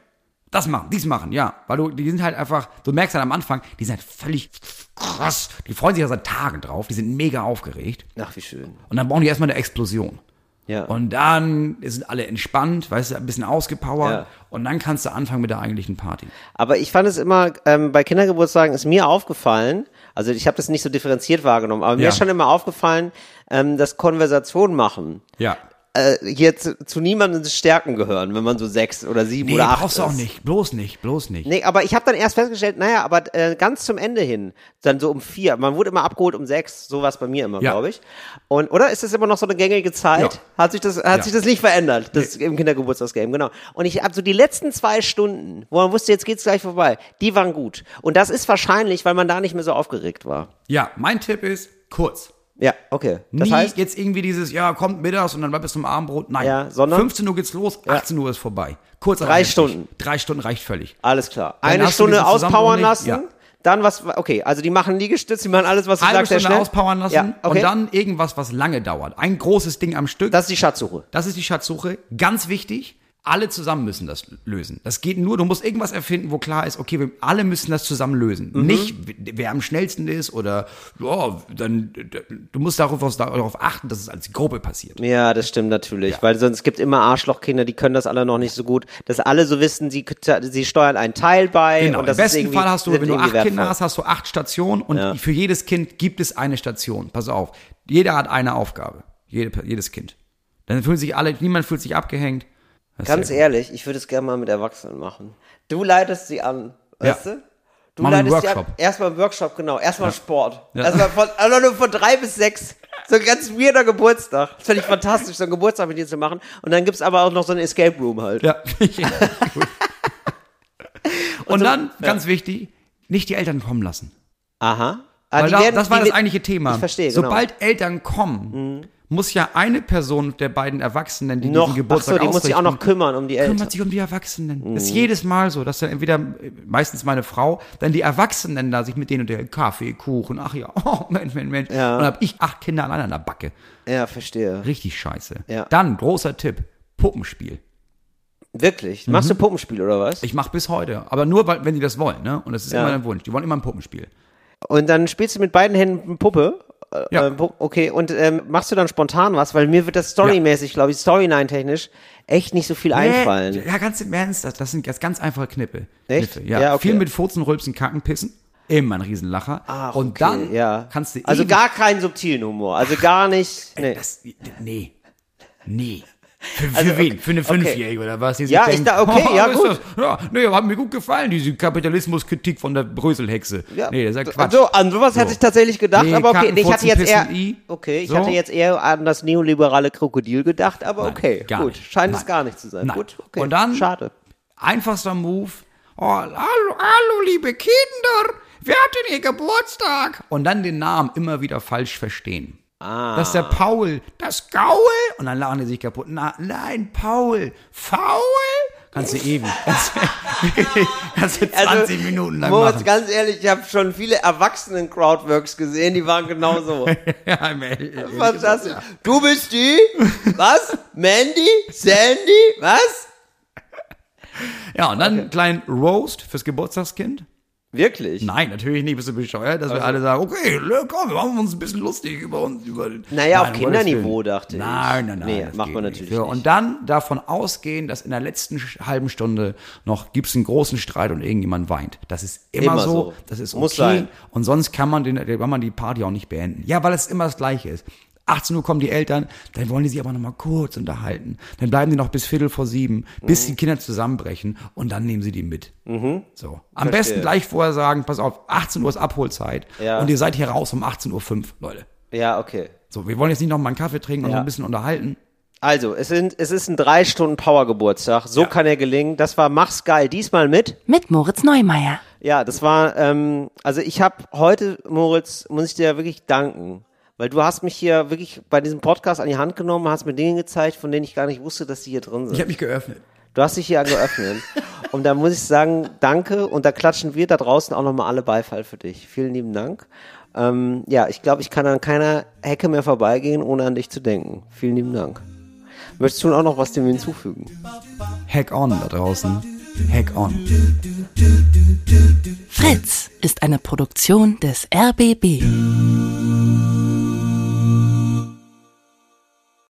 [SPEAKER 4] Das machen, dies machen, ja. Weil du, die sind halt einfach, du merkst halt am Anfang, die sind halt völlig krass. Die freuen sich ja seit Tagen drauf, die sind mega aufgeregt.
[SPEAKER 1] Ach, wie schön.
[SPEAKER 4] Und dann brauchen die erstmal eine Explosion.
[SPEAKER 1] Ja.
[SPEAKER 4] Und dann sind alle entspannt, weißt du, ein bisschen ausgepowert.
[SPEAKER 1] Ja.
[SPEAKER 4] Und dann kannst du anfangen mit der eigentlichen Party.
[SPEAKER 1] Aber ich fand es immer, ähm, bei Kindergeburtstagen ist mir aufgefallen, also ich habe das nicht so differenziert wahrgenommen, aber mir
[SPEAKER 4] Ja.
[SPEAKER 1] ist schon immer aufgefallen, ähm, dass Konversationen machen
[SPEAKER 4] Ja.
[SPEAKER 1] äh, hier zu, zu niemandens Stärken gehören, wenn man so sechs oder sieben
[SPEAKER 4] Nee,
[SPEAKER 1] oder acht
[SPEAKER 4] brauchst du
[SPEAKER 1] ist.
[SPEAKER 4] auch nicht. Bloß nicht, bloß nicht.
[SPEAKER 1] Nee, aber ich habe dann erst festgestellt, naja, aber äh, ganz zum Ende hin, dann so um vier, man wurde immer abgeholt um sechs, sowas bei mir immer,
[SPEAKER 4] Ja.
[SPEAKER 1] glaube ich. Und oder ist das immer noch so eine gängige Zeit?
[SPEAKER 4] Ja.
[SPEAKER 1] Hat sich das hat
[SPEAKER 4] Ja.
[SPEAKER 1] sich das nicht verändert, das im Kindergeburtstagsgame, genau. Und ich hab so die letzten zwei Stunden, wo man wusste, jetzt geht's gleich vorbei, die waren gut. Und das ist wahrscheinlich, weil man da nicht mehr so aufgeregt war.
[SPEAKER 4] Ja, mein Tipp ist kurz.
[SPEAKER 1] Ja, okay. Das
[SPEAKER 4] Nie
[SPEAKER 1] heißt,
[SPEAKER 4] jetzt irgendwie dieses, ja, kommt mittags und dann bleibt bis zum Abendbrot. Nein.
[SPEAKER 1] Ja, sondern?
[SPEAKER 4] 15 Uhr geht's los, 18 Uhr ist vorbei. Kurz
[SPEAKER 1] Drei
[SPEAKER 4] aber heftig.
[SPEAKER 1] Stunden.
[SPEAKER 4] Drei Stunden reicht völlig.
[SPEAKER 1] alles klar.
[SPEAKER 4] Dann
[SPEAKER 1] Eine
[SPEAKER 4] hast du
[SPEAKER 1] Stunde
[SPEAKER 4] diesen Zusammenbruch
[SPEAKER 1] auspowern
[SPEAKER 4] nicht.
[SPEAKER 1] lassen.
[SPEAKER 4] Ja.
[SPEAKER 1] Dann was, okay, also die machen Liegestütze, die machen alles, was du
[SPEAKER 4] Halbe
[SPEAKER 1] sagst, sehr
[SPEAKER 4] Stunde
[SPEAKER 1] schnell.
[SPEAKER 4] auspowern lassen
[SPEAKER 1] ja, okay.
[SPEAKER 4] und dann irgendwas, was lange dauert. Ein großes Ding am Stück.
[SPEAKER 1] Das ist die Schatzsuche.
[SPEAKER 4] Das ist die Schatzsuche. Ganz wichtig, alle zusammen müssen das lösen. Das geht nur, du musst irgendwas erfinden, wo klar ist, okay, wir alle müssen das zusammen lösen.
[SPEAKER 1] Mhm.
[SPEAKER 4] Nicht, w- wer am schnellsten ist oder, ja, dann, du musst darauf, darauf achten, dass es als Gruppe passiert.
[SPEAKER 1] Ja, das stimmt natürlich, weil sonst gibt immer Arschlochkinder, die können das alle noch nicht so gut, dass alle so wissen, sie, sie steuern einen Teil bei
[SPEAKER 4] Genau,
[SPEAKER 1] und das
[SPEAKER 4] im
[SPEAKER 1] ist
[SPEAKER 4] besten
[SPEAKER 1] irgendwie-
[SPEAKER 4] Fall hast du,
[SPEAKER 1] sind
[SPEAKER 4] wenn du acht
[SPEAKER 1] irgendwie
[SPEAKER 4] Kinder
[SPEAKER 1] wertvoll.
[SPEAKER 4] hast, hast du acht Stationen und
[SPEAKER 1] Ja.
[SPEAKER 4] für jedes Kind gibt es eine Station. Pass auf, jeder hat eine Aufgabe. Jede, jedes Kind. Dann fühlen sich alle, niemand fühlt sich abgehängt. Das ist
[SPEAKER 1] Ganz
[SPEAKER 4] sehr gut.
[SPEAKER 1] ehrlich, ich würde es gerne mal mit Erwachsenen machen. Du leitest sie an, weißt
[SPEAKER 4] Ja.
[SPEAKER 1] du? Du
[SPEAKER 4] Machen einen
[SPEAKER 1] leitest sie an.
[SPEAKER 4] Workshop.
[SPEAKER 1] Erstmal einen Workshop, genau. Erstmal Sport.
[SPEAKER 4] Ja.
[SPEAKER 1] Erstmal von, also nur von drei bis sechs. So ein ganz weirder Geburtstag. Das finde ich fantastisch, so einen Geburtstag mit dir zu machen. Und dann gibt's aber auch noch so einen Escape Room halt.
[SPEAKER 4] [laughs] Ja. und, dann, ganz wichtig, nicht die Eltern kommen lassen.
[SPEAKER 1] Aha. Ah,
[SPEAKER 4] Weil
[SPEAKER 1] die
[SPEAKER 4] da,
[SPEAKER 1] werden-
[SPEAKER 4] das war
[SPEAKER 1] die
[SPEAKER 4] das
[SPEAKER 1] wi-
[SPEAKER 4] eigentliche Thema.
[SPEAKER 1] Ich verstehe, genau. Mhm.
[SPEAKER 4] Sobald Eltern kommen, muss ja eine Person der beiden Erwachsenen, die
[SPEAKER 1] noch,
[SPEAKER 4] diesen
[SPEAKER 1] ach so,
[SPEAKER 4] Geburtstag
[SPEAKER 1] die muss sich auch noch kümmern um die Eltern. Mhm.
[SPEAKER 4] kümmert sich um die Erwachsenen. Das ist jedes Mal so, dass dann entweder, äh, meistens meine Frau, dann die Erwachsenen da sich mit denen und der Kaffee, Kuchen, ach ja, [laughs] oh Mensch, Mensch, Mensch.
[SPEAKER 1] Ja.
[SPEAKER 4] Und dann hab ich acht Kinder allein an der Backe.
[SPEAKER 1] Ja, verstehe.
[SPEAKER 4] Richtig scheiße.
[SPEAKER 1] Ja.
[SPEAKER 4] Dann, großer Tipp, Puppenspiel.
[SPEAKER 1] Wirklich? Machst du
[SPEAKER 4] Mhm.
[SPEAKER 1] Puppenspiel oder was?
[SPEAKER 4] Ich mache bis heute, aber nur, weil, wenn die das wollen, ne? Und das ist
[SPEAKER 1] Ja.
[SPEAKER 4] immer ein Wunsch. Die wollen immer ein Puppenspiel.
[SPEAKER 1] Und dann spielst du mit beiden Händen Puppe. Äh,
[SPEAKER 4] Ja.
[SPEAKER 1] äh, Pu- Okay, und ähm, machst du dann spontan was? Weil mir wird das storymäßig, glaube ich, storyline-technisch echt nicht so viel
[SPEAKER 4] Nee,
[SPEAKER 1] einfallen.
[SPEAKER 4] Ja, ganz im Ernst, das, das sind jetzt ganz einfache Knippe.
[SPEAKER 1] Echt?
[SPEAKER 4] Kniffe, ja.
[SPEAKER 1] Ja, okay.
[SPEAKER 4] Viel mit Furzen, Rülpsen, Kacken, Pissen. Immer ein Riesenlacher.
[SPEAKER 1] Ach,
[SPEAKER 4] Und
[SPEAKER 1] Ah, okay,
[SPEAKER 4] dann
[SPEAKER 1] ja.
[SPEAKER 4] kannst du
[SPEAKER 1] Also
[SPEAKER 4] ewig- [laughs]
[SPEAKER 1] gar keinen subtilen Humor. Also gar nicht. Nee.
[SPEAKER 4] Das, nee. Nee. Für, für wen? Für eine Fünfjährige oder was? Die sich
[SPEAKER 1] Ja, ich da-
[SPEAKER 4] [laughs]
[SPEAKER 1] okay, ja,
[SPEAKER 4] ist
[SPEAKER 1] gut.
[SPEAKER 4] das- Ja, nee, hat mir gut gefallen, diese Kapitalismuskritik von der Bröselhexe.
[SPEAKER 1] Ja.
[SPEAKER 4] Nee, das ist ja Quatsch.
[SPEAKER 1] So, an sowas hätte ich tatsächlich gedacht,
[SPEAKER 4] Nee,
[SPEAKER 1] aber okay.
[SPEAKER 4] Kacken,
[SPEAKER 1] Nee, ich hatte
[SPEAKER 4] Furzen,
[SPEAKER 1] jetzt eher.
[SPEAKER 4] Pissen, I.
[SPEAKER 1] Okay, ich
[SPEAKER 4] So.
[SPEAKER 1] hatte jetzt eher an das neoliberale Krokodil gedacht, aber
[SPEAKER 4] Nein,
[SPEAKER 1] okay.
[SPEAKER 4] gar
[SPEAKER 1] Gut.
[SPEAKER 4] nicht.
[SPEAKER 1] Scheint es
[SPEAKER 4] Nein.
[SPEAKER 1] gar nicht zu sein.
[SPEAKER 4] Nein.
[SPEAKER 1] Gut, okay.
[SPEAKER 4] Und dann-
[SPEAKER 1] Schade.
[SPEAKER 4] einfachster Move. Oh, hallo, hallo, liebe Kinder, wer hat denn ihr Geburtstag? Und dann den Namen immer wieder falsch verstehen. Ah. Das ist der Paul, das Gaul. Und dann lachen die sich kaputt. Na, nein, Paul, faul. Kannst du ewig. [laughs] Kannst, du- kannst du 20 Minuten lang
[SPEAKER 1] Also, Moritz,
[SPEAKER 4] machen.
[SPEAKER 1] ganz ehrlich, ich habe schon viele Erwachsenen-Crowdworks gesehen, die waren
[SPEAKER 4] [laughs]
[SPEAKER 1] genauso.
[SPEAKER 4] Ja, im Endeffekt.
[SPEAKER 1] Fantastisch. Du bist die? Was? Mandy? Sandy? Was?
[SPEAKER 4] ja, und dann einen kleinen Roast fürs Geburtstagskind.
[SPEAKER 1] Wirklich?
[SPEAKER 4] Nein, natürlich nicht. Bist du bescheuert, dass wir
[SPEAKER 1] Also-
[SPEAKER 4] alle sagen, okay, le- komm, wir machen uns ein bisschen lustig über uns. Über
[SPEAKER 1] Naja, auf
[SPEAKER 4] um Gottes
[SPEAKER 1] Kinderniveau,
[SPEAKER 4] Willen.
[SPEAKER 1] dachte ich.
[SPEAKER 4] Nein, nein, nein.
[SPEAKER 1] Nee,
[SPEAKER 4] das
[SPEAKER 1] macht
[SPEAKER 4] geht
[SPEAKER 1] man
[SPEAKER 4] nicht.
[SPEAKER 1] natürlich
[SPEAKER 4] So,
[SPEAKER 1] nicht.
[SPEAKER 4] Und dann davon ausgehen, dass in der letzten sch- halben Stunde noch gibt es einen großen Streit und irgendjemand weint. Das ist immer,
[SPEAKER 1] Immer
[SPEAKER 4] so.
[SPEAKER 1] so.
[SPEAKER 4] Das ist okay.
[SPEAKER 1] Muss sein.
[SPEAKER 4] Und sonst kann man, den, kann man die Party auch nicht beenden. Ja, weil es immer das Gleiche ist. 18 Uhr kommen die Eltern, dann wollen die sich aber noch mal kurz unterhalten. Dann bleiben die noch bis Viertel vor sieben, bis die Kinder zusammenbrechen und dann nehmen sie die mit. So. Am besten gleich vorher sagen, pass auf, 18 Uhr ist Abholzeit
[SPEAKER 1] Ja.
[SPEAKER 4] und ihr seid hier raus um 18.05 Uhr, Leute.
[SPEAKER 1] Ja, okay.
[SPEAKER 4] So, wir wollen jetzt nicht noch mal einen Kaffee trinken und
[SPEAKER 1] Ja.
[SPEAKER 4] noch ein bisschen unterhalten.
[SPEAKER 1] Also, es, sind, es ist ein drei Stunden Power-Geburtstag. So kann er gelingen. Das war Mach's geil. Diesmal mit.
[SPEAKER 5] Mit Moritz Neumeier.
[SPEAKER 1] Ja, das war, ähm, also ich habe heute, Moritz, muss ich dir wirklich danken, weil du hast mich hier wirklich bei diesem Podcast an die Hand genommen, hast mir Dinge gezeigt, von denen ich gar nicht wusste, dass die hier drin
[SPEAKER 4] Ich
[SPEAKER 1] sind.
[SPEAKER 4] habe mich geöffnet.
[SPEAKER 1] Du hast dich hier geöffnet. und da muss ich sagen, danke. Und da klatschen wir da draußen auch nochmal alle Beifall für dich. Vielen lieben Dank. Ähm, ja, ich glaube, ich kann an keiner Hecke mehr vorbeigehen, ohne an dich zu denken. Vielen lieben Dank. Möchtest du auch noch was dem hinzufügen?
[SPEAKER 4] Hack on da draußen. Hack on.
[SPEAKER 5] Fritz ist eine Produktion des RBB.